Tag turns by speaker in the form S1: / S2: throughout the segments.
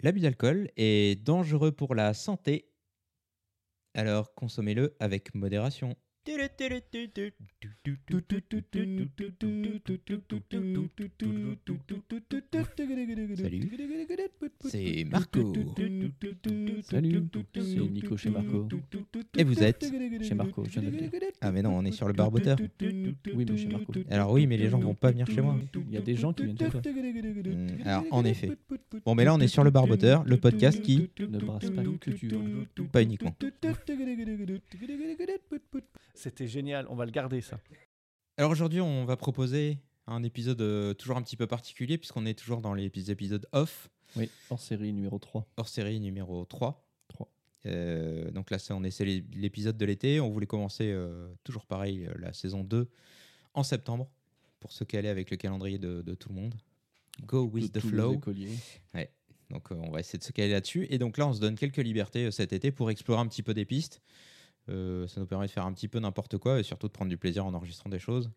S1: L'abus d'alcool est dangereux pour la santé, alors consommez-le avec modération. C'est Marco.
S2: Salut, c'est Nico chez Marco.
S1: Et vous êtes
S2: Chez Marco, je viens de le dire.
S1: Ah mais non, on est sur le barboteur.
S2: Oui, mais chez Marco.
S1: Alors oui, mais les gens vont pas venir chez moi.
S2: Il y a des gens qui viennent chez toi.
S1: Hmm, Alors en effet. Bon mais là on est sur le barboteur, le podcast qui
S2: Ne brasse pas que tu en-
S1: pas uniquement.
S3: C'était génial, on va le garder ça.
S1: Alors aujourd'hui, on va proposer un épisode euh, toujours un petit peu particulier puisqu'on est toujours dans les épis- épisodes off,
S2: Oui, hors série numéro 3.
S1: hors série numéro 3.
S2: Trois.
S1: Euh, donc là, c'est- on essaie l'é- l'épisode de l'été. On voulait commencer euh, toujours pareil euh, la saison 2 en septembre pour se caler avec le calendrier de, de tout le monde. Go with
S2: De
S1: the
S2: tous les
S1: flow.
S2: écoliers.
S1: Donc euh, on va essayer de se caler là-dessus. Et donc là, on se donne quelques libertés euh, cet été pour explorer un petit peu des pistes. Euh, ça nous permet de faire un petit peu n'importe quoi et surtout de prendre du plaisir en enregistrant des choses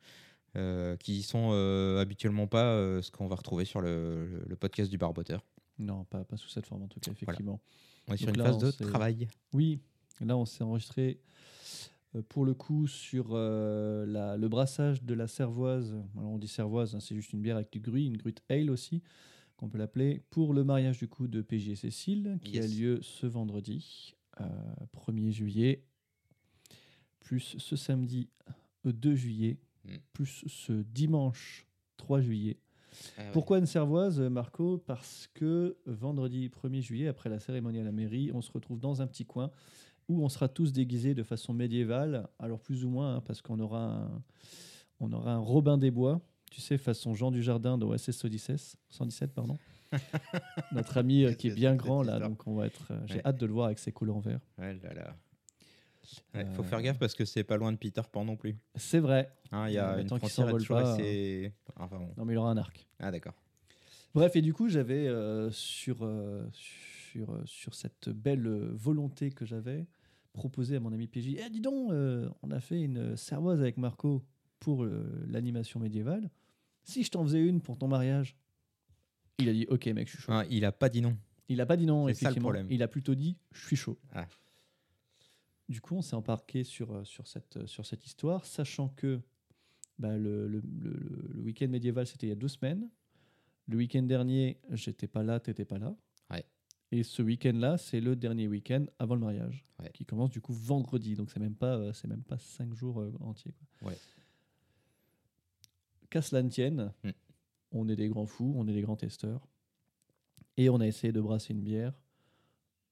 S1: euh, qui sont euh, habituellement pas euh, ce qu'on va retrouver sur le, le- le podcast du barboteur.
S2: Non, pas, pas sous cette forme en tout cas, effectivement.
S1: On est sur
S2: Donc
S1: une
S2: là,
S1: phase
S2: on
S1: de
S2: s'est-
S1: travail.
S2: Oui, là on s'est enregistré euh, pour le coup sur euh, la- le brassage de la cervoise. Alors on dit cervoise, hein, c'est juste une bière avec du gruy, une grute ale aussi, qu'on peut l'appeler, pour le mariage du coup de PJ et Cécile, qui a
S1: Yes.
S2: lieu ce vendredi, euh, 1er juillet, plus ce samedi euh, 2 juillet,
S1: Mm.
S2: plus ce dimanche 3 juillet.
S1: Ah
S2: Pourquoi une cervoise, Marco Parce que vendredi 1er juillet, après la cérémonie à la mairie, on se retrouve dans un petit coin où on sera tous déguisés de façon médiévale, alors plus ou moins, hein, parce qu'on aura un, on aura un Robin des Bois, tu sais, façon Jean du Jardin de OSS 117, 117 pardon. Notre ami euh, qui est
S1: Qu'est-ce que
S2: bien
S1: c'est que
S2: grand
S1: cette
S2: là,
S1: histoire
S2: donc on va être. euh, J'ai
S1: Ouais.
S2: hâte de le voir avec ses collants verts.
S1: Ouais, là, là. Ouais,
S2: Euh,
S1: Faut faire gaffe parce que c'est pas loin de Peter Pan non plus.
S2: C'est vrai.
S1: Hein, Il y
S2: Ouais,
S1: a
S2: mais
S1: une
S2: tant qu'il
S1: frontière
S2: s'envole
S1: toujours
S2: pas,
S1: assez- Enfin bon.
S2: Non mais il aura un arc.
S1: Ah d'accord.
S2: Bref, et du coup, j'avais euh, sur, euh, sur, euh, sur cette belle euh, volonté que j'avais proposé à mon ami PJ Eh, dis donc, euh, on a fait une servoise avec Marco pour euh, l'animation médiévale. Si je t'en faisais une pour ton mariage Il a dit Ok, mec, je suis chaud.
S1: Ah, il a pas dit non.
S2: Il a pas dit non,
S1: C'est ça le
S2: effectivement.
S1: problème.
S2: Il a plutôt dit Je suis chaud.
S1: Ah.
S2: Du coup, on s'est embarqué sur, euh, sur, cette, euh, sur cette histoire, sachant que bah, le, le- le- le- le week-end médiéval, c'était il y a deux semaines. Le week-end dernier, j'étais pas là, t'étais pas là.
S1: Ouais.
S2: Et ce week-end-là, c'est le dernier week-end avant le mariage,
S1: Ouais.
S2: qui commence du coup vendredi. Donc c'est même pas, euh, c'est même pas cinq jours euh, entiers. quoi.
S1: Ouais.
S2: Qu'à cela ne tienne,
S1: Hmm.
S2: on est des grands fous, on est des grands testeurs, et on a essayé de brasser une bière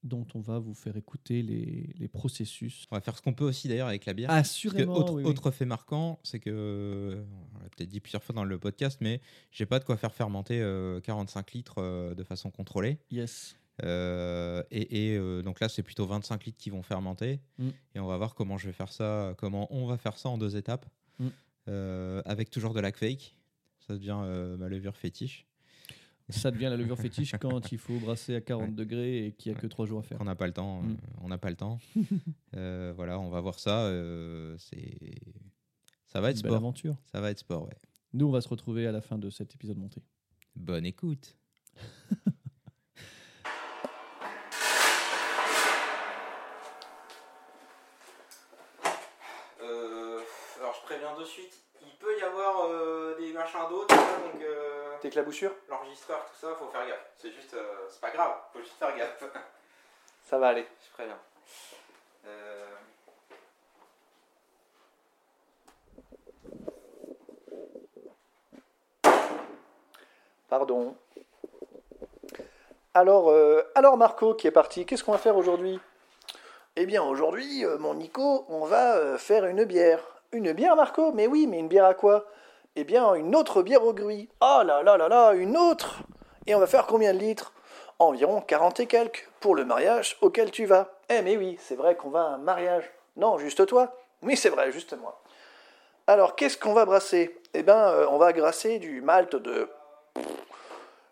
S2: dont on va vous faire écouter les, les processus.
S1: On va faire ce qu'on peut aussi d'ailleurs avec la bière. Parce que
S2: Assurément,
S1: autre,
S2: oui, oui.
S1: autre fait marquant, c'est que, on l'a peut-être dit plusieurs fois dans le podcast, mais j'ai pas de quoi faire fermenter euh, 45 litres euh, de façon contrôlée.
S2: Yes.
S1: Euh, et et, euh, donc là, c'est plutôt 25 litres qui vont fermenter.
S2: Mm.
S1: Et on va voir comment je vais faire ça, comment on va faire ça en deux étapes,
S2: Mm.
S1: Euh, avec toujours de la fake. Ça devient euh, ma levure fétiche,
S2: Ça devient la levure fétiche quand il faut brasser à 40
S1: Ouais.
S2: degrés et qu'il n'y a que trois jours à faire.
S1: on n'a pas le temps. euh,
S2: Mm.
S1: on n'a pas le temps. Euh, voilà, on va voir ça. euh, c'est, ça va être
S2: Une belle
S1: sport.
S2: aventure.
S1: Ça va être sport, ouais.
S2: Nous, on va se retrouver à la fin de cet épisode monté.
S1: Bonne écoute. alors je préviens de suite, il peut y avoir euh, des machins d'eau, tout ça, donc euh,
S4: T'éclaboussures
S1: l'enregistreur, tout ça, faut faire gaffe. C'est juste, euh, c'est pas grave, faut juste faire gaffe.
S4: Ça va aller.
S1: je préviens. Euh,
S4: Pardon. Alors, euh, alors Marco qui est parti, qu'est-ce qu'on va faire aujourd'hui Eh bien aujourd'hui, euh, mon Nico, on va euh, faire une bière. Une bière Marco Mais oui, mais une bière à quoi Eh bien une autre bière au gruy. Oh là là là là, une autre Et on va faire combien de litres Environ 40 et quelques, pour le mariage auquel tu vas. Eh mais oui, c'est vrai qu'on va à un mariage. Non, juste toi Oui, c'est vrai, juste moi. Alors, qu'est-ce qu'on va brasser Eh bien, on va brasser du malt de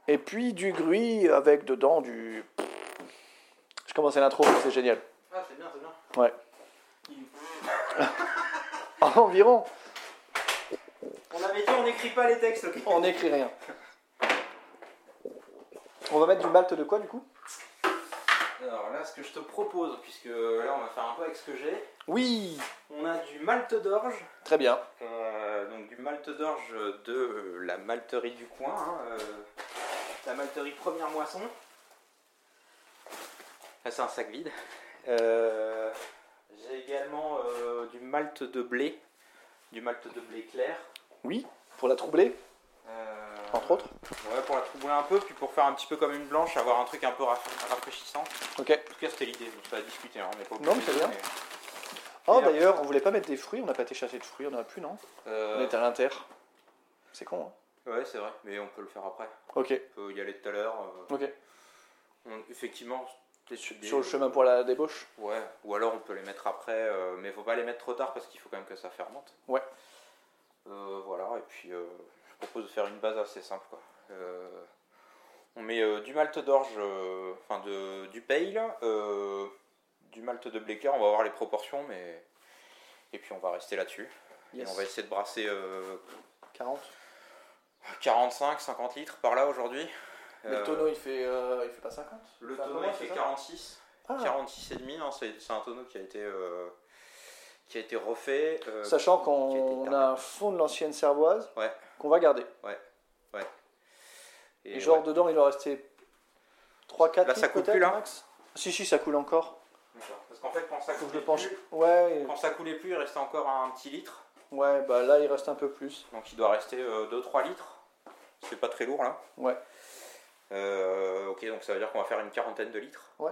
S4: et puis du gruy avec dedans du. Je commençais l'intro, c'est génial.
S1: Ah c'est bien, c'est bien.
S4: Ah, Environ,
S1: On avait dit on n'écrit pas les textes, ok
S4: on n'écrit rien. On va mettre du malt de quoi du coup
S5: Alors là, ce que je te propose, puisque là on va faire un peu avec ce que j'ai,
S4: Oui
S5: on a du malt d'orge,
S4: Très bien.
S5: euh, donc du malt d'orge de euh, la malterie du coin, hein, euh, la malterie première moisson. Là, c'est un sac vide. Euh, j'ai également euh, du malt de blé, du malt de blé clair.
S4: Oui, pour la troubler,
S5: euh,
S4: entre autres.
S5: Ouais, pour la troubler un peu, puis pour faire un petit peu comme une blanche, avoir un truc un peu rafra- rafraîchissant.
S4: Ok.
S5: En tout cas, c'était l'idée, je me suis pas discuté, hein, on n'est pas
S4: Non, mais c'est bien. Oh d'ailleurs, on voulait pas mettre des fruits, on n'a pas été chercher de fruits, on en a plus non On
S5: Euh,
S4: était à l'inter. C'est con hein
S5: ouais, c'est vrai, mais on peut le faire après.
S4: Ok,
S5: On peut y aller tout à l'heure. euh,
S4: ok.
S5: on- effectivement, c'est des-
S4: Sur le chemin pour la débauche
S5: Ouais, ou alors on peut les mettre après, euh, mais faut pas les mettre trop tard parce qu'il faut quand même que ça fermente.
S4: Ouais.
S5: Euh, voilà, et puis euh, je propose de faire une base assez simple quoi. Euh, on met euh, du malt d'orge, euh, enfin de, du pale, euh, du malt de blé clair, on va voir les proportions, mais. Et puis on va rester là-dessus.
S4: Yes.
S5: Et on va essayer de brasser euh,
S4: 40.
S5: 45, 50 litres par là aujourd'hui.
S4: Mais le
S5: Euh,
S4: tonneau il fait, euh, il fait pas 50
S5: le
S4: Enfin,
S5: tonneau
S4: comment
S5: il fait
S4: c'est ça
S5: 46.
S4: Ah.
S5: 46,5, hein, c'est c'est un tonneau qui a été, euh, qui a été refait. euh,
S4: Sachant
S5: qui a été
S4: qu'on
S5: gardé.
S4: a un fond de l'ancienne servoise
S5: Ouais.
S4: qu'on va garder. Et, genre
S5: ouais.
S4: dedans il en restait 3-4
S5: Là, ça coule plus, là
S4: max Si si ça coule encore.
S5: D'accord. Parce qu'en fait, quand ça,
S4: Faut que je
S5: coulait
S4: le penche.
S5: plus,
S4: Ouais,
S5: quand ça coulait plus, il restait encore un petit litre.
S4: ouais, bah là il reste un peu plus.
S5: Donc il doit rester 2-3 litres. C'est pas très lourd là.
S4: Ouais.
S5: Euh, ok, donc ça veut dire qu'on va faire une quarantaine de litres.
S4: Ouais.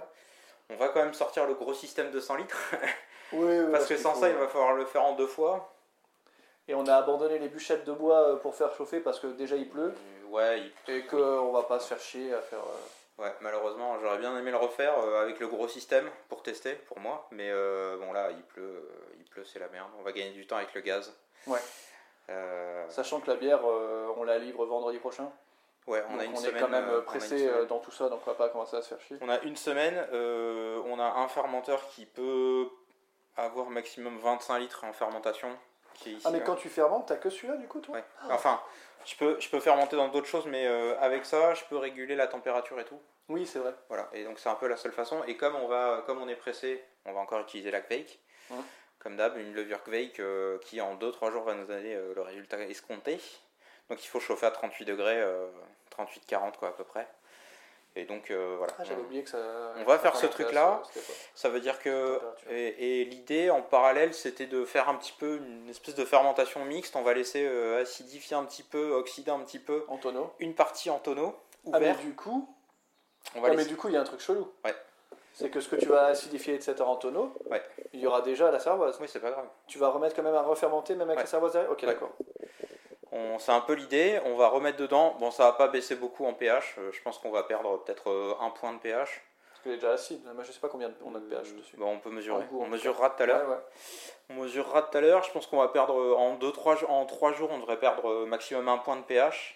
S5: On va quand même sortir le gros système de 100 litres.
S4: Oui, oui,
S5: Parce que
S4: qu'il
S5: sans
S4: faut- euh,
S5: ça, il va falloir le faire en deux fois.
S4: Et on a abandonné les bûchettes de bois euh, pour faire chauffer parce que déjà il pleut
S5: Euh, Ouais, il-
S4: et qu'on va pas se faire chier à faire. euh,
S5: Ouais, malheureusement, j'aurais bien aimé le refaire euh, avec le gros système pour tester, pour moi. Mais euh, bon, là, il pleut, euh, il pleut, c'est la merde. On va gagner du temps avec le gaz.
S4: Ouais.
S5: Euh,
S4: Sachant que la bière, euh, on la livre vendredi prochain.
S5: ouais, on
S4: Donc
S5: a une
S4: on
S5: semaine.
S4: est quand même
S5: euh, on a
S4: euh,
S5: une
S4: pressé
S5: semaine.
S4: euh, dans tout ça, donc on va pas commencer à se faire chier.
S5: On a une semaine, euh, on a un fermenteur qui peut avoir maximum 25 litres en fermentation. Qui est ici,
S4: Ah, mais
S5: là.
S4: quand Ah. tu fermentes, t'as que celui-là du coup, toi
S5: Ouais. Enfin, je peux, je peux fermenter dans d'autres choses, mais euh, avec ça, je peux réguler la température et tout.
S4: Oui, c'est vrai.
S5: Voilà, et donc c'est un peu la seule façon. Et comme on, va, comme on est pressé, on va encore utiliser la Kveik.
S4: Ouais.
S5: Comme d'hab, une levure Kveik euh, qui en 2-3 jours va nous donner euh, le résultat escompté. Donc il faut chauffer à 38 degrés, euh, 38-40 quoi à peu près. Et donc euh, voilà.
S4: Ah, j'avais oublié que ça.
S5: On
S4: que
S5: va
S4: ça
S5: faire ce
S4: fermentait à
S5: truc-là.
S4: ce- c'était
S5: Ça veut dire que.
S4: Température.
S5: Et, et l'idée en parallèle, c'était de faire un petit peu une espèce de fermentation mixte. On va laisser euh, acidifier un petit peu, oxyder un petit peu
S4: pas. En tonneau.
S5: une partie en tonneau
S4: Ah, mais
S5: ouvert.
S4: du coup,
S5: on
S4: ah,
S5: va
S4: mais
S5: laisser-
S4: du coup, il y a un truc chelou.
S5: Ouais.
S4: C'est que ce que tu vas acidifier, etc. en tonneau,
S5: Ouais.
S4: il y aura déjà la servoise.
S5: Oui, c'est pas grave.
S4: Tu vas remettre quand même à refermenter, même avec
S5: Ouais.
S4: la servoise derrière Ok,
S5: Ouais.
S4: d'accord.
S5: On- C'est un peu l'idée, on va remettre dedans. Bon, ça va pas baisser beaucoup en pH, euh, je pense qu'on va perdre peut-être euh, un point de pH.
S4: Parce que est déjà acide. Moi, je sais pas combien on a de pH dessus.
S5: Bon, on peut mesurer,
S4: En goût, en
S5: on
S4: tout
S5: mesurera Euh, bah, tout à l'heure.
S4: Ouais, ouais.
S5: On mesurera tout à l'heure, je pense qu'on va perdre euh, en 2-3 en trois jours, on devrait perdre euh, maximum un point de pH.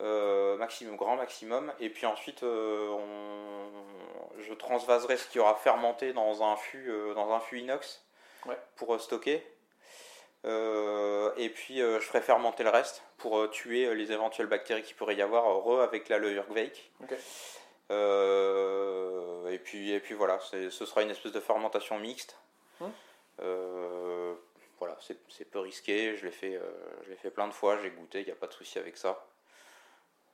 S5: Euh, maximum, grand maximum. Et puis ensuite, euh, on- je transvaserai ce qui aura fermenté dans un fût, euh, dans un fût inox
S4: Ouais.
S5: pour euh, stocker. Euh, et puis euh, je ferai fermenter le reste pour euh, tuer euh, les éventuelles bactéries qui pourrait y avoir euh, re avec la levure Gveik.
S4: Ok.
S5: Euh, et, puis, et puis voilà, c'est- ce sera une espèce de fermentation mixte.
S4: Hmm.
S5: Euh, voilà, c'est c'est peu risqué, je l'ai fait, euh, je l'ai fait plein de fois, j'ai goûté, il n'y a pas de souci avec ça.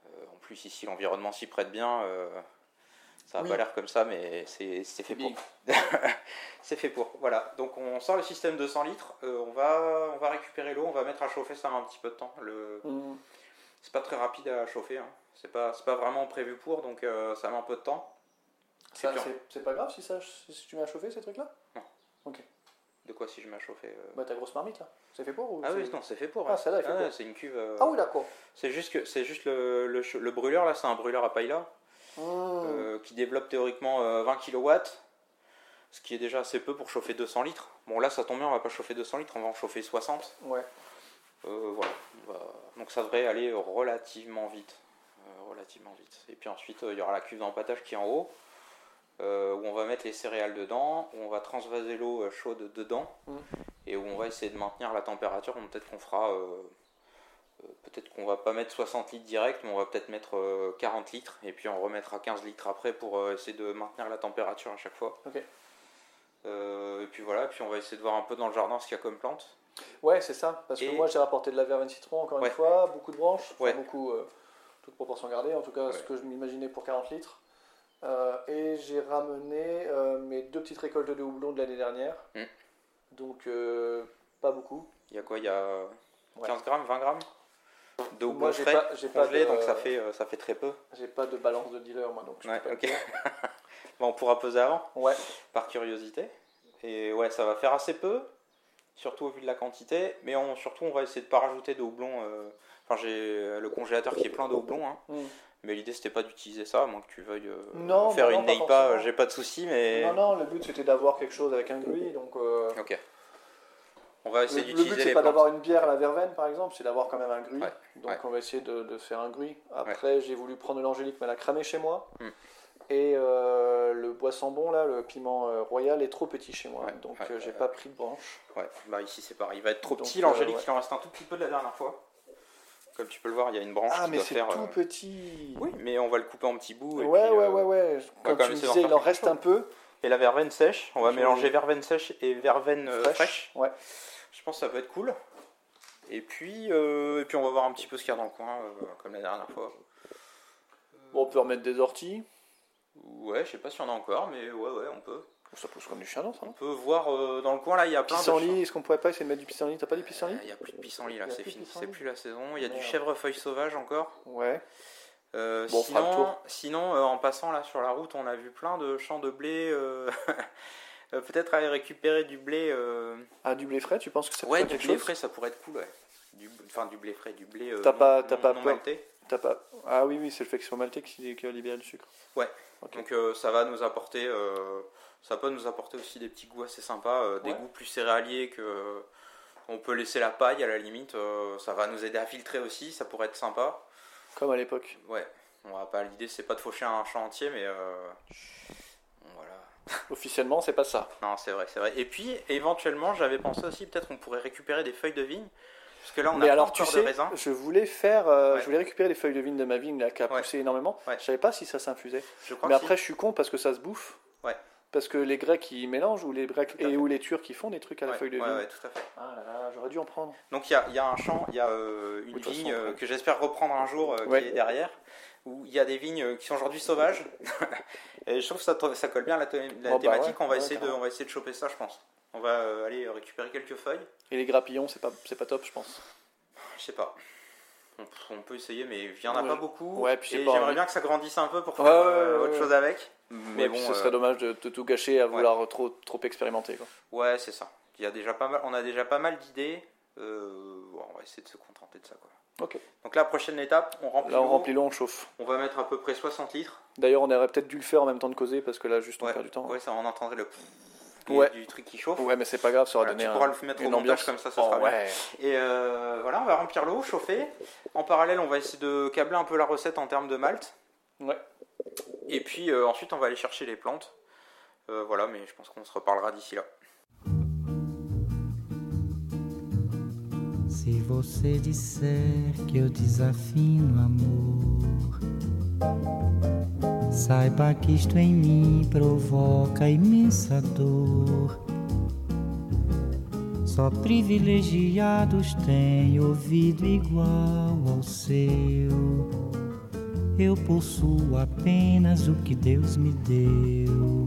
S5: Euh, en plus, ici, l'environnement s'y prête bien. euh, ça n'a
S4: Oui.
S5: pas l'air comme ça, mais c'est c'est fait pour.
S4: Big.
S5: c'est fait pour. Voilà. Donc, on sort le système de 100 litres. euh, on, va, on va récupérer l'eau. On va mettre à chauffer. Ça a un petit peu de temps. Le...
S4: Mm.
S5: C'est pas très rapide à chauffer. Hein. C'est pas, c'est pas vraiment prévu pour. Donc, euh, ça met un peu de temps.
S4: Ça,
S5: Et puis,
S4: c'est- C'est pas grave si, ça, si tu mets à chauffer ces trucs-là
S5: De quoi si je mets à chauffer euh,
S4: Bah ta grosse marmite là, c'est fait pour ou
S5: Ah
S4: c'est-
S5: oui, non, c'est fait pour.
S4: Ah,
S5: hein.
S4: celle-là, elle fait
S5: ouais,
S4: pour.
S5: c'est une cuve. euh,
S4: Ah oui d'accord.
S5: C'est juste, que, c'est juste le, le, ch- le brûleur. Là, c'est un brûleur à paille là.
S4: Mm.
S5: euh, qui développe théoriquement euh, 20 kW, ce qui est déjà assez peu pour chauffer 200 litres. Bon, là, ça tombe bien, on va pas chauffer 200 litres, on va en chauffer 60.
S4: Ouais.
S5: Euh, voilà. on va- Donc ça devrait aller relativement vite. Euh, relativement vite. Et puis ensuite, euh, il y aura la cuve d'empâtage qui est en haut, euh, où on va mettre les céréales dedans, où on va transvaser l'eau euh, chaude dedans,
S4: Mm.
S5: et où on va essayer de maintenir la température. Bon, Peut-être qu'on fera euh, peut-être qu'on va pas mettre 60 litres direct, mais on va peut-être mettre euh, 40 litres et puis on remettra 15 litres après pour euh, essayer de maintenir la température à chaque fois.
S4: Ok.
S5: Euh, et puis voilà, puis on va essayer de voir un peu dans le jardin ce qu'il y a comme plante.
S4: Ouais, c'est ça. Parce que
S5: Et-
S4: moi, j'ai rapporté de la verveine citron, encore
S5: Ouais.
S4: une fois, beaucoup de branches, enfin,
S5: Ouais.
S4: beaucoup, euh, toute proportion gardée, en tout cas, ce
S5: Ouais.
S4: que je m'imaginais pour 40 litres. Euh, et j'ai ramené euh, mes deux petites récoltes de houblon de l'année dernière.
S5: Mm.
S4: Donc, euh, pas beaucoup.
S5: Il y a quoi Il y a
S4: Ouais.
S5: 15 grammes, 20 grammes de
S4: Moi,
S5: houblon
S4: j'ai
S5: frais
S4: pas- j'ai pas
S5: congelé,
S4: de-
S5: donc ça fait, euh, ça fait très peu.
S4: J'ai pas de balance de dealer, moi, donc je
S5: Ouais,
S4: peux pas
S5: ok.
S4: te dire.
S5: Bon, on pourra peser avant,
S4: Ouais,
S5: par curiosité. Et ouais, ça va faire assez peu, surtout au vu de la quantité. Mais on, surtout, on va essayer de pas rajouter de houblon. euh, Enfin, j'ai euh, le congélateur qui est plein de houblon. hein.
S4: Mm.
S5: Mais l'idée, c'était pas d'utiliser ça, à moins que tu veuilles euh,
S4: Non,
S5: faire
S4: bah non,
S5: une
S4: pas
S5: neipa.
S4: forcément.
S5: J'ai pas de souci, mais.
S4: Non, non, le but c'était d'avoir quelque chose avec un gruy, donc euh,
S5: Ok. On va
S4: le,
S5: essayer
S4: le but
S5: d'utiliser
S4: c'est
S5: les
S4: pas
S5: plantes.
S4: d'avoir une bière à la verveine par exemple, c'est d'avoir quand même un gruy,
S5: Ouais,
S4: donc
S5: ouais.
S4: on va essayer de, de faire un gruy. Après j'ai voulu prendre de l'angélique mais elle a cramé chez moi,
S5: Hmm.
S4: et euh, le boisson bon là, le piment euh, royal est trop petit chez moi,
S5: Ouais,
S4: donc
S5: ouais,
S4: euh,
S5: ouais,
S4: j'ai
S5: ouais.
S4: pas pris de branche.
S5: Ouais, bah ici c'est pareil. Il va être trop
S4: Donc,
S5: petit.
S4: euh,
S5: L'angélique,
S4: ouais.
S5: il en reste un tout petit peu de la dernière fois. Comme tu peux le voir, il y a une branche
S4: Ah
S5: qui
S4: mais
S5: doit
S4: c'est
S5: faire.
S4: tout
S5: euh,
S4: petit
S5: Oui, mais on va le couper en petits bouts. et
S4: Ouais, ouais,
S5: puis, euh,
S4: ouais, ouais, comme
S5: quand même
S4: tu me
S5: essayer
S4: disais,
S5: d'en faire
S4: il en
S5: quelque
S4: reste
S5: chose.
S4: un peu,
S5: Et la verveine sèche, on va
S4: Je-
S5: mélanger verveine sèche et verveine euh, fraîche.
S4: ouais.
S5: Je pense que ça peut être cool. Et puis, euh, et puis on va voir un petit peu ce qu'il y a dans le coin, euh, comme la dernière fois.
S4: Bon, on peut remettre des orties,
S5: Ouais, je sais pas si on en a encore, mais ouais, ouais, on peut.
S4: ça pousse comme du chien d'autre,
S5: On
S4: non
S5: peut voir euh, dans le coin là, il y a plein
S4: Pissenlit,
S5: de.
S4: est-ce qu'on pourrait pas essayer de mettre du pissenlit T'as pas du pissenlit
S5: Euh, Il y a plus de pissenlit là,
S4: Il y a
S5: c'est
S4: plus de
S5: fini, c'est
S4: pissenlit.
S5: plus la saison. Il y a du
S4: Merde.
S5: chèvrefeuille sauvage encore.
S4: Ouais.
S5: Euh,
S4: Bon, on fera le
S5: sinon,
S4: tour.
S5: sinon euh, en passant là sur la route, on a vu plein de champs de blé. euh, euh, Peut-être aller récupérer du blé. euh,
S4: Ah, du blé frais, tu penses que ça peut
S5: Ouais,
S4: faire
S5: du
S4: quelque
S5: blé
S4: chose
S5: frais, ça pourrait être cool. Ouais. Du, enfin, du blé frais, du blé. euh,
S4: T'as
S5: non-
S4: pas- t'as
S5: non-
S4: pas
S5: non
S4: peur.
S5: maltais.
S4: T'as pas... Ah oui, oui, c'est le fait que ce soit maltais qui, qui a libéré le sucre. Ok.
S5: Donc euh, ça va nous apporter, euh, ça peut nous apporter aussi des petits goûts assez sympas, euh, des
S4: Ouais.
S5: goûts plus céréaliers que euh, on peut laisser la paille à la limite. euh, ça va nous aider à filtrer aussi, ça pourrait être sympa.
S4: Comme à l'époque.
S5: Ouais, on va pas l'idée, c'est pas de faucher un champ entier, mais euh, voilà.
S4: Officiellement, c'est pas ça.
S5: Non, c'est vrai, c'est vrai. Et puis éventuellement, j'avais pensé aussi peut-être qu'on pourrait récupérer des feuilles de vigne, parce que là on
S4: Mais
S5: a
S4: alors,
S5: pas
S4: tu
S5: encore
S4: sais,
S5: de raisin.
S4: je voulais faire, euh,
S5: Ouais.
S4: je voulais récupérer les feuilles de vigne de ma vigne là, qui a
S5: Ouais.
S4: poussé énormément.
S5: Ouais.
S4: Je savais pas si ça s'infusait.
S5: Je crois
S4: Mais
S5: que si.
S4: après, je suis con parce que ça se bouffe.
S5: Ouais.
S4: Parce que les Grecs ils mélangent ou les Grecs
S5: Tout à
S4: et
S5: fait.
S4: ou les Turcs qui font des trucs à la
S5: Ouais,
S4: feuille de
S5: ouais,
S4: vigne.
S5: ouais, tout à fait.
S4: Ah là là, j'aurais dû en prendre.
S5: Donc il y a, il y a un champ, il y a euh,
S4: Oui, de
S5: une
S4: toute
S5: vigne
S4: façon,
S5: euh,
S4: ouais.
S5: que j'espère reprendre un jour euh,
S4: Ouais.
S5: qui est derrière, où il y a des vignes euh, qui sont aujourd'hui sauvages. et je trouve que ça, to- ça colle bien à la, thé- la
S4: Oh, bah
S5: thématique.
S4: ouais,
S5: on, va
S4: ouais,
S5: essayer de,
S4: carrément.
S5: on va essayer de choper ça, je pense. On va euh, aller récupérer quelques feuilles.
S4: Et les grappillons, c'est pas, c'est pas top, je pense.
S5: Je sais pas. On, on peut essayer, mais il y en a
S4: Ouais.
S5: pas beaucoup.
S4: Ouais, puis j'ai
S5: et
S4: pas
S5: j'aimerais
S4: envie.
S5: bien que ça grandisse un peu pour faire
S4: Ouais, ouais,
S5: euh,
S4: ouais,
S5: autre
S4: ouais.
S5: chose avec. Mais
S4: Ouais,
S5: bon,
S4: puis ce
S5: euh,
S4: serait dommage de, de tout gâcher à vouloir trop, trop expérimenter. quoi.
S5: ouais, c'est ça. Il y a déjà pas mal, on a déjà pas mal d'idées. Euh, bon, on va essayer de se contenter de ça. Quoi.
S4: Ok.
S5: Donc la prochaine étape, on remplit.
S4: Là, on
S5: l'eau.
S4: remplit l'eau, on chauffe.
S5: On va mettre à peu près 60 litres.
S4: D'ailleurs, on aurait peut-être dû le faire en même temps de causer parce que là, juste on
S5: Ouais,
S4: perd du temps.
S5: ouais, ça, on entendrait le et
S4: Ouais.
S5: du truc qui chauffe.
S4: Ouais, mais c'est pas grave, ça aura
S5: Voilà,
S4: donné
S5: tu
S4: un-
S5: pourras le mettre au
S4: une
S5: montage
S4: ambiance.
S5: comme ça, ça
S4: Oh,
S5: sera bien.
S4: ouais.
S5: Et euh, voilà, on va remplir l'eau, chauffer. En parallèle, on va essayer de câbler un peu la recette en termes de malt.
S4: Ouais.
S5: Et puis euh, ensuite, on va aller chercher les plantes. Euh, voilà, mais je pense qu'on se reparlera d'ici là.
S6: Se você disser que eu desafino amor, saiba que isto em mim provoca imensa dor. Só privilegiados têm ouvido igual ao seu. Eu possuo apenas o que Deus me deu.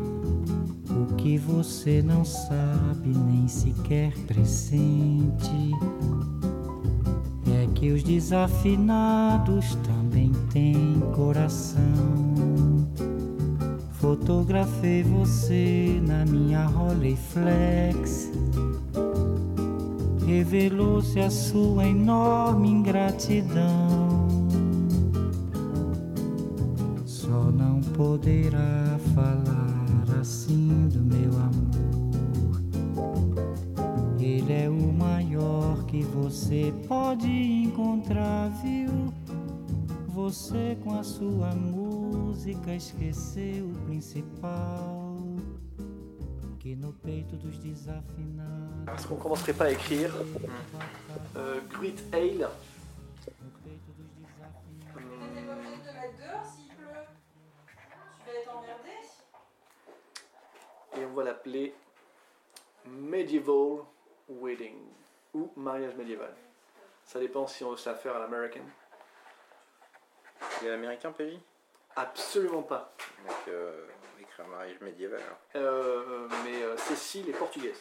S6: O que você não sabe nem sequer pressente é que os desafinados também têm coração. Fotografei você na minha Rolleiflex. Revelou-se a sua enorme ingratidão. poderá falar assim do meu amor. Ele é o maior que você pode encontrar, viu? Você com a sua música esqueceu o principal. Que no peito dos desafinados.
S4: Est-ce qu'on commencerait pas à écrire euh, Great Ale
S6: no peito dos desafinados.
S7: Mais t'es pas obligé de te mettre dehors s'il pleut. Tu vas être emmerdé.
S4: et on va l'appeler Medieval Wedding ou mariage médiéval. Ça dépend si on veut se la faire à l'américaine.
S5: Il est américain, Perry
S4: Absolument pas.
S5: Donc, euh, on va écrire un mariage médiéval. hein. alors.
S4: Euh, mais euh, Cécile est portugaise.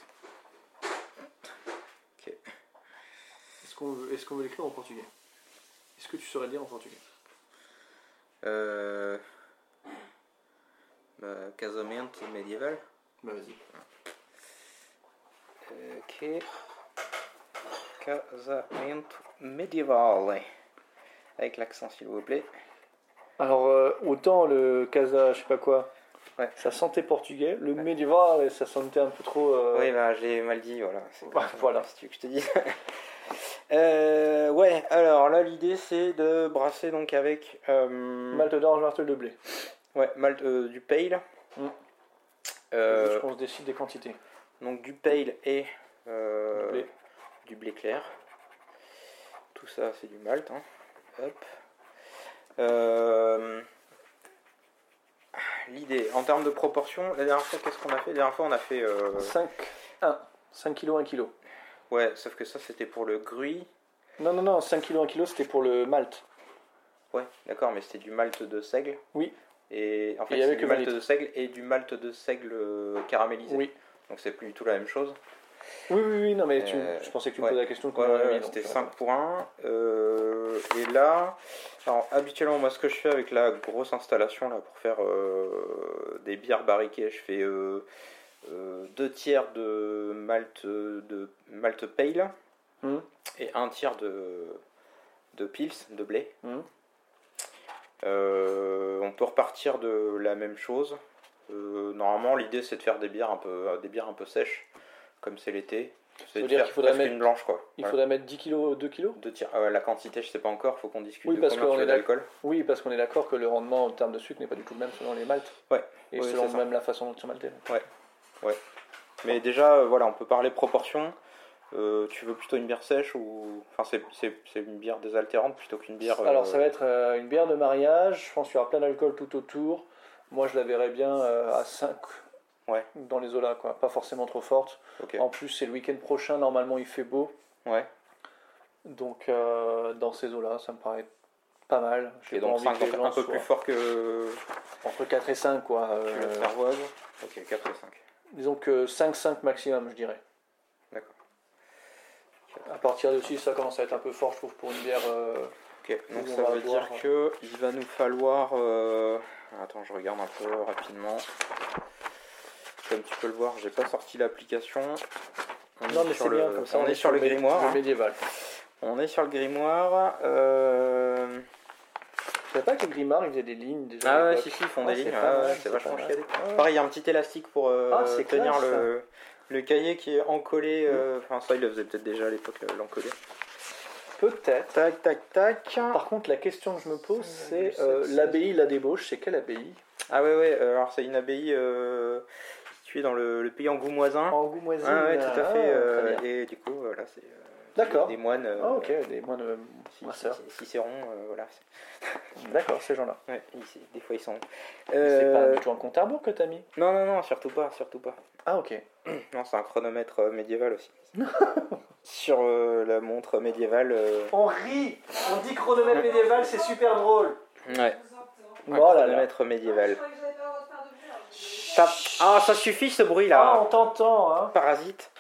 S5: Ok.
S4: Est-ce qu'on veut, est-ce qu'on veut l'écrire en portugais Est-ce que tu saurais le dire en portugais
S5: Euh... bah, casamento médiéval.
S4: Bah vas-y.
S5: Ok. Casamento médiéval. Avec l'accent, s'il vous plaît.
S4: Alors euh, autant le casa, je sais pas quoi,
S5: Ouais.
S4: ça sentait portugais. Le médiéval, ça sentait un peu trop. euh,
S5: Oui, bah, je l'ai mal dit, voilà. C'est
S4: Ouais, voilà.
S5: Si tu veux que je te dise. Euh, ouais, alors là, l'idée, c'est de brasser donc avec... euh,
S4: Malte d'orange, Malte de blé.
S5: Ouais, malte euh, du pale.
S4: Mm.
S5: Euh,
S4: Juste qu'on se décide des quantités.
S5: donc du pale et euh,
S4: Du blé.
S5: du blé clair. Tout ça, c'est du malt. hein. Hop. Euh, L'idée, en termes de proportion, la dernière fois, qu'est-ce qu'on a fait La dernière fois, on a fait... euh,
S4: 5, 1. 5 kg, 1 kg.
S5: ouais, sauf que ça, c'était pour le gruy.
S4: Non, non, non, 5 kg, 1 kg, c'était pour le malt.
S5: Ouais, d'accord, mais c'était du malt de seigle.
S4: Oui.
S5: Et en fait,
S4: il y avait
S5: c'est
S4: que
S5: du
S4: vingt
S5: malt
S4: litres.
S5: de seigle et du malt de seigle euh, caramélisé.
S4: Oui.
S5: Donc c'est plus du tout la même chose.
S4: Oui, oui, oui, non, mais tu,
S5: Euh,
S4: je pensais que tu
S5: ouais.
S4: me posais la question.
S5: Ouais,
S4: qu'on avait
S5: ouais,
S4: mis, donc,
S5: c'était
S4: euh,
S5: 5 pour 1. et là, alors, habituellement, moi, ce que je fais avec la grosse installation là, pour faire euh, des bières barriquées, je fais euh, euh, deux tiers de malt, de malt pale
S4: Mhm.
S5: et un tiers de, de pils, de blé.
S4: Mhm.
S5: Euh, on peut repartir de la même chose. Euh, normalement, l'idée c'est de faire des bières un peu, des bières un peu sèches, comme c'est l'été. C'est
S4: veut
S5: de
S4: dire
S5: faire
S4: qu'il faudrait
S5: presque
S4: mettre-
S5: une blanche quoi.
S4: Il
S5: Voilà.
S4: faudrait mettre 10 kg, 2 kg
S5: Deux tiers. Ah ouais, la quantité, je sais pas encore, faut qu'on discute
S4: Oui,
S5: de
S4: parce
S5: combien
S4: qu'on
S5: tu
S4: est
S5: veux d'alcool.
S4: Oui, parce qu'on est d'accord que le rendement en termes de sucre n'est pas du tout le même selon les maltes.
S5: Ouais.
S4: Et
S5: Oui,
S4: selon
S5: c'est ça.
S4: même la façon dont ils sont maltés.
S5: Mais déjà, euh, voilà, on peut parler proportion. Euh, tu veux plutôt une bière sèche ou. Enfin, c'est- c'est c'est une bière désaltérante plutôt qu'une bière. euh,
S4: Alors, ça va être euh, une bière de mariage. Je pense qu'il y aura plein d'alcool tout autour. Moi, je la verrais bien euh, à 5.
S5: Ouais.
S4: Dans les eaux là, quoi. Pas forcément trop forte.
S5: Ok.
S4: En plus, c'est le week-end prochain. Normalement, il fait beau.
S5: Ouais.
S4: Donc, euh, dans ces eaux là, ça me paraît pas mal. J'ai
S5: Et
S4: pas
S5: donc
S4: envie que
S5: 5,
S4: les gens
S5: un peu
S4: soient
S5: plus fort que.
S4: Entre 4 et 5, quoi.
S5: que
S4: euh,
S5: la cervoise. Ok, 4 et 5.
S4: Disons que 5-5 maximum, je dirais.
S5: D'accord.
S4: À partir de 6, ça commence à être un peu fort, je trouve, pour une bière. euh,
S5: Ok, donc
S4: on
S5: ça
S4: va
S5: veut dire
S4: boire,
S5: que il va nous falloir. euh, Attends, je regarde un peu rapidement. Comme tu peux le voir, j'ai pas sorti l'application. On est
S4: Non, mais
S5: sur
S4: c'est
S5: le-
S4: bien, comme ça
S5: on, est sur le
S4: mé-
S5: grimoire.
S4: Le
S5: hein.
S4: médiéval.
S5: On est sur le grimoire. euh,
S4: Je savais pas que les Grimard, ils faisaient des lignes déjà.
S5: Ah
S4: à
S5: ouais,
S4: l'époque.
S5: si, si, ils font
S4: Ah,
S5: des lignes.
S4: pas
S5: ouais,
S4: mal,
S5: ouais, c'est vachement
S4: pas mal.
S5: chiadé. Pareil, il y a un petit élastique pour euh,
S4: Ah, c'est
S5: tenir
S4: classe, Mm.
S5: le, le cahier qui est encollé. euh, Enfin, ça, il le faisait peut-être déjà à l'époque, euh, l'encollé.
S4: Peut-être.
S5: Tac, Ah, tac, tac.
S4: Par contre, la question que je me pose, c'est
S5: virgule
S4: euh,
S5: sept,
S4: l'abbaye La Débauche, c'est quelle abbaye
S5: Ah ouais, ouais, euh, alors c'est une abbaye euh, située dans le, le pays angoumoisin.
S4: Angoumoisin.
S5: Ah ouais, tout à
S4: ah,
S5: fait. euh,
S4: très bien.
S5: et du coup, voilà, c'est euh,
S4: D'accord.
S5: des moines. euh,
S4: Ah, ok, des moines. euh,
S5: Ci-
S4: ma sœur.
S5: Ci- Cicéron, euh, voilà. c'est-
S4: D'accord, ces gens-là.
S5: Ouais, ici, des fois ils sont.
S4: C'est pas
S5: Euh,
S4: du tout un compte à rebours que t'as mis
S5: Non, non, non, surtout pas, surtout pas.
S4: Ah, ok.
S5: Non, c'est un chronomètre euh, médiéval aussi. Sur euh, la montre médiévale. euh,
S4: On rit On dit chronomètre médiéval, c'est super drôle
S5: Ouais,
S7: Je vous entends.
S5: un
S4: Oh là là
S5: chronomètre
S7: Je
S5: médiéval.
S7: croyais que j'avais pas le droit de faire de bière.
S5: Ça- Ah, ça suffit ce bruit
S4: Ah,
S5: là
S4: on t'entend, hein
S5: Parasite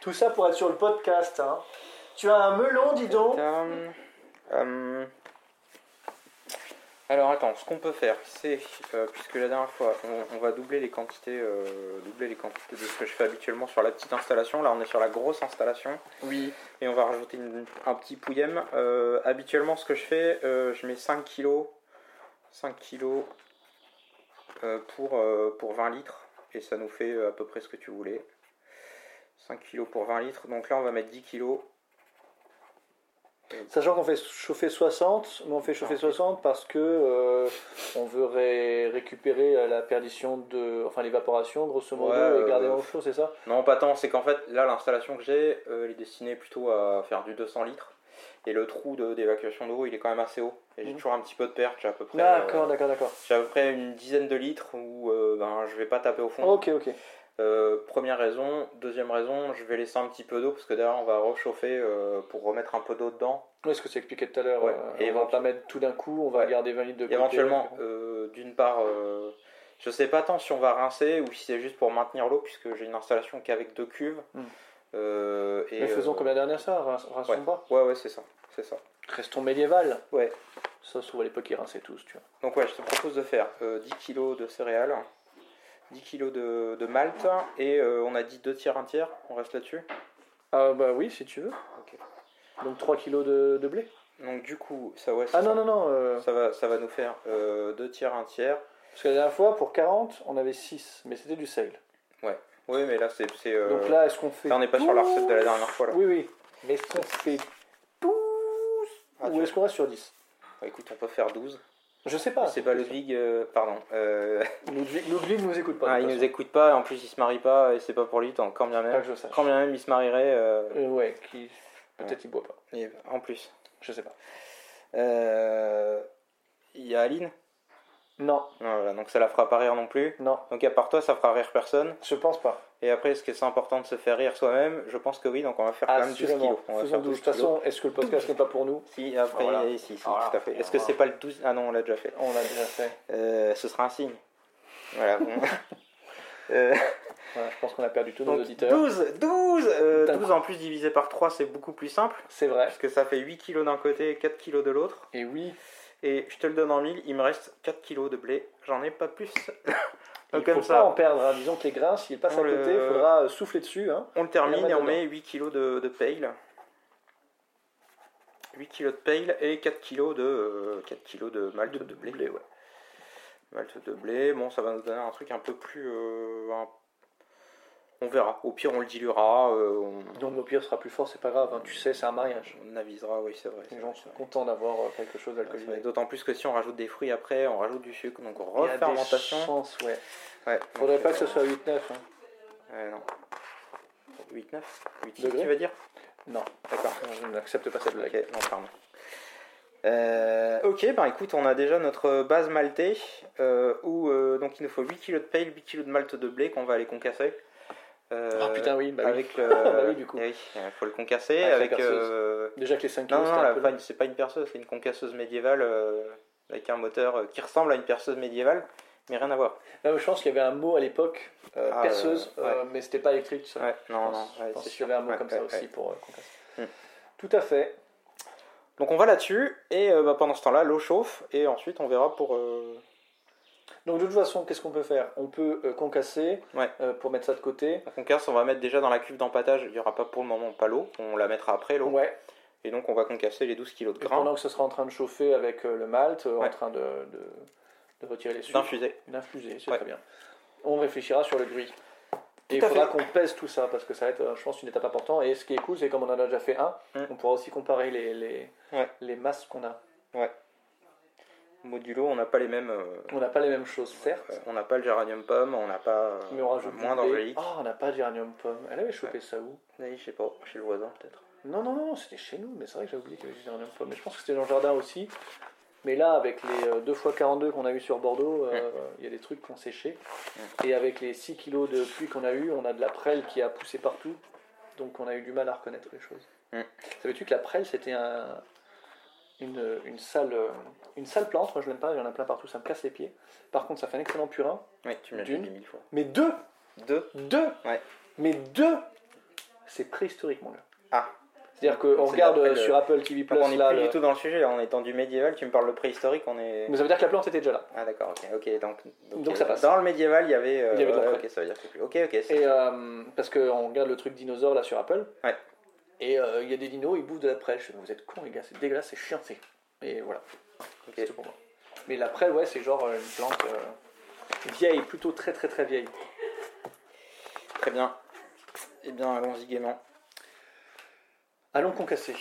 S4: Tout ça pour être sur le podcast, hein Tu as un melon, dis donc
S5: Hum, hum. Alors attends, ce qu'on peut faire, c'est, euh, puisque la dernière fois, on, on va doubler les quantités euh, doubler les quantités de ce que je fais habituellement sur la petite installation, là on est sur la grosse installation,
S4: Oui.
S5: et on va rajouter une- un petit pouillem. Euh, habituellement ce que je fais, euh, je mets 5 kilos 5 kilos euh, pour, euh, pour 20 litres. Et ça nous fait euh, à peu près ce que tu voulais. 5 kilos pour 20 litres. Donc là, on va mettre 10 kilos.
S4: Sachant qu'on fait chauffer 60, nous on fait chauffer 60 parce que euh, on veut ré- récupérer euh, la perdition de, enfin l'évaporation grosso modo
S5: Ouais, euh,
S4: et garder au chaud, c'est ça
S5: Non, pas tant. C'est qu'en fait, là, l'installation que j'ai, euh, elle est destinée plutôt à faire du 200 litres. Et le trou de- d'évacuation d'eau, il est quand même assez haut. Et j'ai
S4: Mhm.
S5: toujours un petit peu de perte. J'ai à peu près,
S4: D'accord,
S5: euh,
S4: d'accord, d'accord.
S5: j'ai à peu près une dizaine de litres où euh, ben, je vais pas taper au fond.
S4: Ok, ok.
S5: Euh, première raison. Deuxième raison, je vais laisser un petit peu d'eau parce que derrière, on va rechauffer euh, pour remettre un peu d'eau dedans.
S4: Oui, ce que tu expliqué tout à l'heure,
S5: Ouais.
S4: euh,
S5: Et
S4: on va
S5: éventu-
S4: pas mettre tout d'un coup, on va
S5: Ouais.
S4: garder 20 litres de côté.
S5: Éventuellement, euh, d'une part, euh, je sais pas tant si on va rincer ou si c'est juste pour maintenir l'eau, puisque j'ai une installation qu'avec deux cuves.
S4: Hmm.
S5: Euh, et,
S4: Mais faisons
S5: euh,
S4: comme la dernière ça, rince- rinçons pas.
S5: Ouais, ouais, c'est ça. C'est ça.
S4: Restons médiéval.
S5: Ouais.
S4: Ça se trouve à l'époque ils rinçaient tous, tu vois.
S5: Donc, ouais, je te propose de faire euh, 10 kg de céréales, 10 kg de, de malt, et euh, on a dit 2 tiers, 1 tiers, on reste là-dessus.
S4: Ah bah oui, si tu veux. Donc 3 kilos de, de blé.
S5: Donc, du coup, ça, ouais, c'est
S4: Ah
S5: ça.
S4: non, non, non. euh,
S5: Ça va, ça va nous faire 2 tiers, 1 tiers.
S4: Parce que la dernière fois, pour 40, on avait 6, mais c'était du sel.
S5: Oui, mais là, c'est. c'est, euh,
S4: Donc là, est-ce qu'on fait.
S5: là, on n'est pas sur la recette de la dernière fois. Là.
S4: Oui, oui. Mais est-ce qu'on fait 12
S5: Ah, tu-
S4: Ou est-ce qu'on reste sur 10
S5: Bah, écoute, on peut faire 12.
S4: Je sais pas.
S5: c'est pas Ludwig, euh, pardon. Euh,
S4: Ludwig Ludwig nous écoute pas. de
S5: ah, il
S4: toute
S5: nous
S4: façon.
S5: écoute pas, et en plus il se marie pas, et c'est pas pour lui, tant quand bien
S4: Pas
S5: même.
S4: que je sache.
S5: Quand bien même il se marierait, euh,
S4: Euh, ouais, qui... peut-être il boit pas.
S5: et en plus.
S4: Je sais pas.
S5: Euh, Il y a Aline
S4: Non,
S5: Voilà, donc ça la fera pas rire non plus.
S4: non,
S5: Donc à part toi, ça fera rire personne.
S4: je pense pas.
S5: Et après, est-ce que c'est important de se faire rire soi-même Je pense que oui, donc on va faire quand même 12
S4: Assurément.
S5: kilos. On va
S4: Faisons
S5: faire
S4: 12.
S5: 12
S4: De toute
S5: kilos.
S4: façon, est-ce que le podcast n'est pas pour nous
S5: Si, après,
S4: Voilà.
S5: et si, si,
S4: Voilà.
S5: tout à fait. Est-ce que c'est pas le 12 Ah non, on l'a déjà fait.
S4: On l'a déjà fait.
S5: Euh, ce sera un signe. Voilà. bon. Euh,
S4: Voilà, je pense qu'on a perdu tous nos
S5: Donc,
S4: auditeurs.
S5: 12, 12, euh,
S4: Putain.
S5: 12 en plus divisé par 3, c'est beaucoup plus simple.
S4: C'est vrai.
S5: Parce que ça fait 8 kilos d'un côté et 4 kilos de l'autre.
S4: Et oui,
S5: Et je te le donne en mille, il me reste 4 kilos de blé. J'en ai pas plus.
S4: il
S5: Donc
S4: faut
S5: comme
S4: pas en
S5: ça,
S4: perdre. hein. Disons que les grains, s'ils passent
S5: On
S4: à côté, il
S5: le-
S4: faudra euh, souffler dessus. hein.
S5: on le termine
S4: on
S5: et
S4: le
S5: on
S4: met
S5: met 8 kilos de, de paille. 8 kilos de paille et 4 kilos de, euh, 4 kilos de malte de blé. Malte de blé, bon, ça va nous donner un truc un peu plus. euh, un- On verra. Au pire, on le diluera. euh, on...
S4: Donc au pire, ce sera plus fort, c'est pas grave. hein. Tu sais, c'est un mariage.
S5: on avisera, oui, c'est vrai. c'est
S4: Les
S5: vrai,
S4: gens
S5: c'est
S4: sont
S5: vrai.
S4: contents d'avoir euh, quelque chose
S5: Ouais,
S4: d'alcoolisé.
S5: D'autant plus que si on rajoute des fruits après, on rajoute du sucre, donc
S4: Il y a des
S5: refermentation.
S4: chances, ouais.
S5: Ouais,
S4: Faudrait
S5: donc,
S4: pas que ce
S5: euh,
S4: soit 8-9. hein.
S5: ouais, non. 8, 9 8,
S4: Degrés
S5: tu veux dire
S4: Non,
S5: D'accord.
S4: je n'accepte pas cette
S5: Ok,
S4: blague.
S5: non, pardon. Euh, ok, bah écoute, on a déjà notre base maltée, euh, où euh, donc il nous faut 8 kg de paille, 8 kg de malte de blé qu'on va aller concasser. Euh,
S4: Ah putain, oui, bah oui.
S5: avec le-
S4: Bah oui, du coup.
S5: Eh oui, euh, faut le concasser
S4: Avec
S5: avec.
S4: la perceuse.
S5: euh,
S4: Déjà que les 5
S5: Non,
S4: kilos,
S5: non,
S4: c'était
S5: non,
S4: un
S5: la
S4: peu
S5: fagne, c'est pas une perceuse, c'est une concasseuse médiévale euh, avec un moteur euh, qui ressemble à une perceuse médiévale, mais rien à voir.
S4: Là, Euh, je pense qu'il y avait un mot à l'époque, euh,
S5: Ah,
S4: perceuse,
S5: euh,
S4: euh, mais c'était pas électrique. Ça.
S5: Ouais,
S4: Je
S5: non, non,
S4: pense,
S5: ouais,
S4: je pense
S5: c'est
S4: qu'il y avait un mot
S5: Ouais,
S4: comme ça
S5: ouais,
S4: aussi
S5: ouais.
S4: pour euh, qu'on fasse.
S5: Hmm.
S4: Tout à fait.
S5: Donc on va là-dessus, et euh, bah, pendant ce temps-là, l'eau chauffe, et ensuite on verra pour. euh,
S4: Donc de toute façon, qu'est-ce qu'on peut faire On peut euh, concasser
S5: Ouais. Ah,
S4: euh, pour mettre ça de côté.
S5: Donc on casse, on va mettre déjà dans la cuve d'empâtage, il n'y aura pas pour le moment pas l'eau, on la mettra après l'eau,
S4: Ouais.
S5: et donc on va concasser les 12 kilos de
S4: Et
S5: grains
S4: pendant que ce sera en train de chauffer avec euh, le malt, euh, en
S5: Ouais.
S4: train de, de- de retirer les sucres,
S5: d'infusés.
S4: d'infuser, c'est
S5: Ouais.
S4: très bien. On réfléchira sur le gris. Et il
S5: à
S4: faudra
S5: fait.
S4: qu'on pèse tout ça parce que ça va être, euh, je pense, une étape importante. Et ce qui est cool, c'est comme on en a déjà fait un,
S5: Hmm.
S4: on pourra aussi comparer les, les,
S5: Ouais.
S4: les masses qu'on a.
S5: Modulo, on n'a pas les mêmes. euh,
S4: On n'a pas les mêmes choses, certes.
S5: euh, on n'a pas le géranium pomme, on n'a pas. euh,
S4: Mais on rajoute
S5: moins
S4: du blé.
S5: d'angélique.
S4: Ah, on n'a pas de géranium pomme. Elle avait chopé ça où
S5: Oui, je sais pas, chez le voisin peut-être.
S4: Non, non, non, non, c'était chez nous, mais c'est vrai que j'ai oublié qu'il y avait du géranium pomme. Mais je pense que c'était dans le jardin aussi. Mais là, avec les euh, 2x42 qu'on a eu sur Bordeaux, euh, il y a des trucs qu'on séchait. Et avec les 6 kilos de pluie qu'on a eu, on a de la prêle qui a poussé partout. Donc on a eu du mal à reconnaître les choses.
S5: Mm.
S4: Savais-tu que la prêle, c'était un, une, une, sale, euh, une sale plante Moi, je l'aime pas, il y en a plein partout, ça me casse les pieds. Par contre, ça fait un excellent purin.
S5: Oui, tu me l'as dit
S4: D'une.
S5: mille fois.
S4: Mais deux
S5: Deux.
S4: Deux
S5: Ouais.
S4: Mais deux C'est préhistorique, mon gars.
S5: Ah.
S4: C'est-à-dire qu'on
S5: C'est
S4: regarde
S5: d'après
S4: euh,
S5: le-
S4: sur Apple TV Plus,
S5: Donc on n'est
S4: là,
S5: plus
S4: le-
S5: du tout dans le sujet, là, on est dans du médiéval, tu me parles de préhistorique, on est.
S4: Mais ça veut dire que la plante était déjà là.
S5: Ah d'accord, ok, ok, donc,
S4: Donc ça passe.
S5: Dans le médiéval, il y avait. euh,
S4: Il y avait de la
S5: ouais,
S4: prêle.
S5: ok, ça veut dire que c'est plus. Ok, ok, c'est-
S4: Et euh, parce qu'on regarde le truc dinosaure là sur Apple.
S5: Ouais.
S4: Et euh, il y a des dinos, ils bouffent de la prêche. Vous êtes cons, les gars, c'est dégueulasse, c'est chiant, c'est. Et voilà,
S5: ok.
S4: c'est tout pour moi. Mais l'après, ouais, c'est genre euh, une plante euh, vieille, plutôt très très très vieille.
S5: Très bien. Eh bien, allons-y gaiement. Mm.
S4: Allons concasser.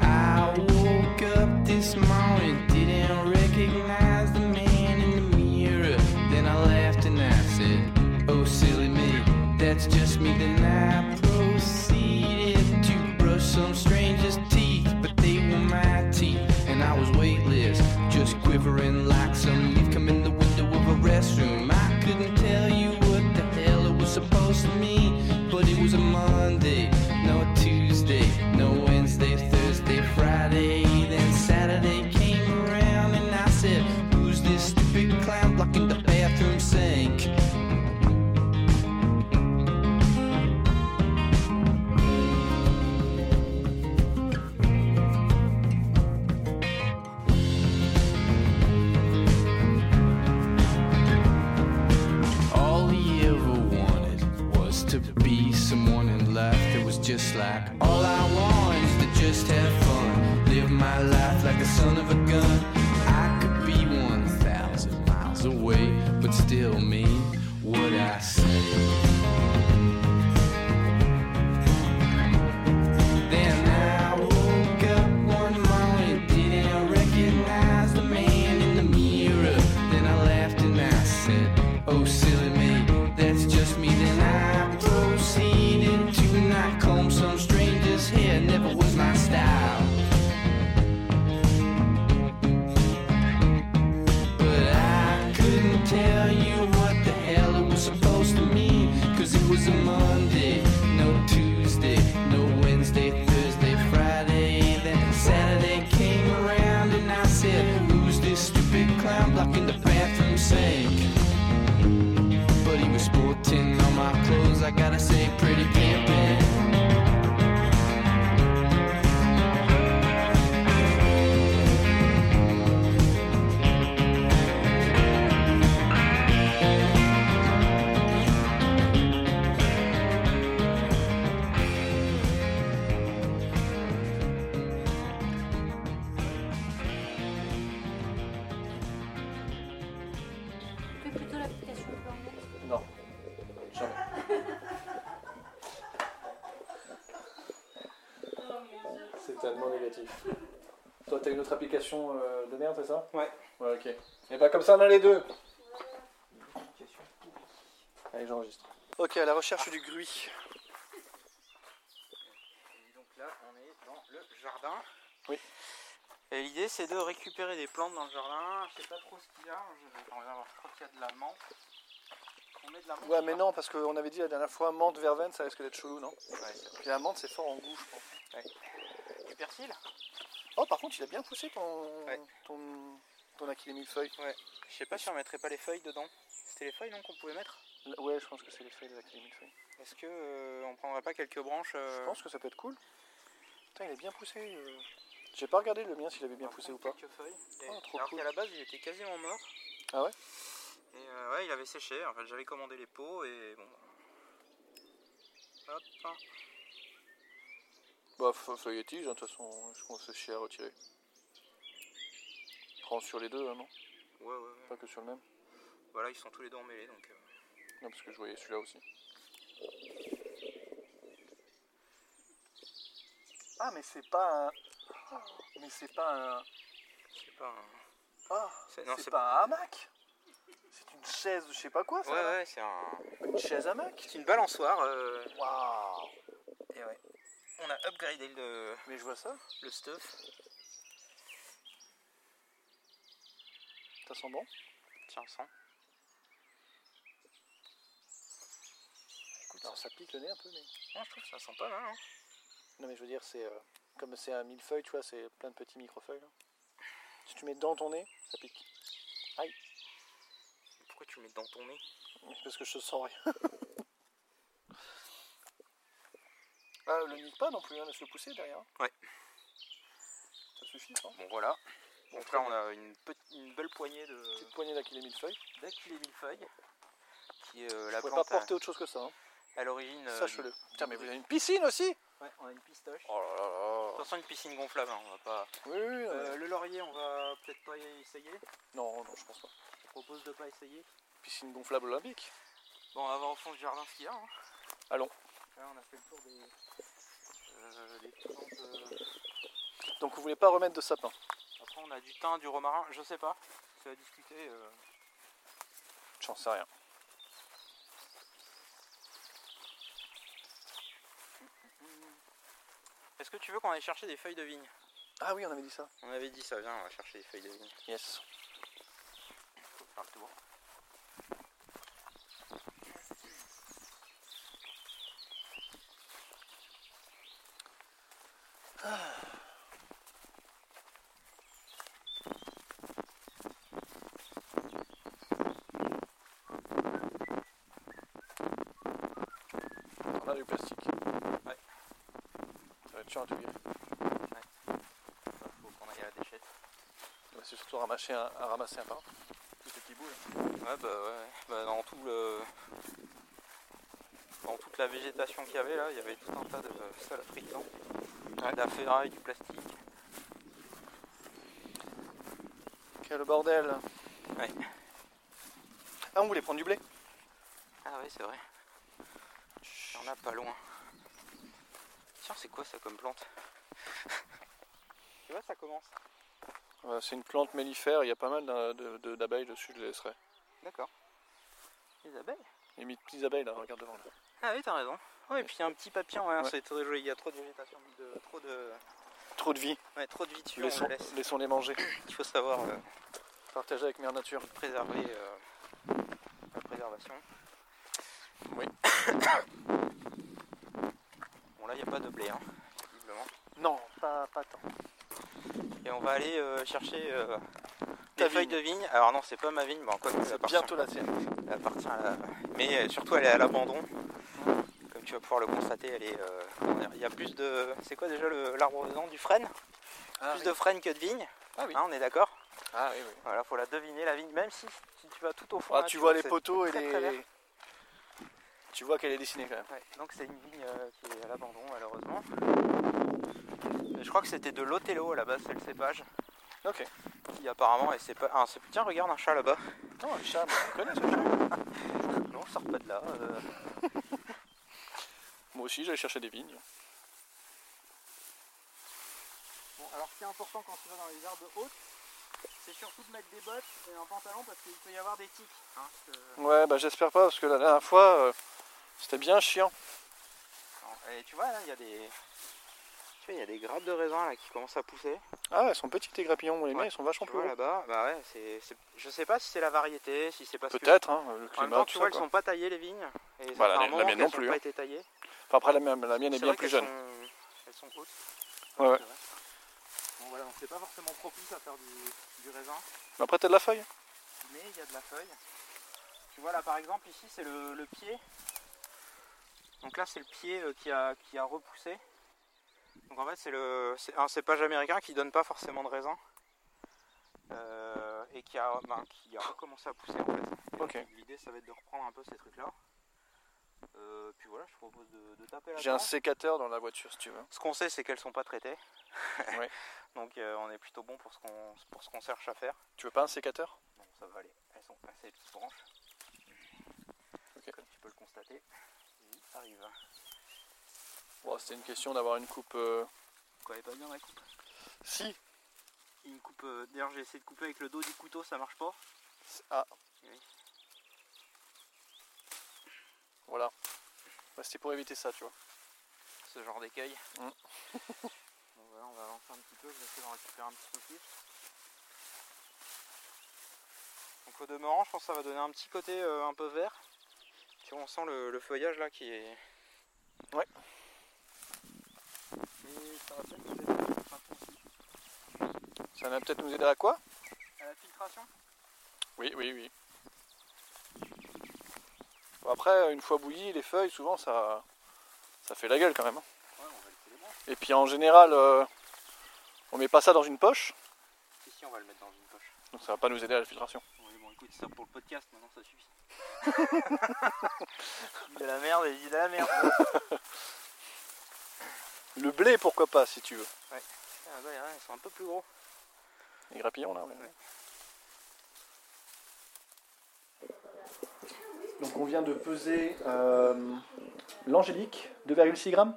S8: I woke up this morning, didn't recognize the man in the mirror. Then I laughed and I said, Oh, silly me, that's just me. Then I proceeded to brush some stranger's teeth, but they were my teeth, and I was weightless, just quivering like some leaf come in the window of a restroom. I couldn't tell you what the hell it was supposed to mean, but it was a Monday, no Tuesday, no Wednesday, Thursday, Friday, then Saturday came around and I said, Who's this stupid clown blocking the bathroom sink? All he ever wanted was to be someone in life that was just like all I want is to just have fun, live my life like the son of a gun. I could be 1,000 miles away, but still mean what I say. Then I woke up one morning, didn't recognize the man in the mirror. Then I laughed and I said, Oh, silly me, that's just me. Then I proceeded to knock home some stranger's hair, never was my style. But I couldn't tell you what the hell it was supposed to mean. Cause it was a Monday, no Tuesday, no Wednesday, Thursday, Friday. Then Saturday came around and I said, Who's this stupid clown blocking the bathroom sink? But he was sporting all my clothes, I gotta say, pretty pimpin'.
S7: Fais plutôt l'application Burnet.
S4: Non.
S7: Non, mais bien sûr.
S4: C'est tellement négatif. Toi, t'as une autre application euh, de merde, c'est ça
S5: Ouais.
S4: Ouais, ok. Et bah, comme ça, on a les deux. Allez, j'enregistre. Ok, à la recherche du gruy.
S5: Et donc là, on est dans le jardin.
S4: Oui.
S5: Et l'idée, c'est de récupérer des plantes dans le jardin. Je sais pas trop ce qu'il y a. hein. Je, on va voir. je crois qu'il y a de la menthe. On met de la menthe.
S4: Ouais, mais non, parce qu'on avait dit la dernière fois, menthe verveine, ça risque d'être chelou, non
S5: Ouais, c'est vrai.
S4: Puis la menthe, c'est fort en goût, je pense.
S5: Du persil
S4: Oh, par contre, il a bien poussé ton.
S5: Ouais.
S4: ton. ton aquilé millefeuille.
S5: Je sais pas si on mettrait pas les feuilles dedans. C'était les feuilles donc qu'on pouvait mettre
S4: L- Ouais, je pense que c'est les feuilles des aquilé millefeuille.
S5: Est-ce que euh, on prendrait pas quelques branches euh,
S4: Je pense que ça peut être cool. Putain, il est bien poussé. euh. J'ai pas regardé le mien s'il avait bien
S5: par
S4: poussé ou
S5: contre,
S4: pas.
S5: quelques feuilles. Et-
S4: Oh, trop
S5: Alors
S4: cool.
S5: qu'à la base, il était quasiment mort.
S4: Ah ouais
S5: Et euh, ouais, il avait séché. En fait, j'avais commandé les pots et bon. bah, Hop. hein.
S4: Bah, fe- feuille et tige, hein, de toute façon, je pense que c'est chier à retirer. Prends sur les deux, hein, non
S5: Ouais, ouais, ouais.
S4: Pas que sur le même.
S5: Voilà, ils sont tous les deux emmêlés donc. euh,
S4: Non, parce que je voyais celui-là aussi. Ah, mais c'est pas un. Mais c'est pas un.
S5: C'est pas un.
S4: Ah,
S5: C'est- non,
S4: c'est
S5: c'est-
S4: pas un hamac C'est une chaise de je sais pas quoi, ça
S5: Ouais,
S4: là.
S5: ouais, c'est un.
S4: Une chaise hamac
S5: C'est une balançoire. euh,
S4: Waouh
S5: Et ouais. On a upgradé le,
S4: Mais je vois ça,
S5: le stuff.
S4: ça sent bon.
S5: Tiens, sent.
S4: Écoute, alors ça pique le nez un peu, mais.
S5: Non, je trouve que ça sent pas mal. hein.
S4: Non, mais je veux dire, c'est. euh, Comme c'est un millefeuille, tu vois, c'est plein de petits microfeuilles. là. Si tu mets dans ton nez, ça pique.
S5: Pourquoi tu le mets dans ton nez
S4: Mais c'est Parce que je sens rien. ah, le nique pas non plus, hein, laisse le pousser derrière.
S5: Ouais.
S4: Ça suffit, hein.
S5: Bon, voilà. Donc là, on a une, petite- une belle poignée de.
S4: Petite poignée d'aquilé millefeuille.
S5: d'acculé millefeuille. qui est euh, la
S9: Vous pouvez pas
S5: plante à,
S9: porter autre chose que ça. hein.
S5: à l'origine. euh,
S9: Sache-le. Putain, mais vous avez une piscine aussi
S5: Ouais, on a une pistoche. Oh là là Attention, une piscine gonflable, hein, on va pas.
S9: Oui, oui, oui, non,
S5: Euh,
S9: mais-
S5: le laurier, on va peut-être pas y essayer.
S9: Non, non, je pense pas.
S5: Je te propose de pas essayer.
S9: Piscine gonflable olympique.
S5: Bon, on va voir au fond du jardin ce qu'il y a. hein.
S9: Allons.
S5: Là, on a fait le tour des. euh, des plantes, euh,
S9: Donc vous voulez pas remettre de sapin
S5: Après, on a du thym, du romarin, je sais pas. C'est à discuter. euh.
S9: J'en sais rien.
S5: Est-ce que tu veux qu'on aille chercher des feuilles de vigne
S9: Ah oui, on avait dit ça.
S5: On avait dit ça, viens, on va chercher des feuilles de vigne.
S9: Yes.
S5: Faut faire le tour.
S9: On a du plastique.
S5: Ouais.
S9: Ça va être chiant à tout virer.
S5: Faut qu'on aille à la déchette.
S9: Ouais, C'est surtout ramasser un, à ramasser un pain. Tout ce qui boule.
S5: Ouais, bah ouais. Bah, dans tout le. Dans toute la végétation qu'il y avait là, il y avait tout un tas de saloperies dedans. De la ferraille, du plastique.
S9: Quel bordel
S5: Ouais.
S9: Ah, on voulait prendre du blé
S5: Ah ouais, c'est vrai. Il y en a pas loin. Tiens, c'est quoi ça comme plante Tu vois, ça commence.
S9: Ouais, C'est une plante mellifère, il y a pas mal d'a- de- de- d'abeilles dessus, je les laisserai.
S5: D'accord. Les abeilles
S9: Il y a mes petites abeilles là, regarde devant. là.
S5: Ah oui, t'as raison. Ouais, et puis il y a un petit papillon, ouais,
S9: Ouais.
S5: c'est très joli. Il y a trop de végétation, de, trop de.
S9: Trop de vie,
S5: Ouais, trop de vie dessus, on
S9: laissons,
S5: le laisse.
S9: laissons les manger.
S5: Il faut savoir euh,
S9: Partager avec Mère Nature.
S5: préserver euh, la préservation.
S9: Oui.
S5: bon, là, il n'y a pas de blé, hein, visiblement.
S9: Non, pas, pas tant.
S5: Et on va aller euh, chercher euh,
S9: Ta
S5: des feuilles
S9: vigne.
S5: de vigne. Alors non, c'est pas ma vigne, mais encore ça appartient,
S9: Bientôt la tienne.
S5: elle appartient à la- Mais euh, surtout, elle est à l'abandon. Comme tu vas pouvoir le constater, elle est. euh, comment dire, Il y a plus de. C'est quoi déjà le- l'arbre dedans Du frêne
S9: Ah,
S5: Plus de frêne que de vigne.
S9: Ah oui.
S5: Hein, on est d'accord
S9: ah oui, oui.
S5: Voilà, faut la deviner la vigne. Même si, si tu vas tout au fond.
S9: Ah,
S5: là,
S9: tu vois
S5: que
S9: les
S5: c'est-
S9: poteaux et
S5: très, très
S9: les. Tu vois qu'elle est dessinée quand même.
S5: Ouais, donc c'est une vigne euh, qui est à l'abandon malheureusement. Mais je crois que c'était de l'Othello à la base, c'est le cépage.
S9: Ok.
S5: Qui apparemment est cépa- Ah, c'est- Tiens, regarde un chat là-bas.
S9: Non, le chat, moi, je connais ce chat.
S5: Non, sort pas de là. euh.
S9: Moi aussi, j'allais chercher des vignes.
S5: Bon, alors ce qui est important quand tu vas dans les arbres hautes, c'est surtout de mettre des bottes et un pantalon parce qu'il peut y avoir des tiques. hein, parce que-
S9: Ouais, bah j'espère pas, parce que la dernière fois, euh, c'était bien chiant.
S5: Non, Et tu vois là, il y a des. Tu vois, il y a des grappes de raisin là qui commencent à pousser.
S9: Ah, elles sont petites, les grappillons, on les
S5: Ouais,
S9: met, elles sont vachement
S5: Tu
S9: plus
S5: vois
S9: gros.
S5: là-bas, bah ouais, c'est. c'est- Je sais pas si c'est la variété, si c'est parce que.
S9: Peut-être, hein, le
S5: En même
S9: climat,
S5: temps,
S9: tout
S5: tu
S9: ça,
S5: vois, elles
S9: quoi.
S5: sont pas taillées les vignes. Et ça
S9: Bah,
S5: fait
S9: la-
S5: un
S9: la
S5: moment
S9: mienne
S5: qu'elles
S9: non
S5: sont
S9: plus,
S5: pas
S9: hein.
S5: été taillées.
S9: Enfin, après, la mienne, la mienne est,
S5: C'est
S9: bien
S5: vrai
S9: plus
S5: qu'elles
S9: jeune.
S5: sont- Elles sont hautes.
S9: Ouais, ouais.
S5: c'est vrai. Bon voilà, donc c'est pas forcément propice à faire du, du raisin,
S9: Mais après, t'as de la feuille.
S5: mais il y a de la feuille. Tu vois là par exemple ici c'est le, le pied. Donc là c'est le pied euh, qui, a, qui a repoussé. Donc en fait c'est le c'est un cépage américain qui donne pas forcément de raisin. Euh, et qui a, ben, qui a recommencé à pousser en fait. Et donc,
S9: Ok.
S5: L'idée ça va être de reprendre un peu ces trucs là. puis voilà, je propose de, de taper la
S9: J'ai un sécateur dans la voiture, si tu veux.
S5: ce qu'on sait, c'est qu'elles sont pas traitées.
S9: Ouais.
S5: Donc euh, on est plutôt bon pour ce qu'on pour ce qu'on cherche à faire.
S9: Tu veux pas un sécateur
S5: Bon, ça va aller. Elles sont assez petites branches.
S9: Ok.
S5: Comme tu peux le constater, j'y arrive.
S9: Bon, C'était une question d'avoir une coupe. euh,
S5: Quoi, elle est pas bien la coupe
S9: Si
S5: Une coupe. euh, D'ailleurs, j'ai essayé de couper avec le dos du couteau, ça marche pas.
S9: Ah
S5: Oui.
S9: Voilà. Bah, C'était pour éviter ça, tu vois.
S5: Ce genre d'écueil.
S9: Mm.
S5: bon, voilà, on va avancer un petit peu. Je vais essayer d'en récupérer un petit peu plus. Donc au demeurant, je pense que ça va donner un petit côté euh, un peu vert. Tu vois, on sent le, le feuillage là qui est.
S9: Ouais.
S5: Et ça va peut-être nous aider à la filtration aussi.
S9: Ça va peut-être nous aider à quoi
S5: À la filtration
S9: Oui, oui, oui. Bon, après, une fois bouilli, les feuilles, souvent, ça, ça fait la gueule quand même. hein.
S5: Ouais, on va laisser les branches.
S9: Et puis en général, euh, on met pas ça dans une poche,
S5: Ici, on va le mettre dans une poche.
S9: donc ça va pas nous aider à la filtration.
S5: Oui, bon, écoute, ça pour le podcast, maintenant ça suffit.
S4: de la merde, il dit de la merde. Le blé, pourquoi pas, si tu veux.
S5: Ah, ouais, ouais, ils sont un peu plus gros.
S4: Les grappillons, là. ouais. Donc, on vient de peser euh, l'angélique, 2,6 grammes.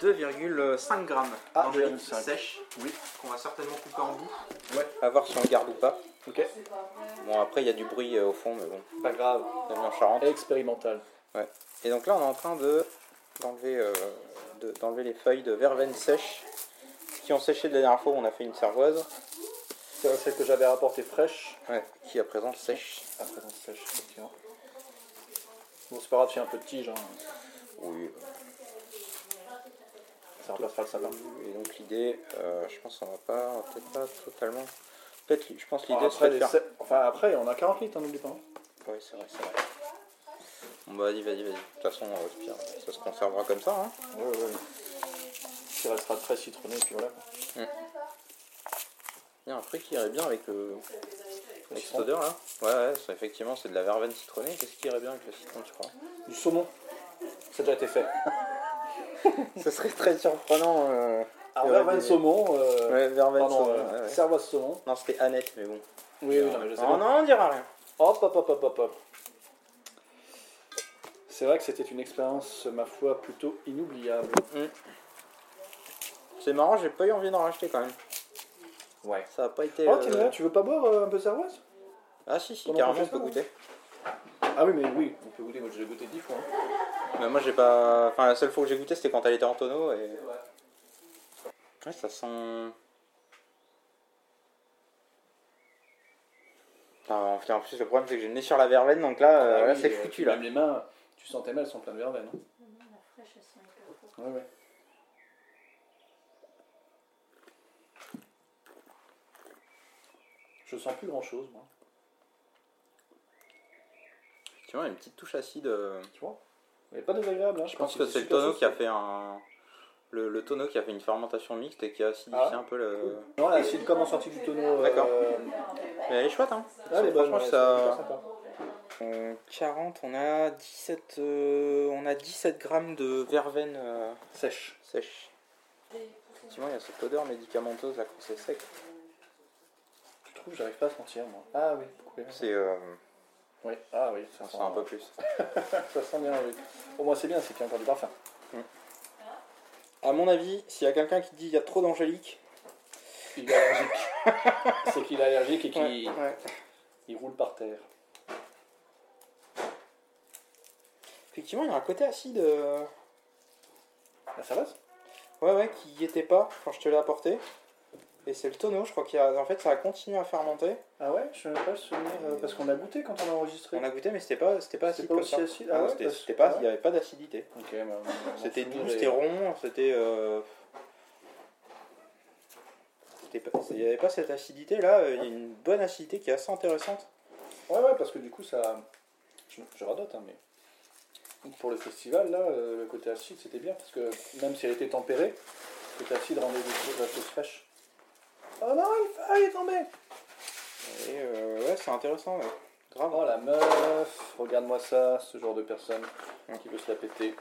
S5: 2,5 grammes
S4: Ah,
S5: d'angélique
S4: 2,5.
S5: sèche,
S4: Oui.
S5: qu'on va certainement couper en bout. Ouais, à voir si on le garde ou pas.
S4: Ok.
S5: Bon, après, il y a du bruit euh, au fond, mais bon,
S4: Pas grave.
S5: c'est bien Charente.
S4: Expérimental.
S5: Et donc là, on est en train de d'enlever euh, de- d'enlever les feuilles de verveine sèche qui ont séché de la dernière fois où on a fait une cervoise,
S4: C'est celle que j'avais rapportée fraîche.
S5: ouais, qui à présent sèche.
S4: À présent sèche, effectivement. Bon, c'est pas grave, c'est un peu de tige. hein.
S5: Oui.
S4: Ça remplacera le sapin.
S5: Et donc l'idée, euh, je pense qu'on va pas, on va peut-être pas totalement. Peut-être, je pense que
S4: Alors
S5: l'idée
S4: après,
S5: serait
S4: les
S5: de faire.
S4: sept- enfin, après, on a 40 litres, hein, n'oublie pas.
S5: Oui, c'est vrai, c'est vrai. Bon bah vas-y, vas-y, vas-y. De toute façon, euh, c'est pire. ça se conservera comme ça. Hein.
S4: Ouais, ouais. Qui restera très citronné, puis voilà. quoi.
S5: Il y a un truc qui irait bien avec le.
S4: Le
S5: Avec cette
S4: citron.
S5: odeur là. Ouais, ouais, ça, effectivement, c'est de la verveine citronnée. Qu'est-ce qui irait bien avec le citron, tu crois
S4: Du saumon. Ça a déjà été fait.
S5: Ce serait très surprenant. euh,
S4: Alors,
S5: Ouais,
S4: verveine
S5: mais-
S4: Ah, saumon. euh,
S5: Ouais, verveine
S4: Pardon,
S5: saumon,
S4: euh,
S5: ouais, ouais.
S4: cervoise saumon.
S5: Non, c'était Annette, mais bon.
S4: Oui, oui, non, mais je sais bien.
S5: Oh non, on dira rien.
S4: Hop, hop, hop, hop, hop, hop. C'est vrai que c'était une expérience, ma foi, plutôt inoubliable.
S5: C'est marrant, j'ai pas eu envie d'en racheter quand même.
S4: Ouais.
S5: Ça a pas été.
S4: Oh,
S5: euh,
S4: Timothée, tu veux pas boire euh, un peu de cervoise
S5: Ah si, si,
S4: Comment
S5: carrément,
S4: on
S5: on
S4: fait
S5: peut
S4: ça,
S5: goûter.
S4: Ah oui, mais oui, on peut goûter. Moi, je l'ai goûté 10 fois. hein.
S5: Mais moi, j'ai pas. Enfin, la seule fois que j'ai goûté, c'était quand elle était en tonneau et. Ouais, ça sent. Ah, en plus, le problème, c'est que j'ai le nez sur la verveine, donc là, euh,
S4: Ah
S5: là
S4: oui,
S5: c'est
S4: euh,
S5: foutu
S4: puis
S5: là.
S4: Même les mains, tu sentais mal, elles sont pleines de verveine. hein.
S7: La fraîche, elle sent hyper fort.
S4: Ouais, ouais. Je sens plus grand chose, moi.
S5: Effectivement, il y a une petite touche acide. euh,
S4: Tu vois Mais pas désagréable. Hein.
S5: Je pense que c'est le tonneau qui a fait un. Le, le tonneau qui a fait une fermentation mixte et qui a acidifié
S4: Ah.
S5: un peu le.
S4: Non, la suite comme en sortie du tonneau.
S5: D'accord.
S4: euh,
S5: Mais elle est chouette, hein
S4: ah, elle est bonne,
S5: Franchement,
S4: ouais,
S5: ça-
S4: c'est hyper sympa.
S5: 40, Euh, on a 17, euh, on a 17 grammes de verveine euh,
S4: Sèche.
S5: sèche. Effectivement, il y a cette odeur médicamenteuse là quand c'est sec.
S4: Tu trouves J'arrive pas à sentir, moi. Ah oui, coupé.
S5: C'est, euh,
S4: Oui, ah oui,
S5: on
S4: ça sent
S5: sent un peu plus.
S4: Ça sent bien, oui. Pour moi, c'est bien, c'est qu'il y a encore du parfum.
S5: À mon avis, s'il y a quelqu'un qui dit il y a trop d'angélique,
S4: Il est allergique. c'est qu'il est allergique et qu'il
S5: ouais, ouais.
S4: il roule par terre.
S5: effectivement, il y a un côté acide, euh,
S4: La cervelle
S5: ouais ouais, qui n'y était pas quand je te l'ai apporté. Et c'est le tonneau, je crois qu'il y a, en fait, ça a continué à fermenter.
S4: Ah ouais, je n'ai pas le souvenir. euh, parce qu'on a goûté quand on a enregistré.
S5: On a goûté, mais c'était pas, c'était pas
S4: C'était
S5: acide
S4: pas
S5: comme
S4: aussi
S5: ça.
S4: acide.
S5: Ah
S4: Ah
S5: non,
S4: ouais,
S5: c'était-
S4: parce-
S5: c'était pas,
S4: ah
S5: il n'y avait pas d'acidité.
S4: Ok, bah, mon- mon
S5: C'était
S4: souvenir
S5: doux,
S4: est-
S5: c'était rond, c'était. euh, c'était pas- Il n'y avait pas cette acidité là, euh, il y a une bonne acidité qui est assez intéressante.
S4: Ouais, ouais, parce que du coup, ça. Je, je radote, hein, mais. Pour le festival, là, euh, le côté acide, c'était bien, parce que même si elle était tempérée, le côté acide rendait des choses- la chose fraîche. Oh non, une feuille est tombée
S5: Et euh, ouais, c'est intéressant, ouais. grave.
S4: Oh la meuf Regarde-moi ça, ce genre de personne qui veut se la péter.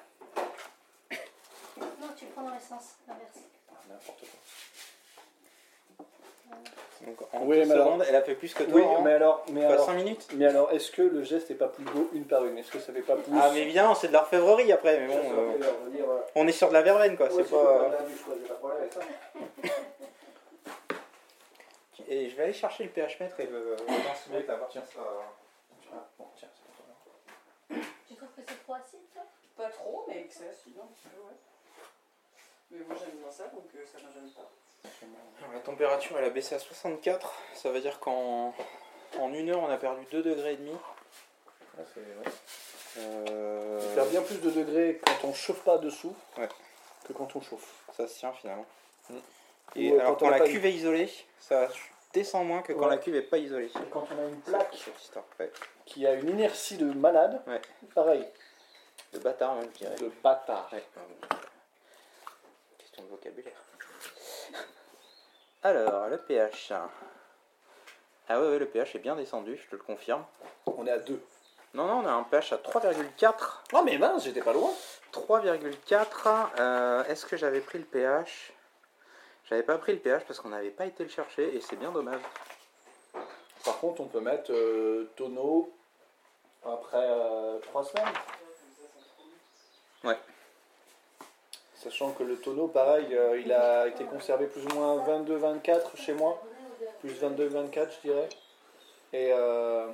S7: Non, tu prends dans l'essence, l'inverse.
S4: N'importe quoi.
S5: hein. Donc en
S4: Oui,
S5: 10
S4: mais alors-
S5: secondes, elle a fait plus que toi.
S4: Oui,
S5: en
S4: mais alors, mais
S5: pas
S4: alors,
S5: 5 minutes
S4: mais alors, est-ce que le geste n'est pas plus beau une par une Est-ce que ça fait pas plus
S5: Ah, mais évidemment, c'est de la orfèvrerie après, mais bon, euh, on est sur de la verveine quoi, c'est pas. euh, Ah, Et je vais aller chercher le pH mètre et le. densimètre, à voir si ça-
S7: Tu trouves que c'est trop acide, toi
S9: Pas trop, mais que ça, sinon, un petit peu, ouais. Mais moi j'aime bien ça, donc euh, ça ne gêne pas.
S5: Alors, La température elle a baissé à 64, ça veut dire qu'en en une heure on a perdu 2 degrés et demi. Euh,
S4: Il perd bien plus de degrés quand on chauffe pas dessous
S5: Ouais.
S4: que quand on chauffe.
S5: Ça se tient finalement.
S4: Mm.
S5: Et
S4: Ou, euh,
S5: alors
S4: quand on
S5: quand
S4: l'a
S5: la
S4: pas
S5: cuve est isolée, ça descend moins que quand
S4: Ouais.
S5: la cuve est pas isolée.
S4: Quand on a une
S5: C'est
S4: plaque
S5: cette histoire, ouais.
S4: qui a une inertie de malade,
S5: Ouais.
S4: pareil,
S5: De bâtard même je dirais.
S4: de bâtard.
S5: Ouais, pardon. Question de vocabulaire. Alors le pH. Ah ouais, ouais, le pH est bien descendu, je te le confirme.
S4: On est à deux.
S5: Non, non, on a un pH à 3,4.
S4: Oh, mais mince, j'étais pas loin.
S5: 3,4. euh, Est-ce que j'avais pris le pH J'avais pas pris le pH parce qu'on n'avait pas été le chercher et c'est bien dommage.
S4: Par contre, on peut mettre euh, tonneau après 3 semaines.
S5: Ouais.
S4: Sachant que le tonneau, pareil, euh, il a été conservé plus ou moins 22-24 chez moi. Plus 22-24, je dirais. Et euh,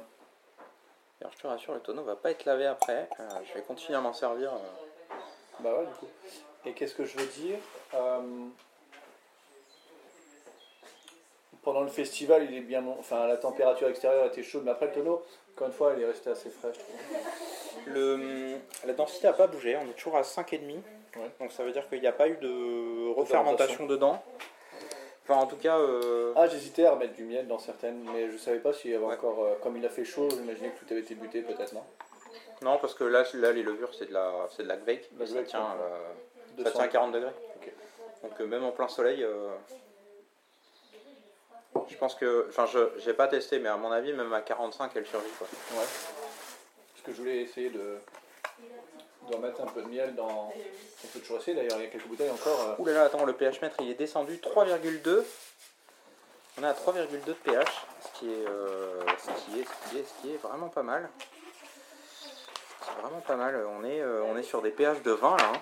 S5: Alors je te rassure, le tonneau va pas être lavé après. Euh, je vais continuer à m'en servir. euh.
S4: bah ouais, du coup. Et qu'est-ce que je veux dire Euh, Pendant le festival, il est bien, long- enfin la température extérieure était chaude, mais après le tonneau, encore une fois, il est resté assez frais. je trouve.
S5: Le, la densité n'a pas bougé, on est toujours à 5,5.
S4: Ouais.
S5: Donc ça veut dire qu'il n'y a pas eu de refermentation dedans. Enfin en tout cas, euh,
S4: Ah, j'hésitais à remettre du miel dans certaines, mais je savais pas s'il y avait
S5: Ouais.
S4: encore. euh, comme il a fait chaud, j'imaginais que tout avait été buté, peut-être, non
S5: non parce que là, là, les levures c'est de la c'est de la gveic,
S4: La
S5: ça,
S4: gveic,
S5: tient,
S4: ouais.
S5: euh, ça
S4: 200.
S5: tient à 40 degrés.
S4: Ok.
S5: Donc euh, même en plein soleil, euh, je pense que, enfin je j'ai pas testé, mais à mon avis même à 45 elle survit quoi.
S4: Ouais. Parce que je voulais essayer de. d'en mettre un peu de miel dans. On peut toujours essayer d'ailleurs, il y a quelques bouteilles encore. euh.
S5: Ouh là là, attends, le pH mètre il est descendu 3,2. On est à 3,2 de pH, ce qui, est, euh, ce, qui est, ce, qui est, ce qui est vraiment pas mal. C'est vraiment pas mal. On est, euh, on est sur des pH de 20 là. hein.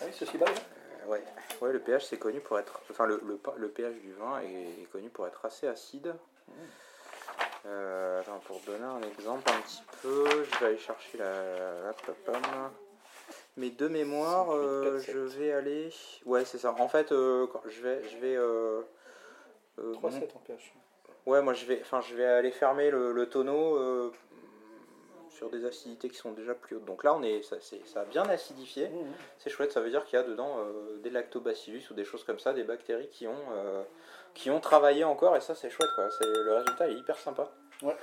S4: Ah oui, ceci balle
S5: Euh, ouais. ouais, le pH c'est connu pour être. Enfin, le, le, pa- le pH du vin est, est connu pour être assez acide. Euh, attends, pour donner un exemple un petit peu, je vais aller chercher la, la papame. Mais de mémoire, euh,
S4: 5,47.
S5: je vais aller. Ouais, c'est ça. En fait, euh, quand- je vais. Je vais euh, euh,
S4: 3,7 en pH.
S5: Ouais, moi je vais, enfin, je vais aller fermer le, le tonneau euh, sur des acidités qui sont déjà plus hautes. Donc là, on est, ça, c'est- ça a bien acidifié.
S4: Mhm.
S5: C'est chouette, ça veut dire qu'il y a dedans euh, des lactobacillus ou des choses comme ça, des bactéries qui ont, euh, qui ont travaillé encore et ça c'est chouette quoi. C'est, le résultat est hyper sympa.
S4: Ouais.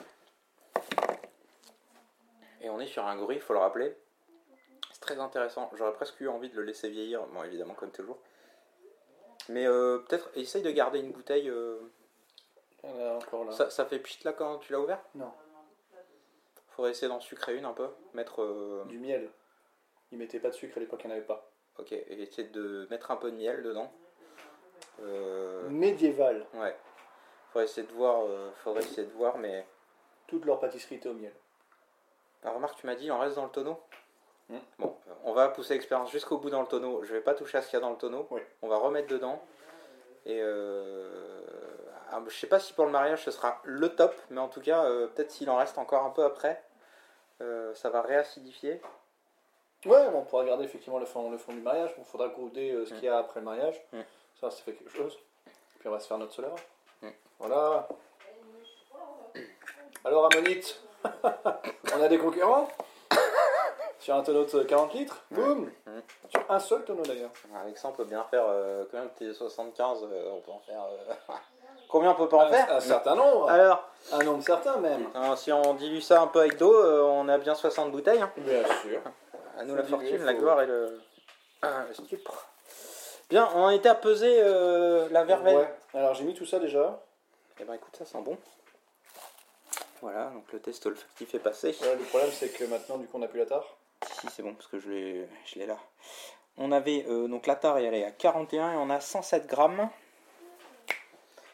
S5: Et on est sur un gris, il faut le rappeler. C'est très intéressant. J'aurais presque eu envie de le laisser vieillir, bon évidemment comme toujours. Mais euh, peut-être essaye de garder une bouteille. euh,
S4: Il y en a encore là.
S5: ça, ça fait pchit là quand tu l'as ouvert
S4: Non.
S5: Faudrait essayer d'en sucrer une un peu. Mettre. euh,
S4: Du miel. Ils mettaient pas de sucre à l'époque, il n'y en avait pas.
S5: Ok, et essayer de mettre un peu de miel dedans. Euh,
S4: Médiéval.
S5: Ouais. Faudrait essayer de voir, euh, faudrait essayer de voir, mais.
S4: Toute leur pâtisserie était au miel.
S5: Ah, remarque, tu m'as dit, il en reste dans le tonneau.
S4: Hmm.
S5: Bon, euh, on va pousser l'expérience jusqu'au bout dans le tonneau. Je vais pas toucher à ce qu'il y a dans le tonneau.
S4: Oui.
S5: On va remettre dedans. Et euh... ah, je sais pas si pour le mariage ce sera le top, mais en tout cas, euh, peut-être s'il en reste encore un peu après, euh, ça va réacidifier.
S4: Ouais, on pourra garder effectivement le fond, le fond du mariage. Il faudra grouder euh, ce
S5: Mm.
S4: qu'il y a après le mariage.
S5: Mm.
S4: Ça, ça fait quelque chose. Puis on va se faire notre solaire.
S5: Mm.
S4: Voilà. Alors, Ammonite, on a des concurrents Sur un tonneau de 40 litres Boum
S5: Mm.
S4: Sur un seul tonneau d'ailleurs.
S5: Alexandre peut bien faire euh, combien de T75 euh, on peut en faire euh, Combien on peut pas en faire Ah.
S4: Un, un certain nombre.
S5: Alors,
S4: Un nombre certain même.
S5: hein, si on dilue ça un peu avec d'eau, euh, on a bien 60 bouteilles. hein.
S4: Bien sûr.
S5: À nous
S4: Faut
S5: la
S4: diluer,
S5: fortune,
S4: faut-
S5: la gloire et le ah, le stupre. Bien, on a été à peser euh, la verveine.
S4: Ouais. Alors, j'ai mis tout ça déjà.
S5: Et ben écoute, ça sent bon. Voilà, donc le test olfactif est passé.
S4: Ouais, le problème, c'est que maintenant, du coup, on n'a plus la tare.
S5: Si, c'est bon, parce que je l'ai je l'ai là. On avait, euh, donc la tare, elle est à 41 et on a 107 grammes.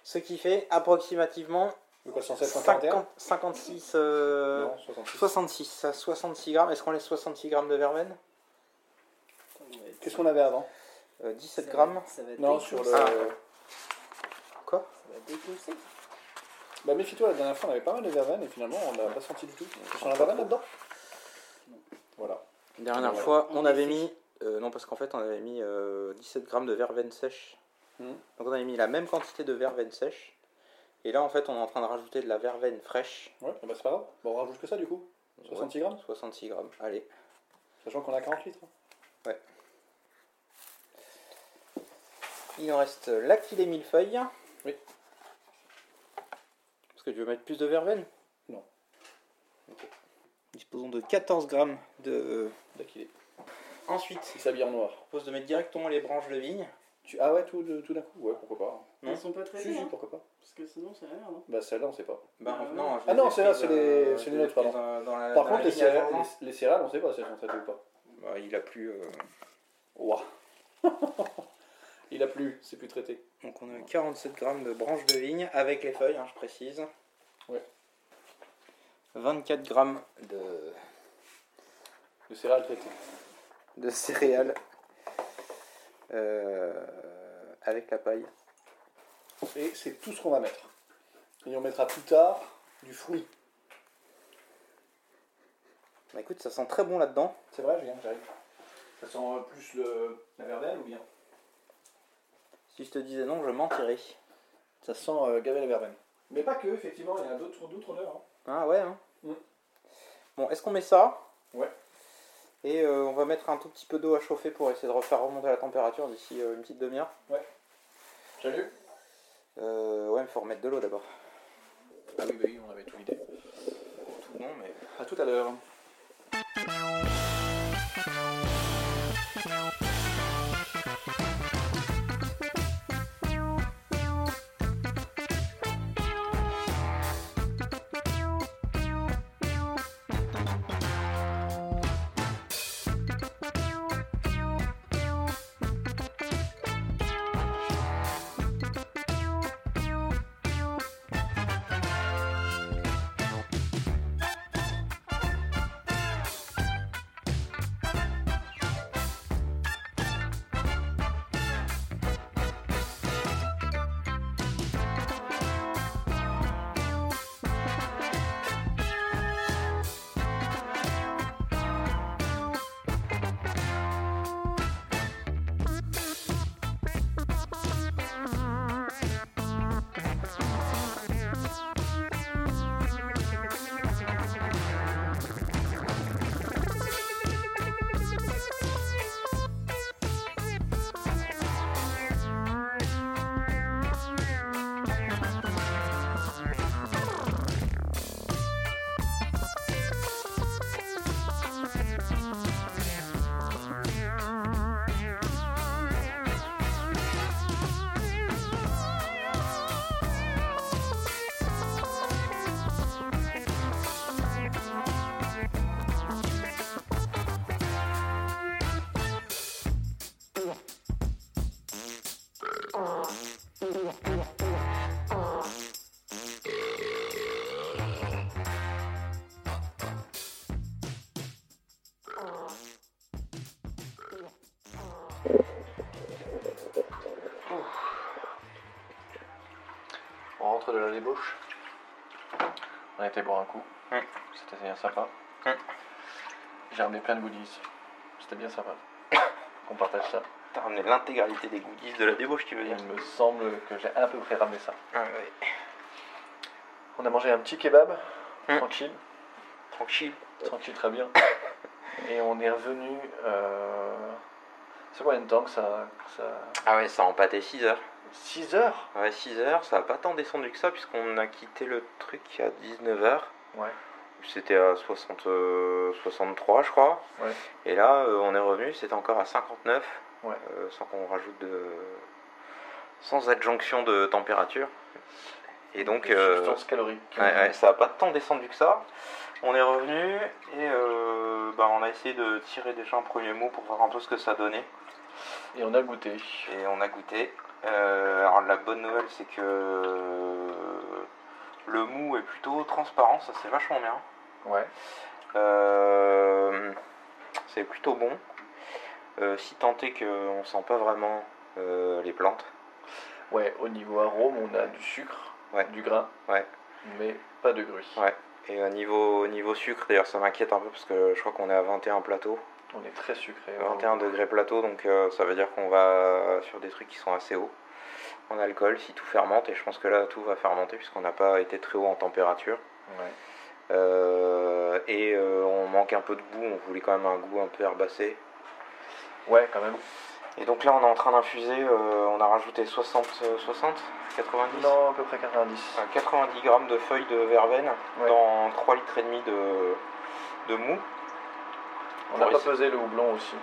S5: Ce qui fait approximativement
S4: Le quoi, 151
S5: 50, 56, euh,
S4: Non, 66.
S5: 66, ça, 66 grammes. Est-ce qu'on laisse 66 grammes de verveine
S4: Qu'est-ce qu'on avait avant
S5: Euh, 17 grammes.
S9: Ça va être
S4: Non, sur le.
S5: Ah. Quoi
S9: déconcé.
S4: Bah méfie-toi, la dernière fois on avait pas mal de verveine et finalement on n'a pas senti du tout. Tu sens la verveine là-dedans Voilà.
S5: Dernière
S4: Voilà.
S5: fois, on avait mis. euh, non, parce qu'en fait, on avait mis euh, 17 grammes de verveine sèche.
S4: Mhm.
S5: Donc, on avait mis la même quantité de verveine sèche. Et là, en fait, on est en train de rajouter de la verveine fraîche.
S4: Ouais, bah c'est pas grave. Bon, on rajoute que ça du coup. 66 grammes
S5: 66 grammes, allez.
S4: Sachant qu'on a hein, 40 litres.
S5: Il en reste euh, la filet millefeuille.
S4: Oui.
S5: Parce que tu veux mettre plus de verveine
S4: Non.
S5: Ok. Disposons de 14 grammes de.
S4: Là qu'il est.
S5: Ensuite,
S4: Il s'habille en noir.
S5: je propose de mettre directement les branches de vigne.
S4: Tu... Ah ouais, tout, tout d'un coup Ouais, pourquoi pas.
S5: Non.
S9: Elles sont pas très
S4: Si,
S9: bien,
S4: si,
S9: hein,
S4: pourquoi pas.
S9: parce que sinon c'est la merde. hein.
S4: Bah celle-là, on sait pas.
S5: Bah,
S9: Ah ouais.
S5: non, je
S4: Ah non,
S5: les ai
S4: celle-là,
S5: prises,
S4: c'est les-
S5: euh,
S4: c'est
S5: je
S4: les
S5: ai
S4: nôtres,
S5: prises,
S4: pardon.
S5: euh, dans la-
S4: Par
S5: dans
S4: contre,
S5: la
S4: les
S5: ligne à
S4: céréales,
S5: journée.
S4: les, les céréales, on sait pas si elles sont traitées ou pas.
S5: Bah, il a plu. euh,
S4: Ouah. Il a plu, c'est plus traité.
S5: Donc on a 47 grammes de branches de vigne avec les feuilles, hein, je précise.
S4: Ouais.
S5: 24 grammes de,
S4: Le céréales traité.
S5: de céréales euh, avec la paille.
S4: Et c'est tout ce qu'on va mettre. Et on mettra plus tard du fruit.
S5: Bah, écoute, ça sent très bon là-dedans.
S4: C'est vrai, Julien, j'arrive. Ça sent euh, plus le, la verveine ou bien
S5: Si je te disais non, je mentirais.
S4: Ça sent euh, gavé la verveine. Mais pas que, effectivement, il y en a d'autres d'autres odeurs. hein.
S5: Ah ouais, hein
S4: Mm.
S5: Bon, est-ce qu'on met ça
S4: Ouais.
S5: Et euh, on va mettre un tout petit peu d'eau à chauffer pour essayer de refaire remonter la température d'ici euh, une petite demi-heure.
S4: Salut
S5: Euh, ouais, mais faut remettre de l'eau d'abord.
S4: Ah oui, bah oui, on avait tout vidé.
S5: Tout bon, mais...
S4: A tout à l'heure. On rentre de la débauche. On a été boire un coup.
S5: Mm.
S4: C'était bien sympa.
S5: Mm.
S4: J'ai ramené plein de goodies. C'était bien sympa. On partage ça.
S5: T'as ramené l'intégralité des goodies de la débauche, tu veux
S4: Et il me semble que j'ai à peu près ramené ça.
S5: Ah ouais,
S4: On a mangé un petit kebab.
S5: Mm.
S4: Tranquille.
S5: tranquille.
S4: Tranquille, très bien. Et on est revenu. euh, C'est combien de temps que ça. que ça...
S5: Ah ouais, ça a empâté 6 heures.
S4: 6 heures
S5: Ouais, 6 heures, ça a pas tant descendu que ça, puisqu'on a quitté le truc à 19h.
S4: Ouais.
S5: C'était à 60, euh, 63, je crois.
S4: Ouais.
S5: Et là, euh, on est revenu, c'était encore à 59.
S4: Ouais.
S5: euh, sans qu'on rajoute de. sans adjonction de température. Et donc. euh,
S4: Substance calorique.
S5: Ouais, ouais, ça n'a pas tant descendu que ça. On est revenu et euh, bah, on a essayé de tirer déjà un premier mot pour voir un peu ce que ça donnait.
S4: Et on a goûté.
S5: Et on a goûté. Euh, alors la bonne nouvelle c'est que le mou est plutôt transparent, ça c'est vachement bien.
S4: Ouais.
S5: Euh, c'est plutôt bon. Euh, si tant est qu'on sent pas vraiment euh, les plantes.
S4: Ouais, au niveau arôme, on a du sucre,
S5: Ouais.
S4: du grain,
S5: Ouais.
S4: mais pas de gruy.
S5: Ouais. Et au niveau, au niveau sucre, d'ailleurs ça m'inquiète un peu parce que je crois qu'on est à 21 plateaux.
S4: On est très sucré.
S5: 21 degrés plateau, donc euh, ça veut dire qu'on va sur des trucs qui sont assez hauts en alcool si tout fermente. Et je pense que là, tout va fermenter puisqu'on n'a pas été très haut en température.
S4: Ouais.
S5: Euh, et euh, on manque un peu de goût, on voulait quand même un goût un peu herbacé.
S4: Ouais, quand même.
S5: Et donc là, on est en train d'infuser, euh, on a rajouté 60, euh, 60 90
S4: Non, à peu près 90.
S5: Euh, 90 grammes de feuilles de verveine
S4: Ouais.
S5: dans 3 litres et demi de, de mou.
S4: On n'a
S5: Bon,
S4: pas
S5: et-
S4: pesé le houblon aussi.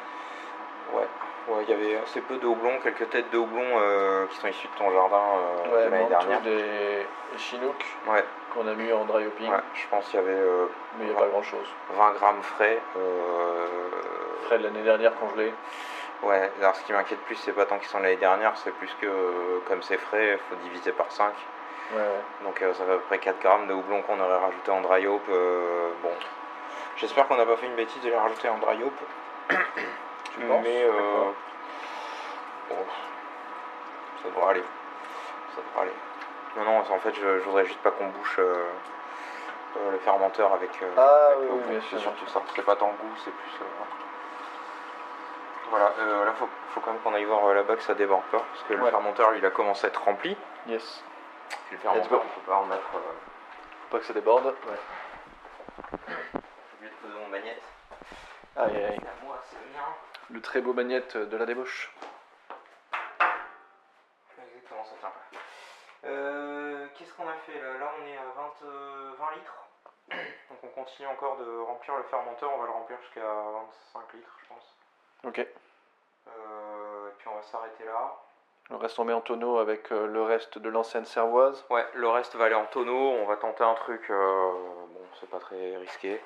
S5: Ouais, Ouais, il y avait assez peu de houblon, quelques têtes de houblon euh, qui sont issues de ton jardin euh, de l'année dernière.
S4: des Chinook
S5: Ouais,
S4: qu'on a mis en dry hopping,
S5: ouais, je pense qu'il y avait euh,
S4: mais il n'y a pas grand chose.
S5: 20 grammes frais. euh,
S4: Frais de l'année dernière congelé.
S5: Ouais, alors ce qui m'inquiète plus, c'est pas tant qu'ils sont de l'année dernière, c'est plus que euh, comme c'est frais, faut diviser par 5.
S4: Ouais, ouais.
S5: Donc euh, ça fait à peu près 4 grammes de houblon qu'on aurait rajouté en dry hop. euh, bon, j'espère qu'on n'a pas fait une bêtise de les rajouter en dry hop.
S4: Tu penses
S5: Mais euh,
S4: D'accord.
S5: bon, ça devrait aller. Ça devrait aller. Non, non, en fait, je, je voudrais juste pas qu'on bouche euh, euh, le fermenteur avec. euh,
S4: Ah
S5: avec
S4: oui,
S5: le
S4: oui,
S5: houblon.
S4: bien
S5: C'est
S4: sûr.
S5: surtout ça. C'est pas tant le goût, c'est plus. euh, Voilà, euh, là, faut, faut quand même qu'on aille voir euh, là-bas que ça déborde pas. Parce que le
S4: Ouais.
S5: fermenteur, lui, il a commencé à être rempli.
S4: Yes.
S5: Et le fermenteur,
S4: go.
S5: on peut pas en mettre. euh,
S4: Faut pas que ça déborde. Ouais.
S5: J'ai oublié de poser mon magnète.
S4: Aïe, aïe, aïe.
S5: À moi, c'est le mien.
S4: Le très beau magnète de la débauche.
S5: Exactement, ça tient pas. Euh, Qu'est-ce qu'on a fait là Là, on est à 20, euh, 20 litres. Donc, on continue encore de remplir le fermenteur. On va le remplir jusqu'à 25 litres, je pense.
S4: Ok.
S5: Euh, et puis, on va s'arrêter là.
S4: Le reste, on met en tonneau avec euh, le reste de l'ancienne servoise.
S5: Ouais, le reste va aller en tonneau. On va tenter un truc. euh, bon, c'est pas très risqué.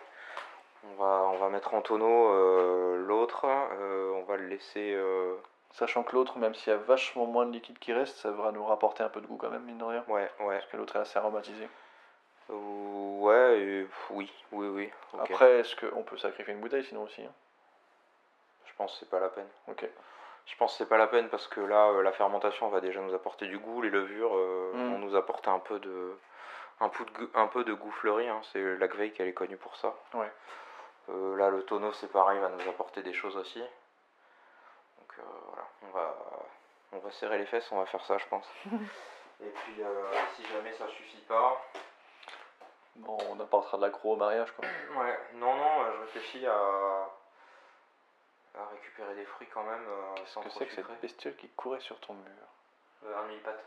S5: On va, on va mettre en tonneau euh, l'autre. Euh, on va le laisser. euh,
S4: Sachant que l'autre, même s'il y a vachement moins de liquide qui reste, ça va nous rapporter un peu de goût quand même, mine de rien.
S5: Ouais, ouais.
S4: Parce que l'autre est assez aromatisé.
S5: Euh, Ouais, et- oui, oui, oui. ok.
S4: Après, est-ce qu'on peut sacrifier une bouteille sinon aussi hein
S5: je pense que c'est pas la peine.
S4: Ok.
S5: Je pense que c'est pas la peine parce que là, euh, la fermentation va déjà nous apporter du goût. Les levures euh,
S4: Mm.
S5: vont nous apporter un peu de, un peu de, gu- un peu de goût fleuri. hein. C'est l'Agveil qui elle est connue pour ça.
S4: Ouais.
S5: Euh, là, le tonneau, c'est pareil, va nous apporter des choses aussi. Donc euh, voilà, on va, on va serrer les fesses, on va faire ça, je pense. Et puis, euh, si jamais ça suffit pas,
S4: Bon, on apportera de l'accro au mariage, quoi.
S5: Ouais, non, non, euh, je réfléchis à, à récupérer des fruits quand même euh,
S4: Qu'est-ce
S5: sans
S4: que
S5: trop
S4: c'est que
S5: sucrer.
S4: cette bestiole qui courait sur ton mur
S5: Euh, un mille-pattes.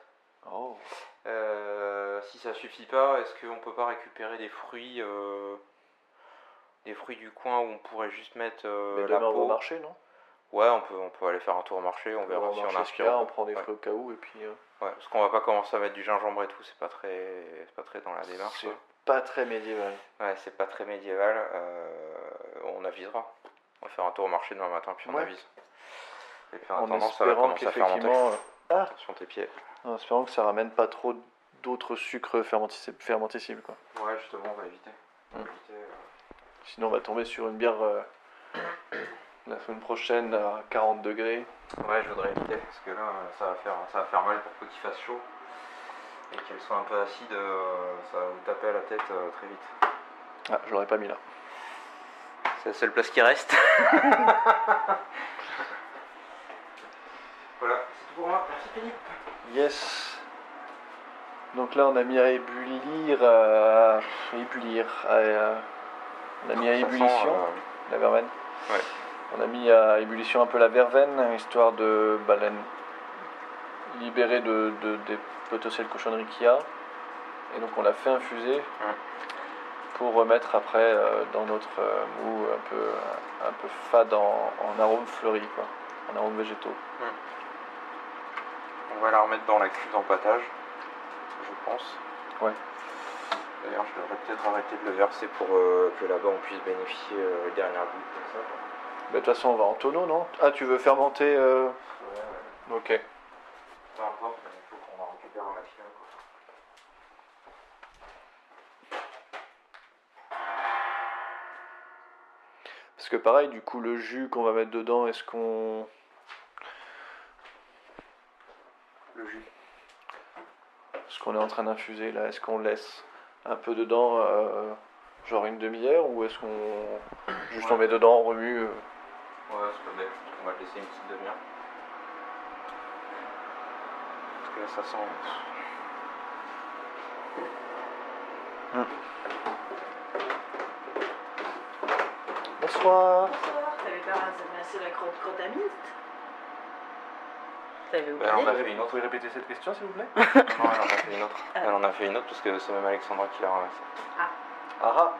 S4: Oh
S5: Euh, si ça suffit pas, est-ce qu'on peut pas récupérer des fruits euh, des fruits du coin où on pourrait juste mettre euh,
S4: Mais
S5: la
S4: demain, on va au
S5: peau
S4: marché, non
S5: Ouais, on peut, on peut aller faire un tour au marché, on verra
S4: va au
S5: si
S4: marché,
S5: on
S4: ce qu'il y
S5: inspire.
S4: a,
S5: ou
S4: on
S5: pas.
S4: prend des
S5: Ouais.
S4: fruits au cas où, et puis... euh,
S5: Ouais, parce qu'on va pas commencer à mettre du gingembre et tout, c'est pas très, c'est pas très dans la démarche.
S4: c'est
S5: quoi.
S4: pas très médiéval.
S5: Ouais, c'est pas très médiéval. euh, on avisera. On va faire un tour au marché demain matin, puis on
S4: Ouais.
S5: avise. Et puis en,
S4: En
S5: attendant, ça va
S4: espérant
S5: commencer à fermenter.
S4: qu'effectivement... euh, Ah
S5: Sur tes pieds.
S4: En espérant que ça ramène pas trop d'autres sucres fermentis- fermentissibles, quoi.
S5: Ouais, justement, on va éviter. On va
S4: Mm.
S5: éviter, euh,
S4: Sinon, on va tomber sur une bière euh, la semaine prochaine à 40 degrés.
S5: Ouais, je voudrais éviter parce que là, euh, ça va faire, ça va faire mal pour peu qu'il fasse chaud et qu'elle soit un peu acide. euh, ça va vous taper à la tête euh, très vite.
S4: Ah, je l'aurais pas mis là.
S5: C'est la seule place qui reste. voilà, c'est tout pour moi. Merci Philippe.
S4: Yes. Donc là, on a mis à ébullir, à ébullir, à, euh, on a mis à
S5: Ça sent,
S4: ébullition
S5: euh,
S4: la verveine.
S5: Ouais.
S4: On a mis à ébullition un peu la verveine, histoire de baleine libérer de, de- des potentielles cochonneries qu'il y a. Et donc on l'a fait infuser pour remettre après euh, dans notre euh, mou un peu, un peu fade en, en arômes fleuris, quoi, en arômes végétaux.
S5: On va la remettre dans la cuve d'empâtage, je pense.
S4: Ouais.
S5: D'ailleurs, je devrais peut-être arrêter de le verser pour euh, que là-bas on puisse bénéficier euh, les dernières gouttes comme ça. quoi.
S4: Mais Bah, de toute façon, on va en tonneau, non Ah, tu veux fermenter euh,
S5: Ouais, ouais.
S4: Ok.
S5: Peu importe, mais il faut qu'on en récupère un maximum. quoi.
S4: Parce que pareil, du coup, le jus qu'on va mettre dedans, est-ce qu'on.
S5: Le jus.
S4: ce qu'on est en train d'infuser là, est-ce qu'on laisse un peu dedans, euh, genre une demi-heure, ou est-ce qu'on juste on met dedans, on remue euh,
S5: Ouais, c'est pas bête. On va te laisser une petite demi-heure. Parce que là, ça sent.
S4: Bonsoir.
S6: T'avais pas ramassé la crotte contaminante T'avais oublié
S5: Ben, on a fait une
S4: Vous
S5: autre.
S4: pouvez répéter cette question s'il vous plaît
S5: Non, elle en a fait une autre. Elle en a fait une autre parce que c'est même Alexandra qui l'a ramassée.
S4: Ah ah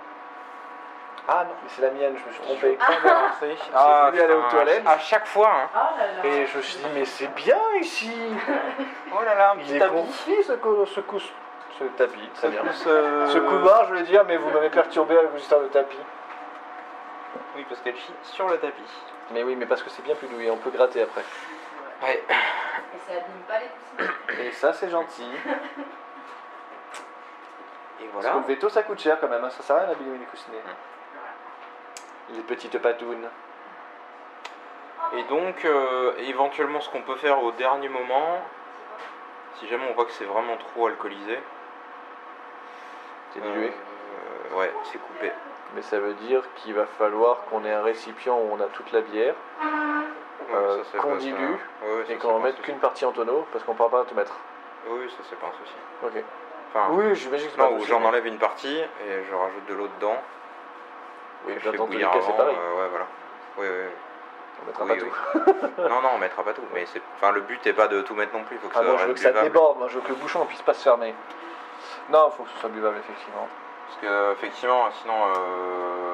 S4: Ah non, mais c'est la mienne, je me suis trompé.
S5: Ah.
S4: J'ai
S5: Ah,
S4: voulu aller aux
S5: putain,
S4: toilettes.
S5: à chaque fois, hein.
S6: Ah là là.
S4: Et je me suis dit, mais c'est bien ici
S5: Oh là là, un
S4: Il
S5: petit
S4: est
S5: tapis.
S4: gonflé ce, co- ce cous- ce tapis, très bien.
S5: Plus, euh,
S4: Ce couloir, je voulais dire, mais vous m'avez perturbé avec vos histoires de tapis.
S5: Oui, parce qu'elle chie sur le tapis.
S4: Mais oui, mais parce que c'est bien plus doué, on peut gratter après.
S5: Ouais.
S10: Et ça abîme pas les coussins.
S4: Et ça, c'est gentil.
S5: Et
S4: Parce que le veto, ça coûte cher quand même, hein, ça sert à rien d'abîmer les coussinets. Mmh. Les petites patounes.
S5: Et donc, euh, éventuellement, ce qu'on peut faire au dernier moment, si jamais on voit que c'est vraiment trop alcoolisé.
S4: C'est dilué.
S5: euh, ouais, c'est coupé.
S4: Mais ça veut dire qu'il va falloir qu'on ait un récipient où on a toute la bière, euh,
S5: Ouais, ça, c'est
S4: qu'on
S5: pas- ça-
S4: dilue,
S5: ouais, ouais, ça,
S4: et
S5: c'est
S4: qu'on en
S5: pas un
S4: mette
S5: souci.
S4: qu'une partie en tonneau, parce qu'on ne pourra pas tout mettre.
S5: Oui, ça, c'est pas un souci.
S4: Ok.
S5: Enfin,
S4: Oui, j'imagine que c'est pas
S5: Non,
S4: un
S5: ou
S4: souci,
S5: j'en
S4: mais-
S5: enlève une partie et je rajoute de l'eau dedans.
S4: Oui, mais
S5: Et je fais
S4: dans tous les
S5: bouillir
S4: cas, c'est
S5: avant,
S4: pareil.
S5: euh, ouais, voilà. Oui, oui.
S4: On mettra
S5: Oui,
S4: pas
S5: oui. non, non, on mettra pas tout. Mais c'est, enfin, le but est pas de tout mettre non plus. Il faut que
S4: Ah,
S5: ça
S4: moi, je
S5: reste
S4: veux que ça
S5: buvable.
S4: déborde, moi, je veux que le bouchon ne puisse pas se fermer. Non, il faut que ce soit buvable, effectivement.
S5: Parce que effectivement, sinon, euh,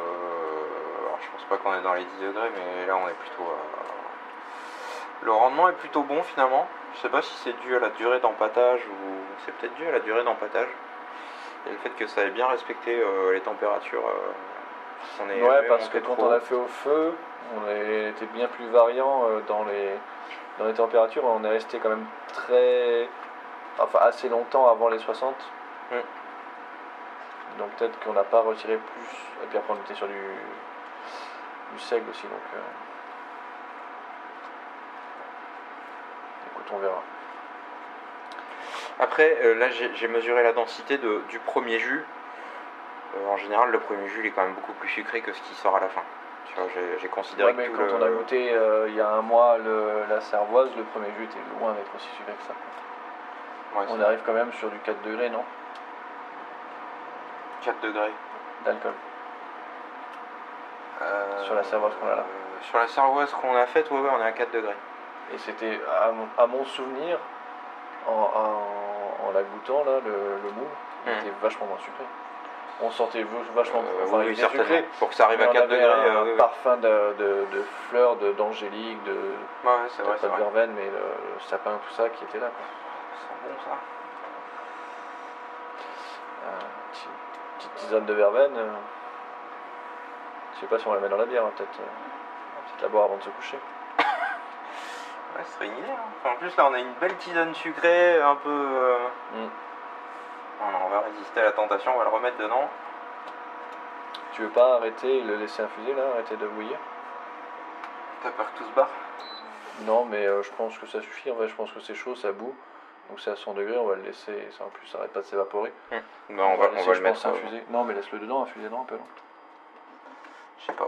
S5: alors, je pense pas qu'on est dans les 10 degrés, mais là on est plutôt. à- Le rendement est plutôt bon finalement. Je sais pas si c'est dû à la durée d'empâtage ou c'est peut-être dû à la durée d'empâtage et le fait que ça ait bien respecté euh, les températures. euh, qu'on ait
S4: ouais,
S5: jamais
S4: parce que
S5: monté
S4: quand
S5: trop.
S4: on l'a fait au feu, on est- était bien plus variant euh, dans les, dans les températures. On est resté quand même très. Enfin, assez longtemps avant les 60. Donc peut-être qu'on n'a pas retiré plus. Et puis après, on était sur du, du seigle aussi. Donc. euh, Écoute, on verra.
S5: Après, euh, là, j'ai j'ai mesuré la densité de- du premier jus. Euh, en général, le premier jus il est quand même beaucoup plus sucré que ce qui sort à la fin. Tu vois, j'ai- j'ai considéré
S4: Ouais, mais
S5: que tout
S4: quand
S5: le-
S4: on a goûté euh, il y a un mois le- la cervoise, le premier jus était loin d'être aussi sucré que ça.
S5: Ouais,
S4: on
S5: c'est-
S4: arrive quand même sur du 4 degrés, non
S5: 4 degrés.
S4: D'alcool. sur la cervoise qu'on a là.
S5: Euh, Sur la cervoise qu'on a faite, ouais, ouais, on est à 4 degrés.
S4: Et c'était, à, mon- à mon souvenir, en, en- en la goûtant, là, le, le mou, il
S5: Mhm.
S4: était vachement moins sucré. On sentait v- vachement
S5: Euh,
S4: enfin,
S5: oui,
S4: il
S5: oui,
S4: était
S5: certainement.
S4: sucré,
S5: Pour que ça arrive
S4: mais
S5: à
S4: on
S5: 4
S4: avait
S5: degrés,
S4: Un
S5: euh, oui, oui.
S4: parfum de, de- de fleurs, de- d'angélique, de. peut-être
S5: c'est vrai, c'est
S4: pas de
S5: vrai.
S4: verveine, mais le, le sapin, tout ça qui était là. quoi.
S5: bon ça.
S4: Euh, petit- petite tisane de verveine. euh, je sais pas si on la met dans la bière, hein, peut-être. euh, on va peut-être la boire avant de se coucher.
S5: Ouais, ce serait une idée. hein. Enfin, en plus, là, on a une belle tisane sucrée, un peu. euh, non, non, on va résister à la tentation, on va le remettre dedans.
S4: Tu veux pas arrêter et le laisser infuser là, arrêter de bouillir
S5: T'as peur que tout se barre
S4: Non, mais euh, je pense que ça suffit. En vrai, je pense que c'est chaud, ça boue. Donc c'est à 100 degrés, on va le laisser. et Ça en plus, ça arrête pas de s'évaporer.
S5: Hmm. Non, on va- on
S4: laisser,
S5: va
S4: je
S5: le
S4: pense,
S5: mettre, euh,
S4: infuser. Non, mais laisse-le dedans, infuser dedans un peu. Non
S5: Je sais pas.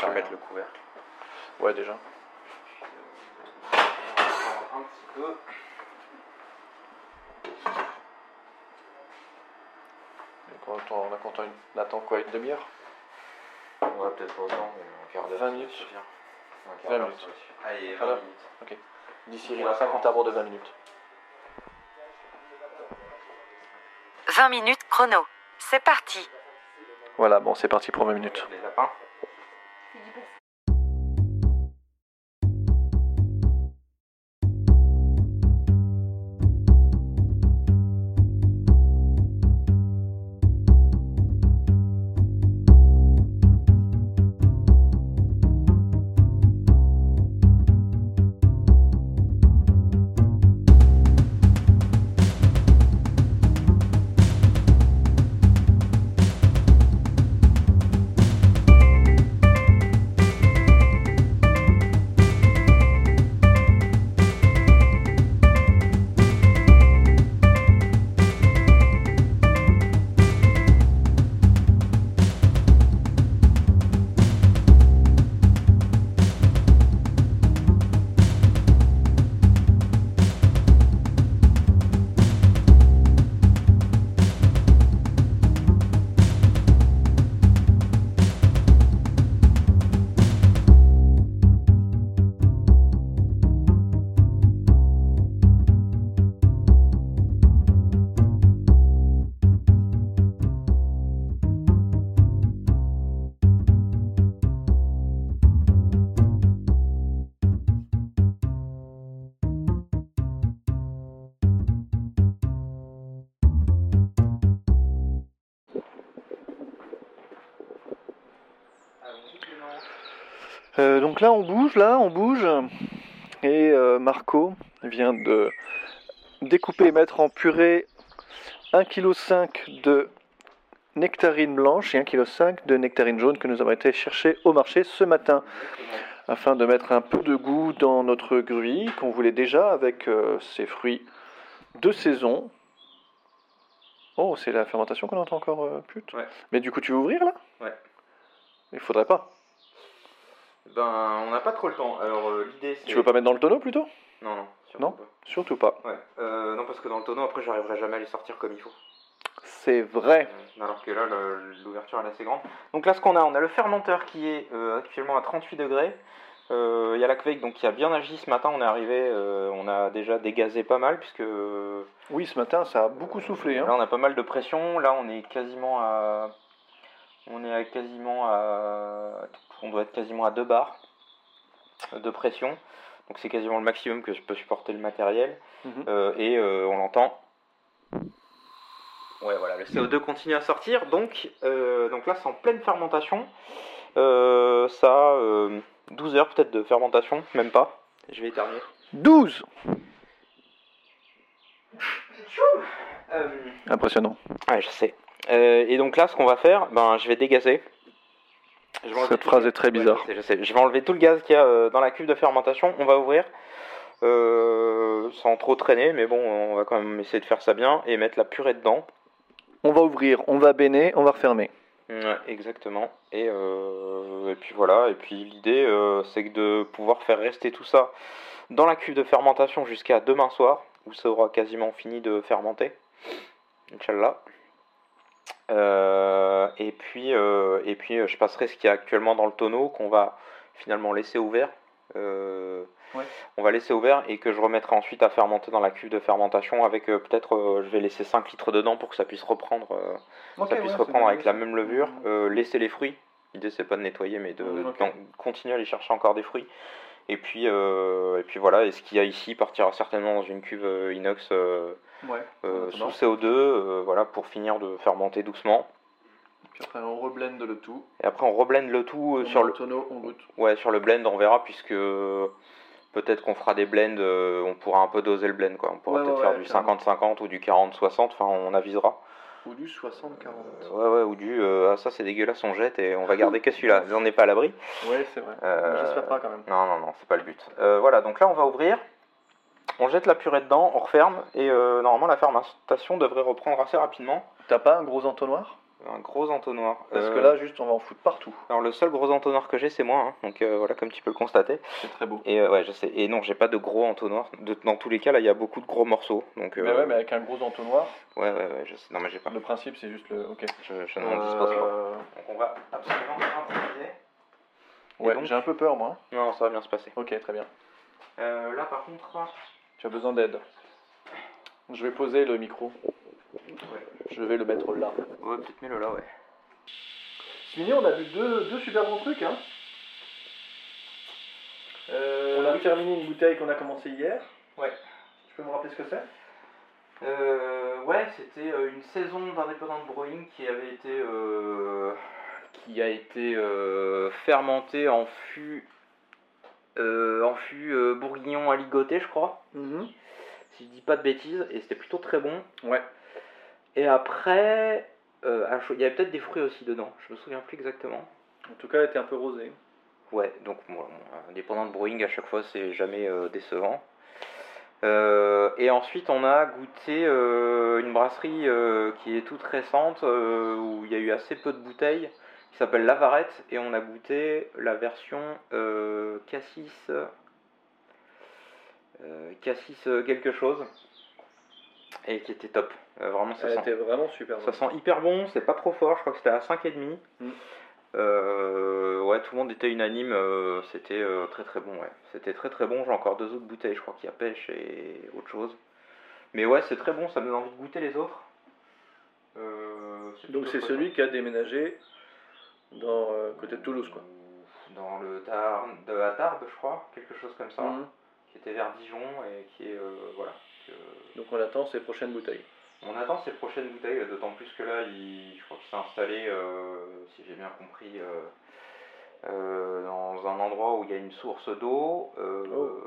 S5: Je vais mettre le couvercle.
S4: Ouais, déjà.
S5: Un petit peu.
S4: Donc, on attend, on attend une- on attend quoi, une demi-heure
S5: Ouais, peut-être pas autant, mais un quart d'heure.
S4: 20
S5: ça
S4: minutes.
S5: suffit. Un quart
S4: 20
S5: d'heure,
S4: minutes.
S5: ça suffit. Allez,
S4: Un quart
S5: 20
S4: d'heure.
S5: minutes.
S4: Ok. D'ici, il y a 50 à bord de 20 minutes.
S7: 20 minutes chrono. C'est parti.
S4: Voilà, bon, c'est parti pour 20 minutes.
S5: Les lapins.
S4: Euh, donc là, on bouge, là, on bouge. Et euh, Marco vient de découper et mettre en purée 1,5 kg de nectarine blanche et 1,5 kg de nectarine jaune que nous avons été chercher au marché ce matin afin de mettre un peu de goût dans notre grille qu'on voulait déjà avec euh, ces fruits de saison. Oh, c'est la fermentation qu'on entend encore, euh, pute.
S5: Ouais.
S4: Mais du coup, tu veux ouvrir là
S5: Ouais.
S4: Il faudrait pas.
S5: Ben, on n'a pas trop le temps. Alors, euh, l'idée, c'est.
S4: Tu veux pas mettre dans le tonneau plutôt
S5: Non, non. surtout
S4: Non Surtout pas.
S5: pas. Ouais. Euh, non, parce que dans le tonneau, après, j'arriverai jamais à les sortir comme il faut.
S4: C'est vrai.
S5: Euh, Alors que là, le- l'ouverture elle est assez grande. Donc là, ce qu'on a, on a le fermenteur qui est euh, actuellement à 38 degrés. Euh, Il y a la Quake donc, qui a bien agi ce matin. On est arrivé, euh, on a déjà dégazé pas mal, puisque euh,
S4: Oui, ce matin, ça a beaucoup soufflé. hein.
S5: là, on a pas mal de pression. Là, on est quasiment à. On est à quasiment à. On doit être quasiment à 2 bars de pression. Donc, c'est quasiment le maximum que je peux supporter le matériel.
S4: Mhm.
S5: Euh, et euh, on l'entend. Ouais, voilà, le CO2 continue à sortir. Donc, euh, donc là, c'est en pleine fermentation. Euh, ça a euh, 12 heures peut-être de fermentation, même pas. Je vais éternuer.
S4: 12
S5: Euh,
S4: Impressionnant.
S5: Ouais, je sais. Euh, et donc là, ce qu'on va faire, ben, je vais dégazer. Je vais enlever
S4: Cette
S5: tout-
S4: phrase est très bizarre.
S5: Je sais, je vais enlever tout le gaz qu'il y a euh, dans la cuve de fermentation. On va ouvrir euh, sans trop traîner, mais bon, on va quand même essayer de faire ça bien et mettre la purée dedans.
S4: On va ouvrir, on va béner, on va refermer.
S5: Ouais, exactement. Et, euh, et puis voilà. Et puis l'idée, euh, c'est que de pouvoir faire rester tout ça dans la cuve de fermentation jusqu'à demain soir, où ça aura quasiment fini de fermenter. Inch'Allah. Euh, et puis, euh, et puis euh, je passerai ce qu'il y a actuellement dans le tonneau qu'on va finalement laisser ouvert. Euh,
S4: Ouais.
S5: On va laisser ouvert et que je remettrai ensuite à fermenter dans la cuve de fermentation avec euh, peut-être euh, je vais laisser 5 litres dedans pour que ça puisse reprendre. euh,
S4: Ok,
S5: ça puisse
S4: ouais, c'est
S5: reprendre
S4: bien,
S5: avec la même levure, euh, laisser les fruits. L'idée c'est pas de nettoyer mais de
S4: Mm, ok.
S5: d'en- continuer à aller chercher encore des fruits. Et puis, euh, et puis voilà, et ce qu'il y a ici partira certainement dans une cuve euh, inox euh,
S4: Ouais.
S5: euh, sous
S4: Attendant.
S5: CO2 euh, voilà, pour finir de fermenter doucement.
S4: Puis après, on reblende le tout.
S5: Et après on reblende le tout euh, sur le,
S4: tonneau, on goûte.
S5: ouais, sur le blend, on verra puisque euh, peut-être qu'on fera des blends, euh, on pourra un peu doser le blend quoi. On pourra
S4: Ouais,
S5: peut-être
S4: ouais, ouais,
S5: faire du 50-50 ou du 40-60, enfin on avisera.
S4: Ou du 60-40.
S5: Euh, ouais ouais, ou du euh, ah, ça c'est dégueulasse, on jette et on va garder que celui-là, on n'est pas à l'abri.
S4: Ouais, c'est vrai.
S5: Euh,
S4: J'espère pas quand même.
S5: Non, non, non, c'est pas le but. Euh, voilà, donc là, on va ouvrir. On jette la purée dedans, on referme. Et euh, normalement, la fermentation devrait reprendre assez rapidement.
S4: T'as pas un gros entonnoir
S5: Un gros entonnoir.
S4: Parce
S5: Euh,
S4: que là, juste, on va en foutre partout.
S5: Alors, le seul gros entonnoir que j'ai, c'est moi. hein. Donc euh, voilà, comme tu peux le constater.
S4: C'est très beau.
S5: Et euh, ouais, je sais. Et non, j'ai pas de gros entonnoir. De- dans tous les cas, là, il y a beaucoup de gros morceaux. Donc, euh, Ah.
S4: Mais ouais, mais avec un gros entonnoir,
S5: ouais, ouais, ouais, je sais. Non, mais j'ai pas.
S4: le principe, c'est juste le. Ok.
S5: Je, je n'en dispose pas.
S4: Euh,
S5: Donc, on va absolument improviser.
S4: Ouais,
S5: donc
S4: j'ai un peu peur moi.
S5: Non, ça va bien se passer.
S4: Ok, très bien.
S5: Euh, là, par contre.
S4: Tu as besoin d'aide. Je vais poser le micro. Je vais le mettre là.
S5: Ouais, peut-être mieux là, ouais.
S4: C'est mignon, on a vu deux, deux super bons trucs. Hein. Euh, on a terminé une bouteille qu'on a commencé hier.
S5: Ouais.
S4: Tu peux me rappeler ce que c'est
S5: Euh, ouais, c'était euh, une saison d'indépendant de brewing qui avait été euh, qui a été euh, fermentée en fût euh, en fût euh, bourguignon à ligoter, je crois,
S4: Mhm.
S5: si je dis pas de bêtises, et c'était plutôt très bon.
S4: Ouais.
S5: Et après, euh, ah, je- il y avait peut-être des fruits aussi dedans, je me souviens plus exactement.
S4: En tout cas, elle était un peu rosée.
S5: Ouais, donc moi, mon indépendant de brewing à chaque fois, c'est jamais euh, décevant. Euh, et ensuite, on a goûté euh, une brasserie euh, qui est toute récente, euh, où il y a eu assez peu de bouteilles, qui s'appelle Lavarette, et on a goûté la version euh, cassis, euh, cassis euh, quelque chose, et qui était top. Euh, vraiment, ça
S4: Elle
S5: sent,
S4: était vraiment super
S5: ça sent hyper bon, c'est pas trop fort, je crois que c'était à 5,5.
S4: Mm.
S5: Euh, ouais, tout le monde était unanime, euh, c'était euh, très très bon, ouais. C'était très très bon, j'ai encore deux autres bouteilles, je crois qu'il y a pêche et autre chose. Mais ouais, c'est très bon, ça me donne envie de goûter les autres. Euh,
S4: Donc
S5: plutôt
S4: c'est
S5: très
S4: celui qui a déménagé dans euh, côté de Toulouse quoi.
S5: bon. Dans le Tarn, de la Tarbes, je crois, quelque chose comme ça,
S4: Mhm.
S5: qui était vers Dijon et qui est, euh, voilà, que-
S4: Donc on attend ses prochaines bouteilles.
S5: On attend ces prochaines bouteilles, euh, d'autant plus que là, il, je crois qu'il s'est installé, euh, si j'ai bien compris, euh, euh, dans un endroit où il y a une source d'eau. euh, euh,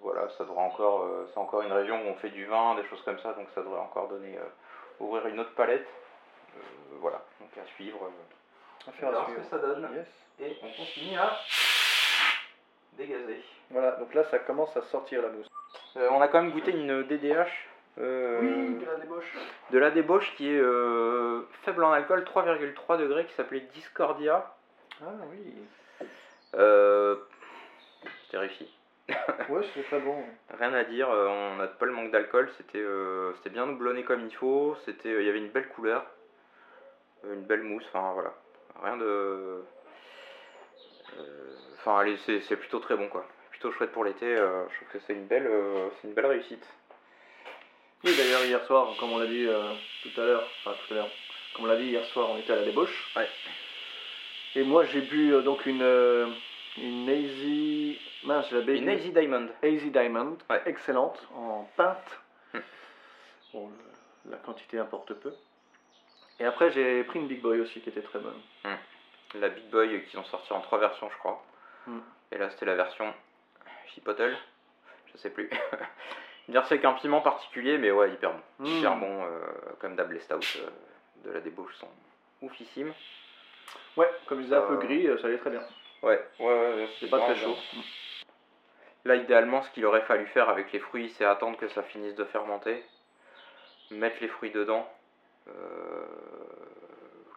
S5: voilà, ça devrait encore, euh, c'est encore une région où on fait du vin, des choses comme ça, donc ça devrait encore donner, euh, ouvrir une autre palette. Euh, voilà, donc à suivre. euh, on verra ce que ça donne. Et on continue à dégazer.
S4: Voilà, donc là ça commence à sortir la mousse.
S5: Euh, on a quand même goûté une DDH. euh,
S4: Oui, de la débauche.
S5: de la débauche qui est euh, faible en alcool, 3,3 degrés, qui s'appelait Discordia.
S4: Ah oui.
S5: Euh, terrifié.
S4: Ouais, c'est très bon.
S5: Rien à dire, euh, on n'a pas le manque d'alcool, c'était euh, c'était bien doublonné comme il faut, c'était euh, il y avait une belle couleur, euh, une belle mousse, enfin voilà. Rien de. euh, Enfin allez, c'est c'est plutôt très bon quoi. Plutôt chouette pour l'été, euh, je trouve que c'est une, belle, euh, c'est une belle réussite.
S4: Oui, d'ailleurs, hier soir, comme on l'a dit euh, tout à l'heure, enfin tout à l'heure, comme on l'a dit hier soir, on était à la débauche. Et moi, j'ai bu euh, donc une, euh, une Easy. Mince, je l'avais
S5: Une Hazy Diamond.
S4: Easy Diamond, excellente, en pinte.
S5: Hmm.
S4: Bon, le- la quantité importe peu. Et après, j'ai pris une Big Boy aussi qui était très bonne.
S5: La Big Boy euh, qu'ils ont sorti en trois versions, je crois.
S4: Hmm.
S5: Et là, c'était la version chipotle, je sais plus. Une version avec un piment particulier, mais ouais, hyper bon.
S4: Hmm.
S5: Hyper bon, euh, comme d'hab, les stouts euh, de la débauche sont oufissimes.
S4: Ouais, comme je disais, un peu
S5: Euh,
S4: gris, euh, ça allait très bien.
S5: Ouais, ouais, ouais.
S4: C'est pas
S5: vraiment
S4: très chaud.
S5: bon. Là, idéalement, ce qu'il aurait fallu faire avec les fruits, c'est attendre que ça finisse de fermenter, mettre les fruits dedans euh,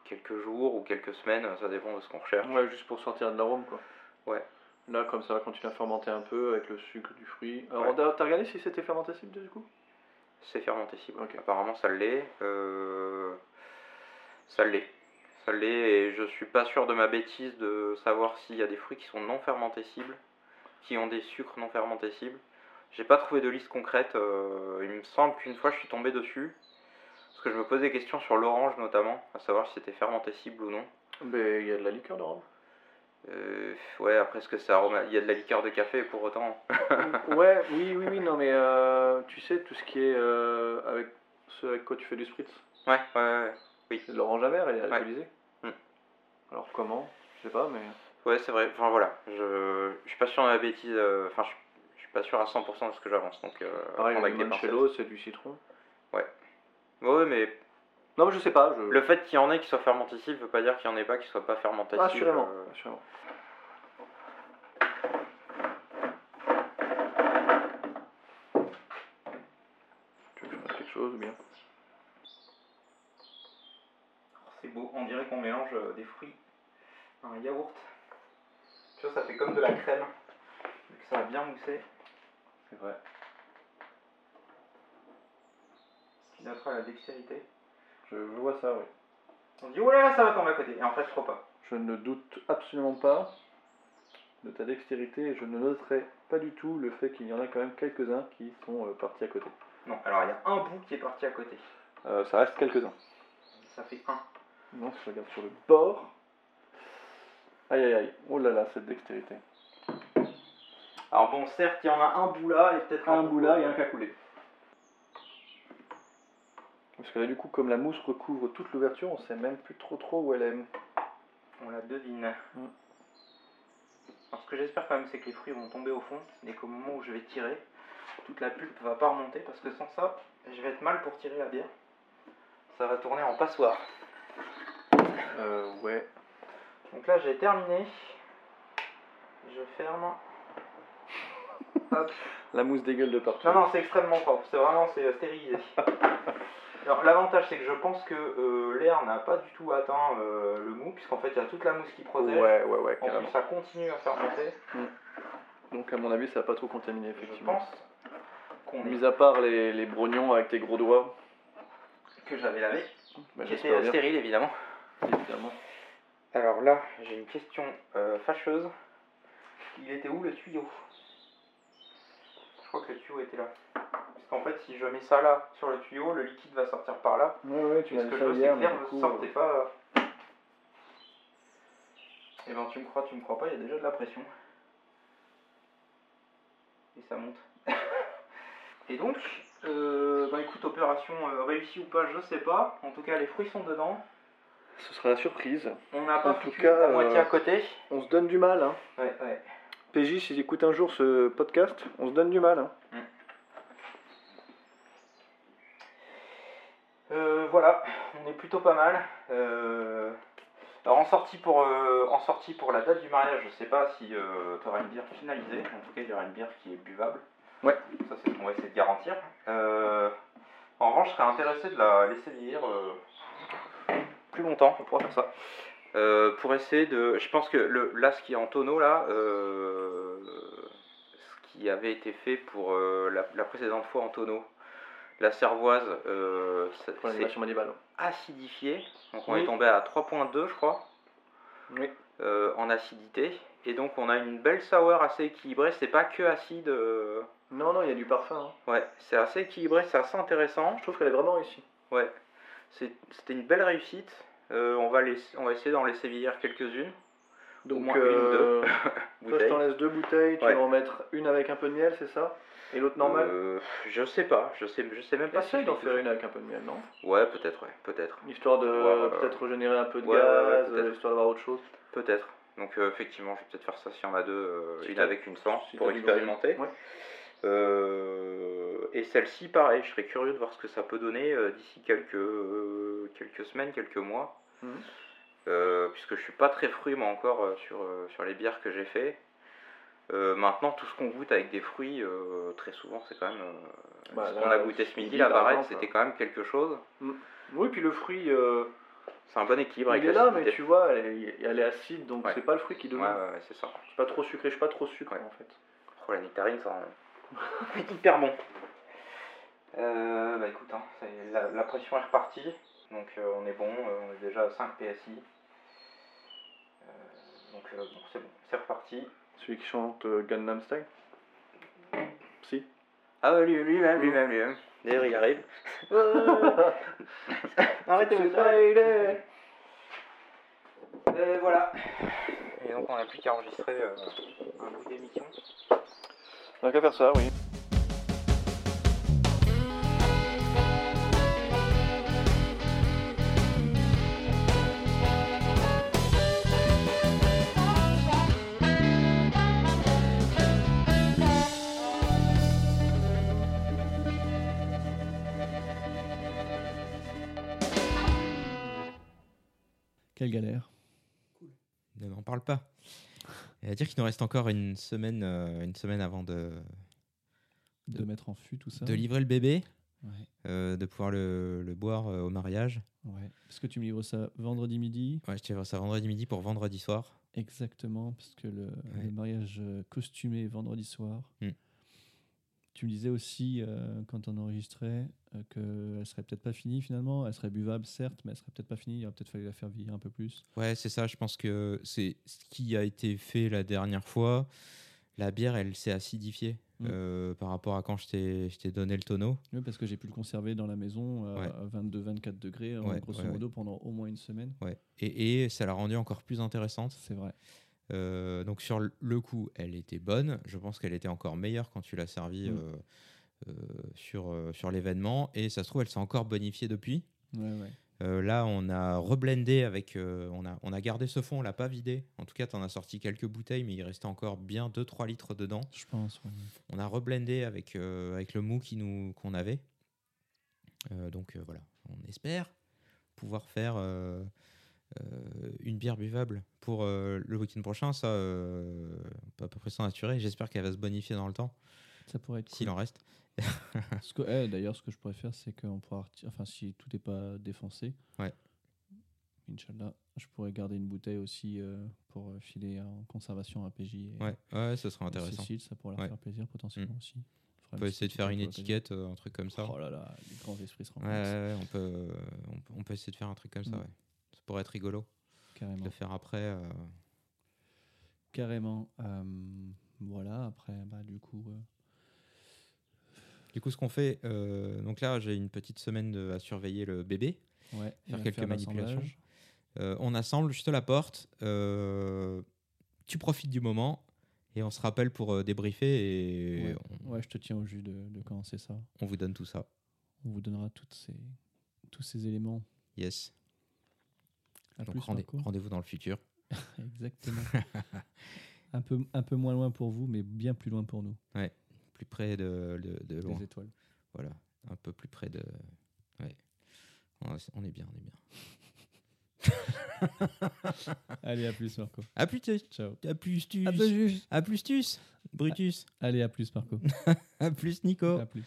S5: quelques jours ou quelques semaines, ça dépend de ce qu'on recherche.
S4: Bah, Ouais, juste pour sortir de l'arôme, quoi.
S5: Ouais.
S4: Là, comme ça va continuer à fermenter un peu avec le sucre du fruit. Alors,
S5: Ouais.
S4: t'as- t'as regardé si c'était fermentable du coup
S5: C'est fermenté cible. Apparemment, ça l'est. euh, Ça l'est. Ça l'est. Et je suis pas sûr de ma bêtise de savoir s'il y a des fruits qui sont non fermentescibles, qui ont des sucres non fermentescibles. J'ai pas trouvé de liste concrète. euh, Il me semble qu'une fois, je suis tombé dessus. Parce que je me posais des questions sur l'orange notamment, à savoir si c'était fermentescible ou non.
S4: Mais il y a de la liqueur d'orange.
S5: Euh, ouais, après, est-ce que ça aroma- Il y a de la liqueur de café pour autant.
S4: ouais, oui, oui, oui, non, mais euh, tu sais, tout ce qui est euh, avec ce avec quoi tu fais du spritz.
S5: Ouais, ouais, ouais. Oui.
S4: C'est de l'orange amère, elle est
S5: Ouais.
S4: alcoolisée.
S5: Hmm.
S4: Alors comment Je sais pas, mais.
S5: Ouais, c'est vrai. Enfin voilà, je, je suis pas sûr de ma bêtise. euh, Enfin, je, je suis pas sûr à 100% de ce que j'avance. Donc, euh, à
S4: Pareil,
S5: prendre
S4: le
S5: avec des pincettes.
S4: limoncello, c'est du citron.
S5: Ouais. Ouais, mais.
S4: Non, mais je sais pas. Je...
S5: Le fait qu'il y en ait qui soient fermentatifs veut pas dire qu'il y en ait pas qui soient pas fermentatifs.
S4: Assurément,
S5: euh,
S4: assurément. Tu veux que je fasse quelque chose ou bien
S5: C'est beau, on dirait qu'on mélange euh, des fruits à un yaourt. Tu vois, ça fait comme de la crème. Vu que ça a bien moussé.
S4: C'est vrai.
S5: Ce qui donnera la euh, dextérité.
S4: Je, je vois ça, oui.
S5: On dit, oh là là, ça va tomber à côté. Et en fait, trop pas.
S4: Je ne doute absolument pas de ta dextérité et je ne noterai pas du tout le fait qu'il y en a quand même quelques-uns qui sont euh, partis à côté.
S5: Non, alors il y a un bout qui est parti à côté.
S4: Euh, ça reste quelques-uns.
S5: Ça fait un.
S4: Non, si je regarde sur le bord. Aïe aïe aïe, oh là là, cette dextérité.
S5: Alors bon, certes, il y en a un bout là et peut-être
S4: Un bout là et un cacoulé. Parce que là, du coup, comme la mousse recouvre toute l'ouverture, on sait même plus trop trop où elle est.
S5: On la devine.
S4: Mm.
S5: Alors, ce que j'espère quand même, c'est que les fruits vont tomber au fond et qu'au moment où je vais tirer, toute la pulpe va pas remonter parce que sans ça, je vais être mal pour tirer la bière. Ça va tourner en passoire.
S4: Euh, ouais.
S5: Donc là, j'ai terminé. Je ferme.
S4: La mousse dégueule de partout.
S5: Non, non, c'est extrêmement propre. C'est vraiment c'est euh, stérilisé. Alors, l'avantage, c'est que je pense que euh, l'air n'a pas du tout atteint euh, le mou, puisqu'en fait, il y a toute la mousse qui protège.
S4: Ouais, ouais, ouais,
S5: En plus,
S4: carrément.
S5: ça continue à fermenter.
S4: Donc, à mon avis, ça va pas trop contaminé, effectivement.
S5: pense qu'on est-
S4: Mis à part les, les brognons avec tes gros doigts.
S5: que j'avais lavé,
S4: Bah,
S5: qui était
S4: j'espère
S5: euh,
S4: bien.
S5: stérile évidemment.
S4: Évidemment.
S5: Alors là, j'ai une question euh, fâcheuse. Il était où le tuyau Je crois que le tuyau était là. Parce qu'en fait, si je mets ça là sur le tuyau, le liquide va sortir par là.
S4: Ouais, ouais, tu
S5: Mais
S4: l'as
S5: ce que
S4: mis ça
S5: je veux, c'est
S4: hier,
S5: que
S4: mais
S5: l'air
S4: du
S5: ne
S4: coup,
S5: sortait
S4: euh,
S5: pas. Eh ben, tu me crois, tu me crois pas, il y a déjà de la pression. Et ça monte. Et donc, euh, bah écoute, opération euh, réussie ou pas, je sais pas. En tout cas, les fruits sont dedans.
S11: Ce sera la surprise.
S5: On n'a pas
S11: En tout
S5: foutu
S11: cas,
S5: la moitié
S11: euh,
S5: à côté.
S11: On se donne du mal. Hein.
S5: Ouais, ouais.
S11: PJ, s'il écoute un jour ce podcast, on se donne du mal. Hein.
S5: Euh, voilà, on est plutôt pas mal. Euh, Alors en sortie, pour, euh, en sortie pour la date du mariage, je sais pas si tu auras une bière finalisée. En tout cas, il y aura une bière qui est buvable.
S11: Ouais.
S5: Ça, c'est ce qu'on va essayer de garantir. Euh, En revanche, je serais intéressé de la laisser vieillir euh, plus longtemps. On pourra faire ça. Euh, pour essayer de. Je pense que le, là, ce qui est en tonneau, là, euh, ce qui avait été fait pour euh, la, la précédente fois en tonneau, la servoise, euh, c'est-
S11: Pour
S5: c'est
S11: l'animation médiévale.
S5: acidifié. Donc on
S11: Oui.
S5: est tombé à 3.2 je crois
S11: Oui.
S5: euh, en acidité. Et donc on a une belle sour assez équilibrée. C'est pas que acide. euh,
S11: Non, non, il y a du parfum. hein.
S5: Ouais, c'est assez équilibré, c'est assez intéressant.
S11: Je trouve qu'elle est vraiment réussie.
S5: Ouais, C'est- c'était une belle réussite. Euh, on, va laisser- on va essayer d'en laisser vieillir quelques-unes.
S11: Donc,
S5: Au moins
S11: euh,
S5: une ou deux.
S11: Toi, je t'en laisse deux bouteilles. Tu
S5: Ouais.
S11: vas en mettre une avec un peu de miel, c'est ça Et l'autre normale
S5: Euh, Je sais pas, je sais, je sais même pas
S11: Essaye
S5: je
S11: d'en
S5: l'ai
S11: faire
S5: fait.
S11: une avec un peu de miel, non
S5: Ouais, peut-être, ouais, peut-être.
S11: Histoire de
S5: Ouais, ouais.
S11: peut-être régénérer un peu de
S5: Ouais, ouais, ouais,
S11: gaz,
S5: peut-être.
S11: euh, histoire d'avoir autre chose.
S5: Peut-être. Donc euh, effectivement, je vais peut-être faire ça si on a deux, euh,
S11: Si
S5: une
S11: t'as-
S5: avec une sans,
S11: si
S5: pour
S11: t'as du
S5: expérimenter.
S11: Ouais.
S5: Euh, et celle-ci, pareil, je serais curieux de voir ce que ça peut donner euh, d'ici quelques, euh, quelques semaines, quelques mois.
S11: Mhm.
S5: Euh, puisque je suis pas très fruit, moi, encore, euh, sur, euh, sur les bières que j'ai fait. Euh, maintenant, tout ce qu'on goûte avec des fruits, euh, très souvent, c'est quand même. euh,
S11: Bah,
S5: ce
S11: là,
S5: qu'on a goûté ce midi, la
S11: par
S5: barrette,
S11: exemple,
S5: c'était quand même quelque chose.
S11: Oui, puis le fruit, euh,
S5: C'est un bon équilibre avec
S11: il est
S5: la
S11: là, mais
S5: acidité.
S11: tu vois, elle est, elle est acide, donc
S5: Ouais.
S11: c'est pas le fruit qui
S5: Ouais,
S11: domine.
S5: ouais, ouais, c'est ça.
S11: Je suis pas trop sucré, je suis pas trop sucre en fait.
S5: Oh, la nectarine, ça c'est hyper bon. Euh, bah écoute, hein, c'est- la, la pression est repartie, donc euh, on est bon, euh, on est déjà à 5 PSI. Euh, donc euh, bon, c'est bon, c'est reparti.
S11: Celui qui chante euh, Gangnam Style Si.
S5: Ah ouais, lui- lui-même, lui-même, lui-même. D'ailleurs, il arrive. Arrêtez-vous Euh, voilà. Et donc on n'a plus qu'à enregistrer euh, un bout d'émission.
S11: Donc à faire ça, oui.
S2: Quelle galère.
S1: Ne m'en parle pas. Et à dire qu'il nous reste encore une semaine, euh, une semaine avant de,
S2: De mettre en fût tout ça.
S1: de livrer le bébé,
S2: Ouais.
S1: euh, de pouvoir le, le boire euh, au mariage.
S2: Ouais. Parce que tu me livres ça vendredi midi.
S1: Ouais, je t'ai ça vendredi midi pour vendredi soir.
S2: Exactement, parce que le, le mariage euh, costumé est vendredi soir.
S1: Hmm.
S2: Tu me disais aussi, euh, quand on enregistrait, euh, qu'elle serait peut-être pas finie finalement. Elle serait buvable, certes, mais elle serait peut-être pas finie. Il aurait peut-être fallu la faire vieillir un peu plus.
S1: Ouais, c'est ça. Je pense que c'est ce qui a été fait la dernière fois. La bière, elle s'est acidifiée
S2: Mm.
S1: euh, par rapport à quand je t'ai je t'ai donné le tonneau.
S2: Oui, parce que j'ai pu le conserver dans la maison euh, à 22-24 degrés, euh,
S1: Ouais,
S2: grosso
S1: ouais, ouais.
S2: modo, pendant au moins une semaine.
S1: Ouais. Et, et ça l'a rendue encore plus intéressante. Euh,
S2: C'est vrai.
S1: donc sur le- le coup, elle était bonne. Je pense qu'elle était encore meilleure quand tu l'as servie
S2: Mm.
S1: euh, euh, sur, euh, sur l'événement. Et ça se trouve, elle s'est encore bonifiée depuis.
S2: Ouais, ouais.
S1: Euh, là, on a reblendé avec. euh, on, a, on a gardé ce fond, on l'a pas vidé. En tout cas, tu en as sorti quelques bouteilles, mais il restait encore bien 2-3 litres dedans.
S2: Je pense. ouais.
S1: On a reblendé avec, euh, avec le mou qui nous- qu'on avait. Euh, donc euh, voilà, on espère pouvoir faire euh, euh, une bière buvable pour euh, le week-end prochain. Ça, euh, on peut à peu près s'en assurer. J'espère qu'elle va se bonifier dans le temps,
S2: Ça pourrait être.
S1: s'il en reste.
S2: Ce que- eh, D'ailleurs, ce que je pourrais faire, c'est qu'on pourra. reti- Enfin, si tout n'est pas défoncé.
S1: Ouais.
S2: Inch'Allah, je pourrais garder une bouteille aussi euh, pour euh, filer en conservation à PJ. Et,
S1: Ouais, ouais, ce serait
S2: et
S1: intéressant.
S2: Cécile, ça pourrait leur
S1: Ouais.
S2: faire plaisir potentiellement
S1: Mm.
S2: aussi.
S1: On
S2: Faudra
S1: peut
S2: laisser
S1: essayer de faire une
S2: pour l'occasion.
S1: étiquette, euh, un truc comme ça.
S2: Oh là là, les grands esprits se
S1: Ouais, ouais,
S2: rencontrent.
S1: on, peut, euh, on peut- on peut essayer de faire un truc comme ça,
S2: Mm.
S1: ouais. Ça pourrait être rigolo.
S2: Carrément.
S1: De le faire après. euh,
S2: Carrément. euh, voilà, après, bah, du coup. euh,
S1: Du coup, ce qu'on fait, euh, donc là, j'ai une petite semaine de- à surveiller le bébé,
S2: Ouais, il
S1: faire
S2: va
S1: quelques
S2: faire
S1: manipulations.
S2: l'assemblage.
S1: Euh, on assemble, je te l'apporte. euh, tu profites du moment et on se rappelle pour euh, débriefer et
S2: ouais,
S1: on-
S2: ouais, je te tiens au jus de, de quand c'est ça.
S1: on, vous donne tout ça.
S2: On vous donnera toutes ces, tous ces éléments.
S1: Yes.
S2: À
S1: Donc
S2: plus,
S1: rendez-
S2: Marco.
S1: rendez-vous dans le futur.
S2: Exactement. un, peu, un peu moins loin pour vous, mais bien plus loin pour nous.
S1: Ouais, plus près de, de, de loin.
S2: étoiles.
S1: Voilà, un peu plus près de. Ouais. On est- On est bien, on est bien.
S2: Allez, à plus, Marco.
S1: à plus, tu-
S2: Ciao.
S1: à plus, tu.
S2: À plus.
S1: À plus, tus. Brutus.
S2: Allez, à plus, Marco.
S1: à plus, Nico.
S2: À plus.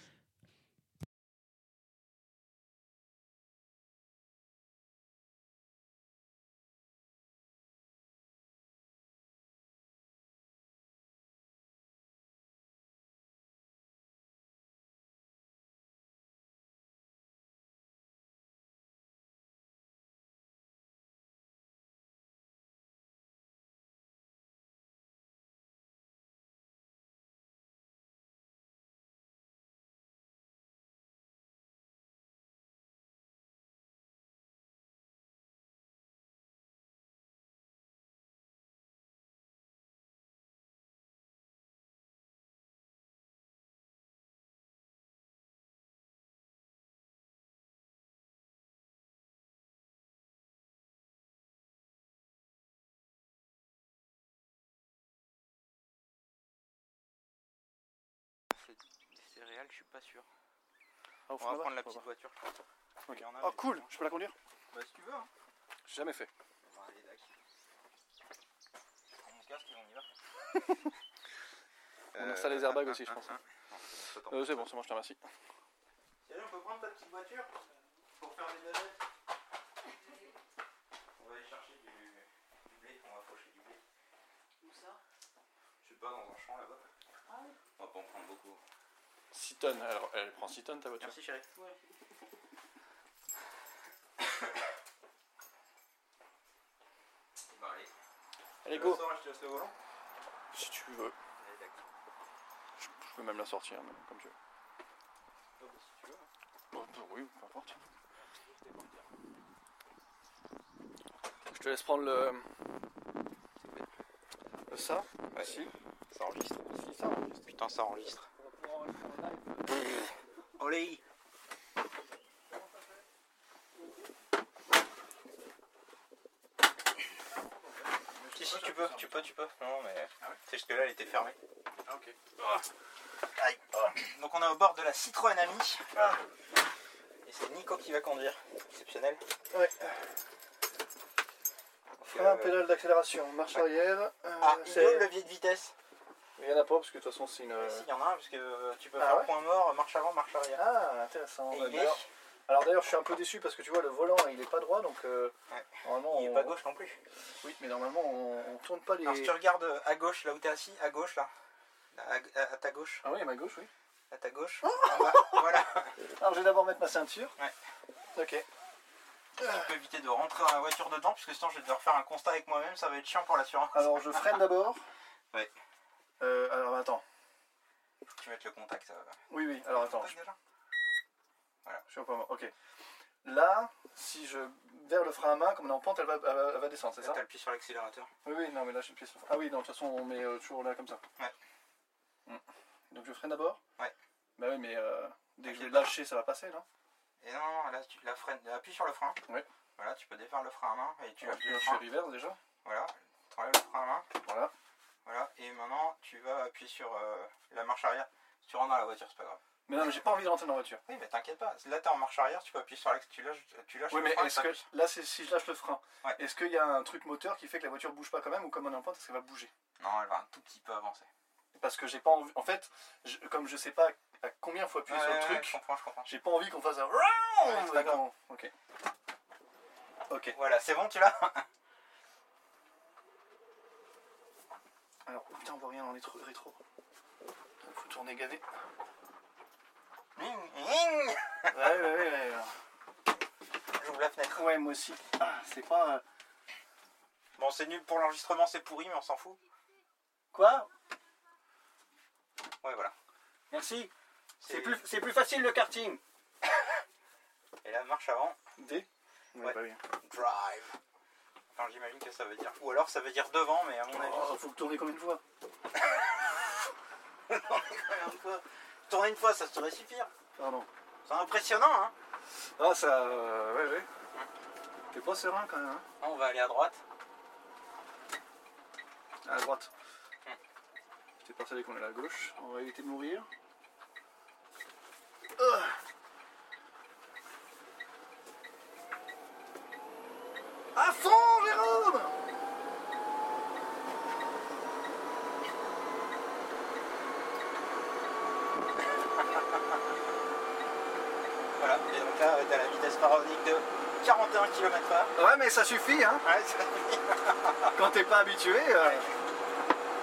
S5: Céréales, je suis pas sûr.
S9: Ah, au
S5: On va
S9: fond,
S5: prendre
S9: là-bas,
S5: la
S9: faut
S5: petite
S9: voir.
S5: voiture. je pense.
S9: Ok.
S5: Il y en a,
S9: Oh
S5: mais-
S9: cool, je peux la conduire
S5: Bah, si tu veux. Hein.
S9: J'ai Jamais fait.
S5: Bah, allez, d'accord. Je prends mon casque et on y va.
S9: On installe les airbags aussi, je pense. Euh, c'est bon, c'est bon, je te remercie.
S5: Salut, on peut prendre ta petite voiture pour faire des navettes On va aller chercher du, du blé, on va faucher du blé.
S12: Où ça
S5: Je sais pas, dans un champ là-bas.
S12: Ah oui.
S5: On va pas en prendre beaucoup.
S9: 6 tonnes, alors elle prend 6 tonnes ta voiture.
S5: Merci chérie.
S12: Ouais.
S5: Bah, allez.
S9: Allez,
S5: Je
S9: go.
S5: la sors et je te laisse le volant.
S9: Si tu veux,
S5: Allez, d'accord.
S9: je, je peux même la sortir, mais comme tu veux.
S5: Oh, bah, si tu
S9: hein.
S5: veux.
S9: Bon, bon, oui, peu importe. Je te laisse prendre le. le ça
S5: Ouais.
S9: Si.
S5: Ça enregistre. ça enregistre. Putain, ça enregistre. Olé Si, si, tu peux, tu peux, tu peux. Non, mais c'est juste que là, elle était fermée.
S9: Ah, ok.
S5: Aïe. Donc, on est au bord de la Citroën Ami. Ah. Et c'est Nico qui va conduire. Exceptionnel.
S9: Ouais. Frein,
S5: Euh,
S9: pédale d'accélération, marche arrière. euh,
S5: Ah, il
S9: c'est-
S5: est où le levier de vitesse
S9: Il y en a pas parce que de toute façon c'est une.
S5: Si, il y en a un, parce que euh, tu peux
S9: Ah
S5: faire
S9: ouais
S5: point mort, marche avant, marche arrière.
S9: Ah, intéressant.
S5: Et
S9: Bah,
S5: il est-
S9: d'ailleurs- Alors d'ailleurs, je suis un peu déçu parce que tu vois, le volant il est pas droit donc euh,
S5: Ouais.
S9: normalement.
S5: il est
S9: on-
S5: pas gauche non plus.
S9: Oui, mais normalement on, on tourne pas les.
S5: Alors si tu regardes euh, à gauche, là où t'es assis, à gauche là, à, à- à ta gauche,
S9: Ah oui, ma gauche, oui.
S5: à ta
S12: Oh
S5: gauche, en bas, voilà,
S9: Alors je vais d'abord mettre ma ceinture.
S5: Ouais.
S9: Ok.
S5: tu peux éviter de rentrer dans la voiture dedans, parce que sinon je vais devoir faire un constat avec moi-même, ça va être chiant pour l'assurance.
S9: Alors je freine d'abord.
S5: Ouais.
S9: Euh, alors attends.
S5: Tu mets le contact, ça va.
S9: Oui, oui. Alors attends.
S5: Contact, déjà
S9: Je suis au point mort. Ok. Là, si je vers le frein à main, comme on est en pente, elle va, elle va- elle va descendre, c'est ça
S5: T'as le pied sur l'accélérateur.
S9: Oui, oui, non, mais là, j'ai une pièce. Ah oui, non, de toute façon, on met euh, toujours là comme ça.
S5: Ouais.
S9: Mm. Donc je freine d'abord
S5: Ouais.
S9: Bah oui, mais euh, dès que je vais
S5: T'inquiète pas.
S9: lâcher, ça va passer, là.
S5: Et non, là tu la freine, appuie sur le frein.
S9: Ouais. Ah,
S5: Voilà, tu peux défaire le frein à main, et tu
S9: Alors,
S5: appuies
S9: je
S5: le
S9: fais
S5: frein.
S9: reverse déjà.
S5: Voilà, t'enlèves le frein à main.
S9: Voilà.
S5: Voilà, et maintenant tu vas appuyer sur euh, la marche arrière. Si tu rentres dans la voiture, c'est pas grave.
S9: Mais non, mais j'ai pas envie de rentrer dans la voiture.
S5: Oui, mais t'inquiète pas, là t'es en marche arrière, tu peux appuyer sur l'axe, tu lâches, tu lâches
S9: Oui,
S5: le
S9: mais
S5: frein et
S9: est-ce que
S5: t'appuies.
S9: là, c'est- si je lâche le frein,
S5: Ouais.
S9: est-ce qu'il y a un truc moteur qui fait que la voiture bouge pas quand même ou comme on est en pente, est-ce qu'elle va bouger
S5: Non, elle va un tout petit peu avancer.
S9: Parce que j'ai pas envie. En fait, je- comme je sais pas à combien faut appuyer sur le
S5: Ouais, ouais,
S9: truc,
S5: je comprends, je comprends.
S9: j'ai pas envie qu'on fasse un.
S5: Ouais, c'est pas grave.
S9: Ok. Ok.
S5: Voilà, c'est bon, tu l'as
S9: Alors, putain, on voit rien dans les trous- rétro. Faut tourner gavé.
S5: Ling, ling
S9: Ouais, ouais, ouais, ouais.
S5: J'ouvre la fenêtre.
S9: Ouais, moi aussi. Ah, c'est pas. euh,
S5: Bon, c'est nul pour l'enregistrement, c'est pourri, mais on s'en fout.
S9: Quoi
S5: Ouais, voilà.
S9: Merci.
S5: C'est-
S9: C'est plus, c'est plus facile le karting.
S5: Et là, marche avant,
S9: D
S5: Ouais.
S9: Ouais, bah oui.
S5: drive. Enfin, j'imagine que ça veut dire. Ou alors ça veut dire devant, mais à mon avis.
S9: Oh, faut le tourner comme une fois.
S5: Tourner une fois. Tourner une fois, ça saurait suffire.
S9: Pardon.
S5: C'est impressionnant, hein
S9: Ah, ça. euh, ouais, ouais. T'es pas serein quand même. hein
S6: Ah, On va aller à droite.
S9: à droite. J'étais persuadé qu'on allait à gauche. On va éviter de mourir. Ah. À fond, Jérôme
S6: Voilà, et donc là, euh, t'as la vitesse pharaonique de 41 km h
S9: Ouais, mais ça suffit, hein
S6: Ouais, ça suffit.
S9: Quand t'es pas habitué, euh,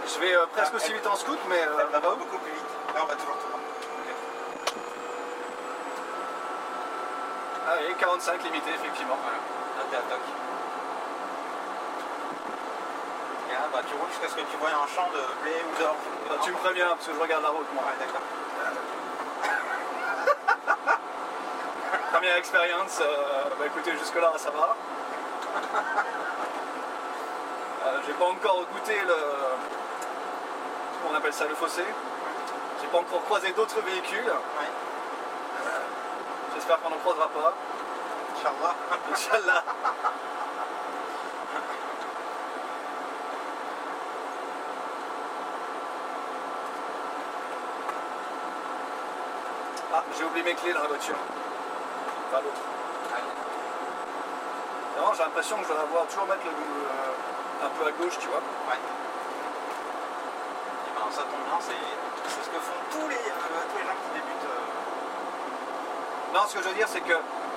S9: je vais euh, presque aussi vite en scoot, mais... euh,
S6: Elle va pas beaucoup plus vite. Là, on va toujours tout droit.
S9: Ah oui, 45 limité, effectivement.
S6: Là, t'es à toc. Et là, bah, tu roules jusqu'à ce que tu vois un champ de blé ou d'or.
S9: Bah, tu me préviens, parce que je regarde la route, moi.
S6: Ouais, d'accord.
S9: Première expérience, euh, bah écoutez, jusque-là, ça va. Euh, j'ai pas encore goûté le... On appelle ça le fossé. J'ai pas encore croisé d'autres véhicules. Euh, J'espère qu'on n'en croisera pas.
S6: Inch'Allah.
S9: Inch'Allah. Ah, j'ai oublié mes clés dans la voiture. Enfin, l'autre. Non, j'ai l'impression que je dois avoir toujours mettre le, le- un peu à gauche, tu vois.
S6: Ouais. Et ben, ça tombe bien, c'est c'est ce que font tous les, euh, tous les gens qui débutent. euh,
S9: Non, ce que je veux dire, c'est que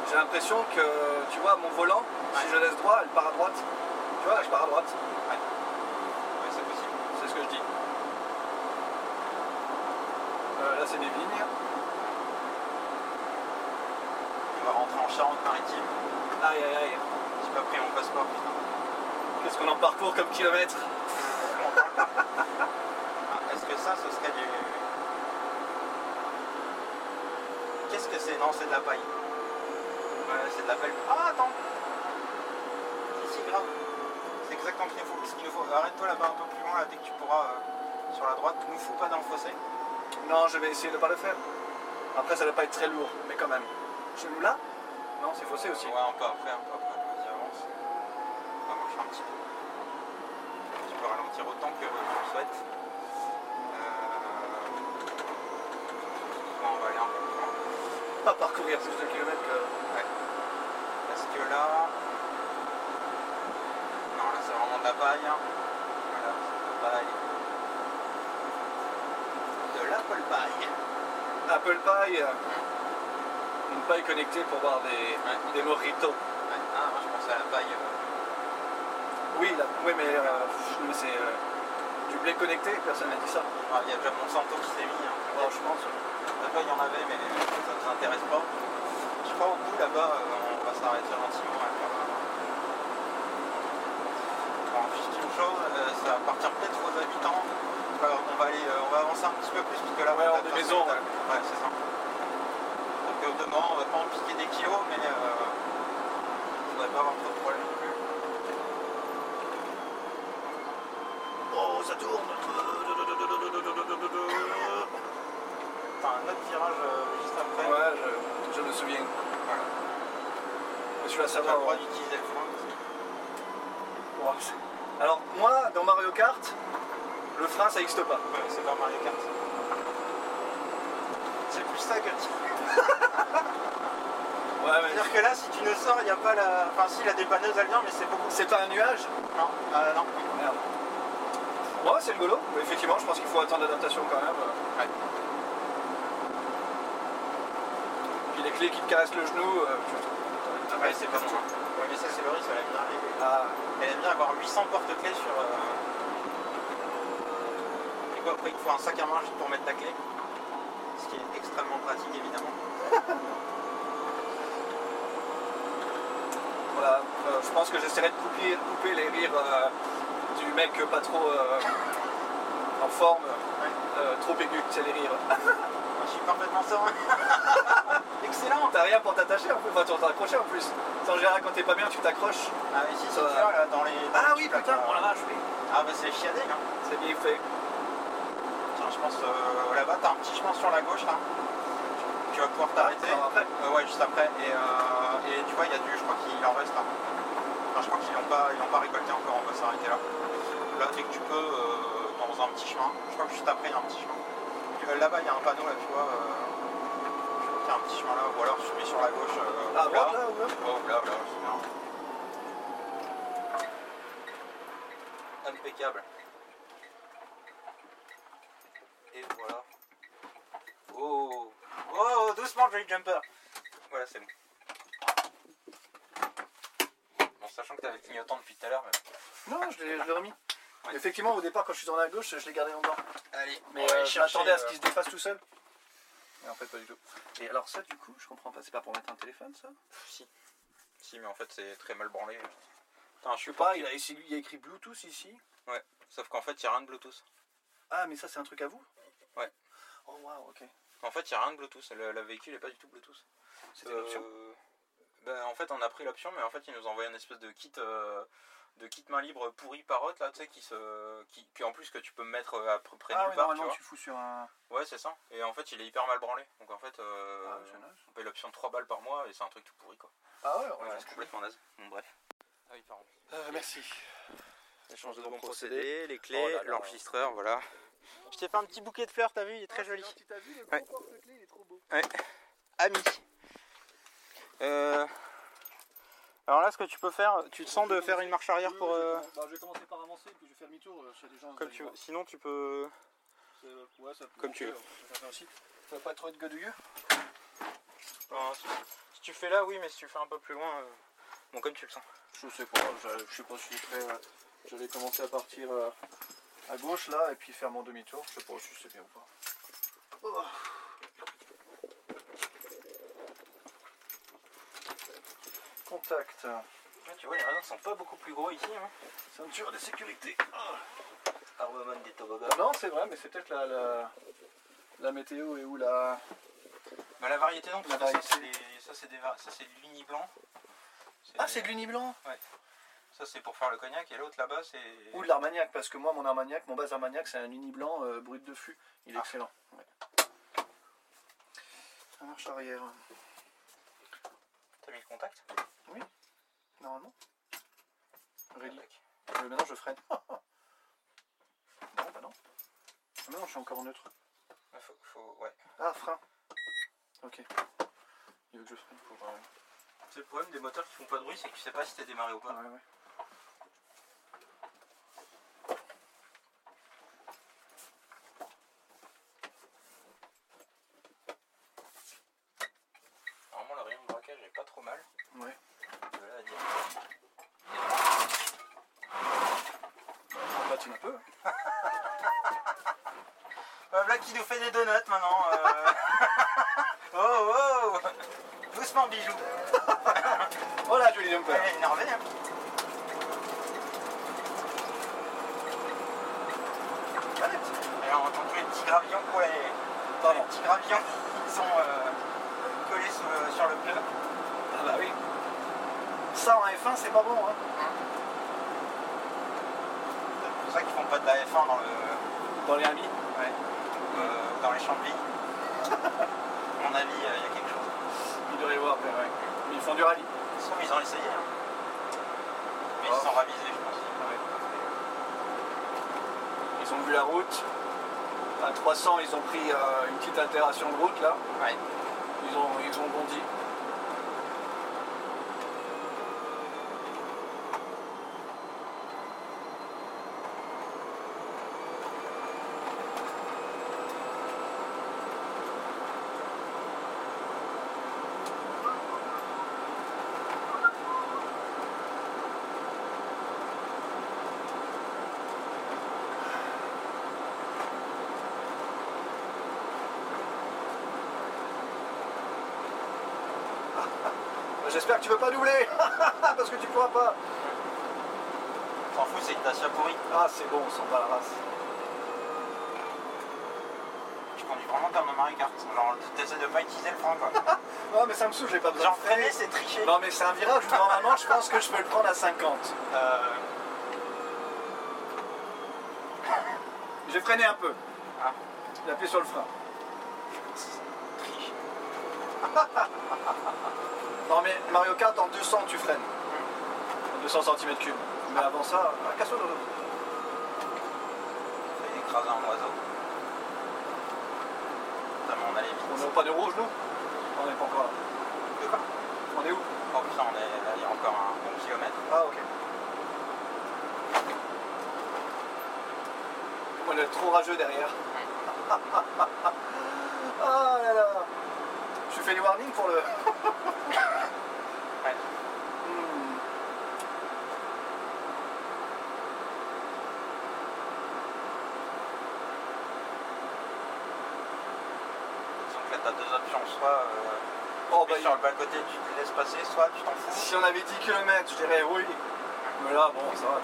S9: j'ai l'impression que, tu vois, mon volant, si je laisse droit, elle part à droite. Tu vois, là, je pars à droite.
S6: Ouais. Ouais, c'est possible.
S9: C'est ce que je dis. Euh, là, c'est des vignes.
S6: On va rentrer en Charente-Maritime.
S9: Aïe, aïe, aïe.
S6: J'ai pas pris mon passeport, putain.
S9: Qu'est-ce qu'on en parcourt comme kilomètres
S6: Ah, Est-ce que ça, ce serait du. Qu'est-ce que c'est Non, c'est de la paille. Ouais, c'est de la paille. Ah, attends Si, si, grave. C'est exactement ce qu'il nous faut. Ce qu'il nous faut. Arrête-toi là-bas un peu plus loin, là, dès que tu pourras, euh, sur la droite. Nous fous pas dans le fossé.
S9: Non, je vais essayer de ne pas le faire. Après, ça ne va pas être très lourd, mais quand même. Celui là Non, c'est faussé aussi.
S6: Ouais, un peu après, un peu après. Vas-y, avance. On va marcher un petit peu. Tu peux ralentir autant que tu le souhaites. Euh, bon, on va aller un peu plus loin.
S9: Pas parcourir plus de kilomètres que...
S6: Parce que là. Non, là c'est vraiment de la paille. hein. Voilà, c'est de la paille. De l'apple paille.
S9: Apple Pie, euh, une paille connectée pour boire des, des mojitos.
S6: Ouais, ah, moi je pensais à la paille. euh,
S9: Oui, là, oui mais, euh, pff, mais c'est euh, du blé connecté, personne n'a dit ça.
S6: ah, Il y a déjà Monsanto qui s'est mis. hein.
S9: Franchement,
S6: La paille, il y en avait, mais ça ne nous intéresse pas. Je crois au bout là-bas, euh, on va s'arrêter gentiment. à faire, euh, Bon, juste une chose, euh, ça va partir peut-être aux habitants. Alors, on va aller, euh, on va avancer un petit peu plus, parce que là,
S9: Ah Ouais,
S6: on
S9: hors des maisons,
S6: Ouais, c'est ça. Donc, euh, demain, on va pas en piquer des kilos, mais euh, on ne pas avoir trop de problèmes non plus.
S9: Oh, ça tourne
S6: Enfin, un autre virage euh, juste après.
S9: Ouais, je, je me souviens.
S6: Voilà.
S9: Je suis là,
S6: Ça
S9: ça
S6: va
S9: va.
S6: le droit
S9: ouais.
S6: d'utiliser le frein. aussi.
S9: Ouais, c'est- Alors, moi, dans Mario Kart, le frein, ça n'existe pas.
S6: Ouais, c'est pas Mario Kart. C'est plus ça que tu
S9: Ouais, mais
S6: C'est-à-dire que là, si tu ne sors, il n'y a pas la. Enfin, si la dépanneuse, elle vient, mais c'est beaucoup.
S9: c'est pas un nuage
S6: Non, euh, non.
S9: Ah, Merde. Ouais, c'est rigolo. Mais effectivement, je pense qu'il faut attendre l'adaptation quand même. euh.
S6: Ouais.
S9: Puis les clés qui te caressent le genou. euh, tu-
S6: Ouais, c'est pas bon. hein. Ouais, mais ça, c'est Loris, elle aime bien les-
S9: Ah,
S6: Elle aime bien avoir 800 porte-clés sur. euh, Et quoi, après, il te faut un sac à main juste pour mettre ta clé. Ce qui est extrêmement pratique, évidemment.
S9: voilà. Euh, je pense que j'essaierai de couper, couper les rires euh, du mec pas trop euh, en forme, euh, trop aigu, c'est les rires.
S6: Ah, Je suis parfaitement serein.
S9: Excellent, t'as rien pour t'attacher en plus, enfin tu vas t'accrocher en plus. En général, quand t'es pas bien, tu t'accroches.
S6: Ah, mais si, si, tu
S9: Ça va.
S6: vois, là, dans les.
S9: Ah oui, putain, oh la vache, oui.
S6: Ah, bah, c'est chiadé, hein.
S9: C'est bien fait.
S6: Tiens, je pense euh, là-bas, t'as un petit chemin sur la gauche là. Tu
S5: vas pouvoir t'arrêter. Euh, ouais, juste après. Et, euh, et tu vois, il y a du, je crois qu'il en reste. hein. Enfin, je crois qu'ils n'ont pas, ils l'ont pas récolté encore. On va s'arrêter là. Là, dès que tu peux, euh, dans un petit chemin. Je crois que juste après, il y a un petit chemin. Et, euh, Là-bas, il y a un panneau, là, tu vois. euh, il y a un petit chemin là. Ou alors, tu mets sur la gauche. euh,
S9: Ah,
S5: ou là.
S9: droite, là, ou là
S5: Ouais, ou là, ou là, c'est bien. Impeccable. Et voilà. Oh, oh, doucement, joli jumper. Voilà, c'est bon. Bon, sachant que t'avais clignotant depuis tout à l'heure, mais.
S9: Non, je l'ai je l'ai remis. Effectivement, au départ, quand je suis dans la gauche, je l'ai gardé longtemps.
S5: Allez,
S9: Mais euh, je m'attendais à ce qu'il se défasse tout seul. Mais en fait, pas du tout. Et alors, ça, du coup, je comprends pas. C'est pas pour mettre un téléphone, ça
S5: Si. Si, mais en fait, c'est très mal branlé. Putain, je
S9: Je sais pas, il a, essayé- il y a écrit Bluetooth ici.
S5: Ouais, sauf qu'en fait, il n'y a rien de Bluetooth.
S9: Ah, mais ça, c'est un truc à vous
S5: Ouais.
S9: Oh, waouh, ok.
S5: En fait, il n'y a rien de Bluetooth. Le, la véhicule n'est pas du tout Bluetooth.
S9: C'était l'option
S5: Euh, ben, En fait, on a pris l'option, mais en fait, ils nous envoient une espèce de kit. euh, de kit main libre pourri parotte là tu sais qui se qui, qui, en plus que tu peux mettre euh, à peu près
S9: Ah,
S5: nulle
S9: ouais,
S5: part tu
S9: normalement,
S5: vois
S9: tu fous sur un.
S5: ouais c'est ça et en fait il est hyper mal branlé donc en fait euh, on paye l'option 3 balles par mois et c'est un truc tout pourri quoi
S9: Ah, ouais,
S5: Ouais, c'est complètement naze bon bref ah oui pardon
S9: Euh, merci.
S5: Échange de bons procédés, les clés, l'enregistreur, voilà. Je t'ai fait un petit bouquet de fleurs, Ah, t'as vu, il est très joli. Ouais. Ouais. Ami. Euh, Alors là, ce que tu peux faire, tu te sens de faire une marche arrière pour. euh,
S9: bah, je vais commencer par avancer, puis je vais faire demi-tour euh, chez les gens.
S5: Comme tu veux. Sinon, tu peux.
S9: Euh, Ouais, ça peut
S5: Comme tu veux.
S9: Ça va pas trop être godouilleux
S5: Non, si, si tu fais là, oui, mais si tu fais un peu plus loin, euh, bon, comme tu le sens.
S9: Je sais pas, je, je sais pas si je suis prêt. euh, J'allais commencer à partir euh, à gauche là et puis faire mon demi-tour. Je sais pas si c'est bien ou pas. Oh. Contact.
S5: Ouais, tu vois, les radins sont pas beaucoup plus gros ici. Hein.
S9: Ceinture de sécurité.
S5: Armement des toboggans.
S9: Ah non, c'est vrai, mais c'est peut-être la, la, la météo et où la.
S5: Bah, la variété, non, parce
S9: La
S5: que ça,
S9: variété.
S5: c'est des- ça, c'est des var- ça, c'est de l'uni blanc.
S9: Ah, c'est de l'uni blanc
S5: Ouais. Ça, c'est pour faire le cognac, et l'autre là-bas, c'est.
S9: Ou de l'armagnac, parce que moi, mon armagnac, mon bas armagnac, c'est un uni blanc euh, brut de fût. Il est excellent. Ouais. Ça marche arrière.
S5: T'as mis le contact
S9: Oui, normalement. Ready. Euh, maintenant je freine. non, bah non. Ah, mais non, je suis encore en neutre.
S5: Ouais, Faut, faut, ouais.
S9: Ah, frein. Ok. Il veut que je freine pour. euh,
S5: C'est le problème des moteurs qui font pas de bruit, c'est que tu sais pas si t'es démarré ou pas.
S9: Ouais, ouais.
S5: Normalement, le rayon de braquage est pas trop mal.
S9: Ouais.
S5: De là à dire.
S9: On patine un peu. hein.
S5: Euh, Black qui nous fait des donuts maintenant. euh. oh oh Doucement, bijou
S9: Voilà, Oh, joli jumper.
S5: Elle est énervée, hein. Elle a entendu les petits gravillons pour les. les petits gravillons qui sont euh, collés sur le, sur le pneu.
S9: Ah bah oui. Ça en F1, c'est pas bon, hein.
S5: C'est pour ça qu'ils font pas de la F1 dans le. Dans les amis Ouais. Euh, dans les champs de vie. À mon avis, euh, il y a quelque chose.
S9: Ils devraient voir, mais ouais. Mais ils font du rallye.
S5: Ça se trouve, ils ont essayé. hein. Mais ils se sont ravisés, je pense.
S9: Ils ont vu la route. À 300, ils ont pris euh, une petite altération de route là. Ils ont, ils ont bondi. J'espère que tu veux pas doubler parce que tu pourras pas.
S5: T'en fous, c'est une Dacia pourrie.
S9: Ah, c'est bon, on s'en bat la race.
S5: Je conduis vraiment comme un Mario Kart. Genre, t'essaies de pas utiliser le frein, quoi.
S9: Non, mais ça me saoule, j'ai pas besoin
S5: Genre,
S9: de freiner.
S5: freiner, c'est tricher.
S9: Non, mais c'est un virage où normalement je pense que je peux le prendre à 50.
S5: Euh,
S9: J'ai freiné un peu.
S5: Ah.
S9: J'ai appuyé sur le frein.
S5: triche.
S9: non mais Mario Kart en 200 tu freines. 200 cm3. Mais avant ça, un casse dodo.
S5: Il écrase un oiseau.
S9: Putain, mais on allait vite. On est au pas de rouge nous On n'est pas encore là.
S5: De quoi
S9: On est où
S5: Oh putain, on est, là, il y a encore un bon kilomètre.
S9: Ah ok. On est trop rageux derrière. ah là là. Je fais les warnings pour le.
S5: Ouais.
S9: Hmm. Disons
S5: que là, t'as deux options. Soit euh,
S9: Oh,
S5: tu
S9: bah,
S5: mets sur le bas-côté, tu te laisses passer, soit tu t'en fous.
S9: Si on avait 10 km, je dirais oui. Mais là, bon, ça va.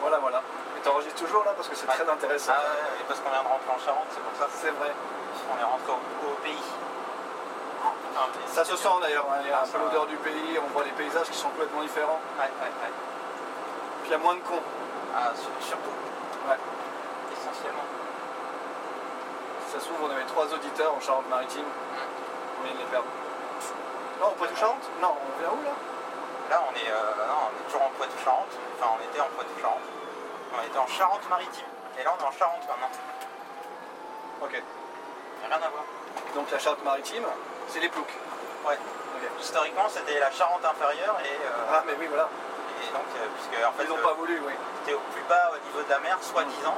S9: Voilà, voilà. Mais t'enregistres toujours là parce que c'est très intéressant.
S5: Ah ouais, et parce qu'on vient de rentrer en Charente, c'est pour ça.
S9: C'est vrai.
S5: On est rentré au, au pays. Putain, mais
S9: Ça se
S5: c'est
S9: sent
S5: bien.
S9: d'ailleurs, hein, il y a
S5: Ah,
S9: un
S5: ça-
S9: peu l'odeur du pays, on voit les paysages qui sont complètement différents.
S5: Ouais, ouais, ouais.
S9: Puis il y a moins de cons.
S5: Ah, sur- surtout,
S9: Ouais.
S5: essentiellement.
S9: Si ça se trouve, on avait trois auditeurs en Charente-Maritime. On
S5: Mm.
S9: vient de les perdre. Non, on peut de Charente Non, on vient où là
S5: Là, on est, euh, non, on est toujours en Poitou-Charente. Enfin, on était en Poitou-Charente. On était en Charente-Maritime. Et là, on est en Charente maintenant.
S9: Ok.
S5: Rien à voir.
S9: Donc la Charente-Maritime, c'est les ploucs.
S5: Ouais.
S9: Ok.
S5: Historiquement, c'était la Charente inférieure et, euh,
S9: Ah, mais oui, voilà.
S5: et donc, euh, puisque en fait,
S9: Ils n'ont
S5: euh,
S9: pas voulu, oui. Mm-hmm.
S5: c'était au plus bas au niveau de la mer, soi-disant.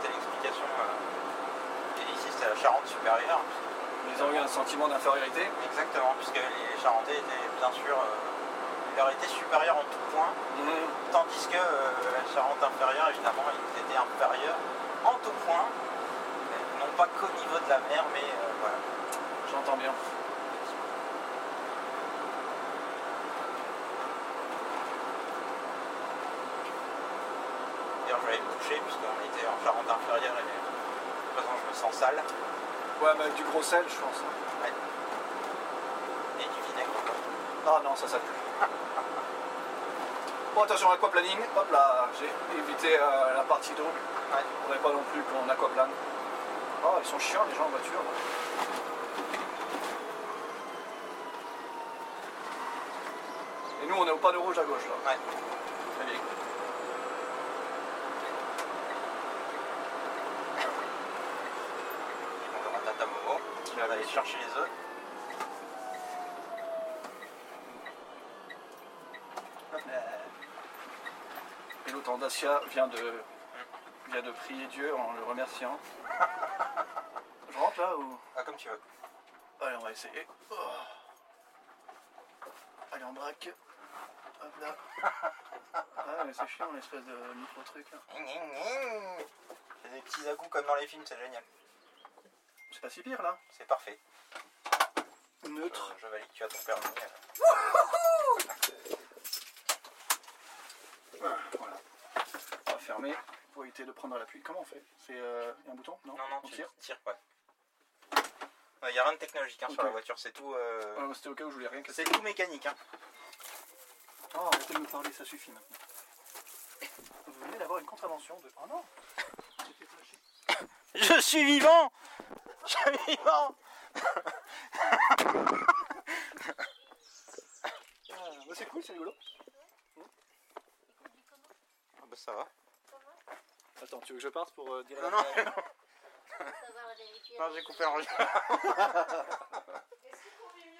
S5: C'était l'explication. euh, et ici, c'était la Charente supérieure.
S9: Ils ont eu un sentiment d'infériorité.
S5: Exactement, puisque les Charentais étaient bien sûr. euh, leur étaient supérieurs en tout point,
S9: Mm-hmm.
S5: tandis que euh, la Charente inférieure, évidemment, ils étaient inférieurs en tout point, euh, non pas qu'au niveau de la mer, mais euh, voilà.
S9: J'entends bien.
S5: D'ailleurs, je vais me coucher, puisqu'on était en Charente inférieure et présent, je me sens sale.
S9: Ouais, mais avec du gros sel, je pense. hein.
S5: Ouais. Et du vinaigre. quoi.
S9: Ah non, ça, ça pue. bon, attention, aquaplaning. Hop là, j'ai évité euh, la partie d'eau. On n'est pas non plus qu'on aquaplane. Oh, ils sont chiants, les gens en voiture. Et nous, on est au panneau rouge à gauche, là.
S5: Ouais.
S9: Très bien.
S5: Donc, on a Tata Momo qui va aller chercher les œufs.
S9: Et l'autant Dacia vient de, vient de prier Dieu en le remerciant. Je rentre là ou
S5: Ah, comme tu veux.
S9: Allez, on va essayer. Oh. Allez, on braque. Hop là. Ah, mais c'est chiant, l'espèce de micro-truc là.
S5: C'est des petits à comme dans les films, c'est génial.
S9: C'est pas si pire là.
S5: C'est parfait.
S9: Neutre.
S5: Je valide, tu as ton permis. euh.
S9: Voilà. On va fermer pour éviter de prendre l'appui. Comment on fait C'est euh, y a un bouton Non,
S5: Non, non,
S9: on
S5: tu
S9: tire.
S5: tires, ouais. Il n'y a rien de technologique hein, sur
S9: Ok.
S5: la voiture, c'est tout, euh,
S9: Ouais, mais C'était au cas où je voulais rien casser.
S5: c'est tout mécanique. hein.
S9: Oh, arrêtez de me parler, ça suffit maintenant. Vous venez d'avoir une contravention de. Oh non C'était flashé.
S5: Je suis vivant Je suis vivant
S9: Ah, bah, c'est cool, c'est rigolo.
S5: Hmm. Ah bah ça va.
S9: Attends, tu veux que je parte pour euh, dire
S5: Non,
S9: la-
S5: non, non j'ai coupé l'enregistrement.
S7: Est-ce que pour vivre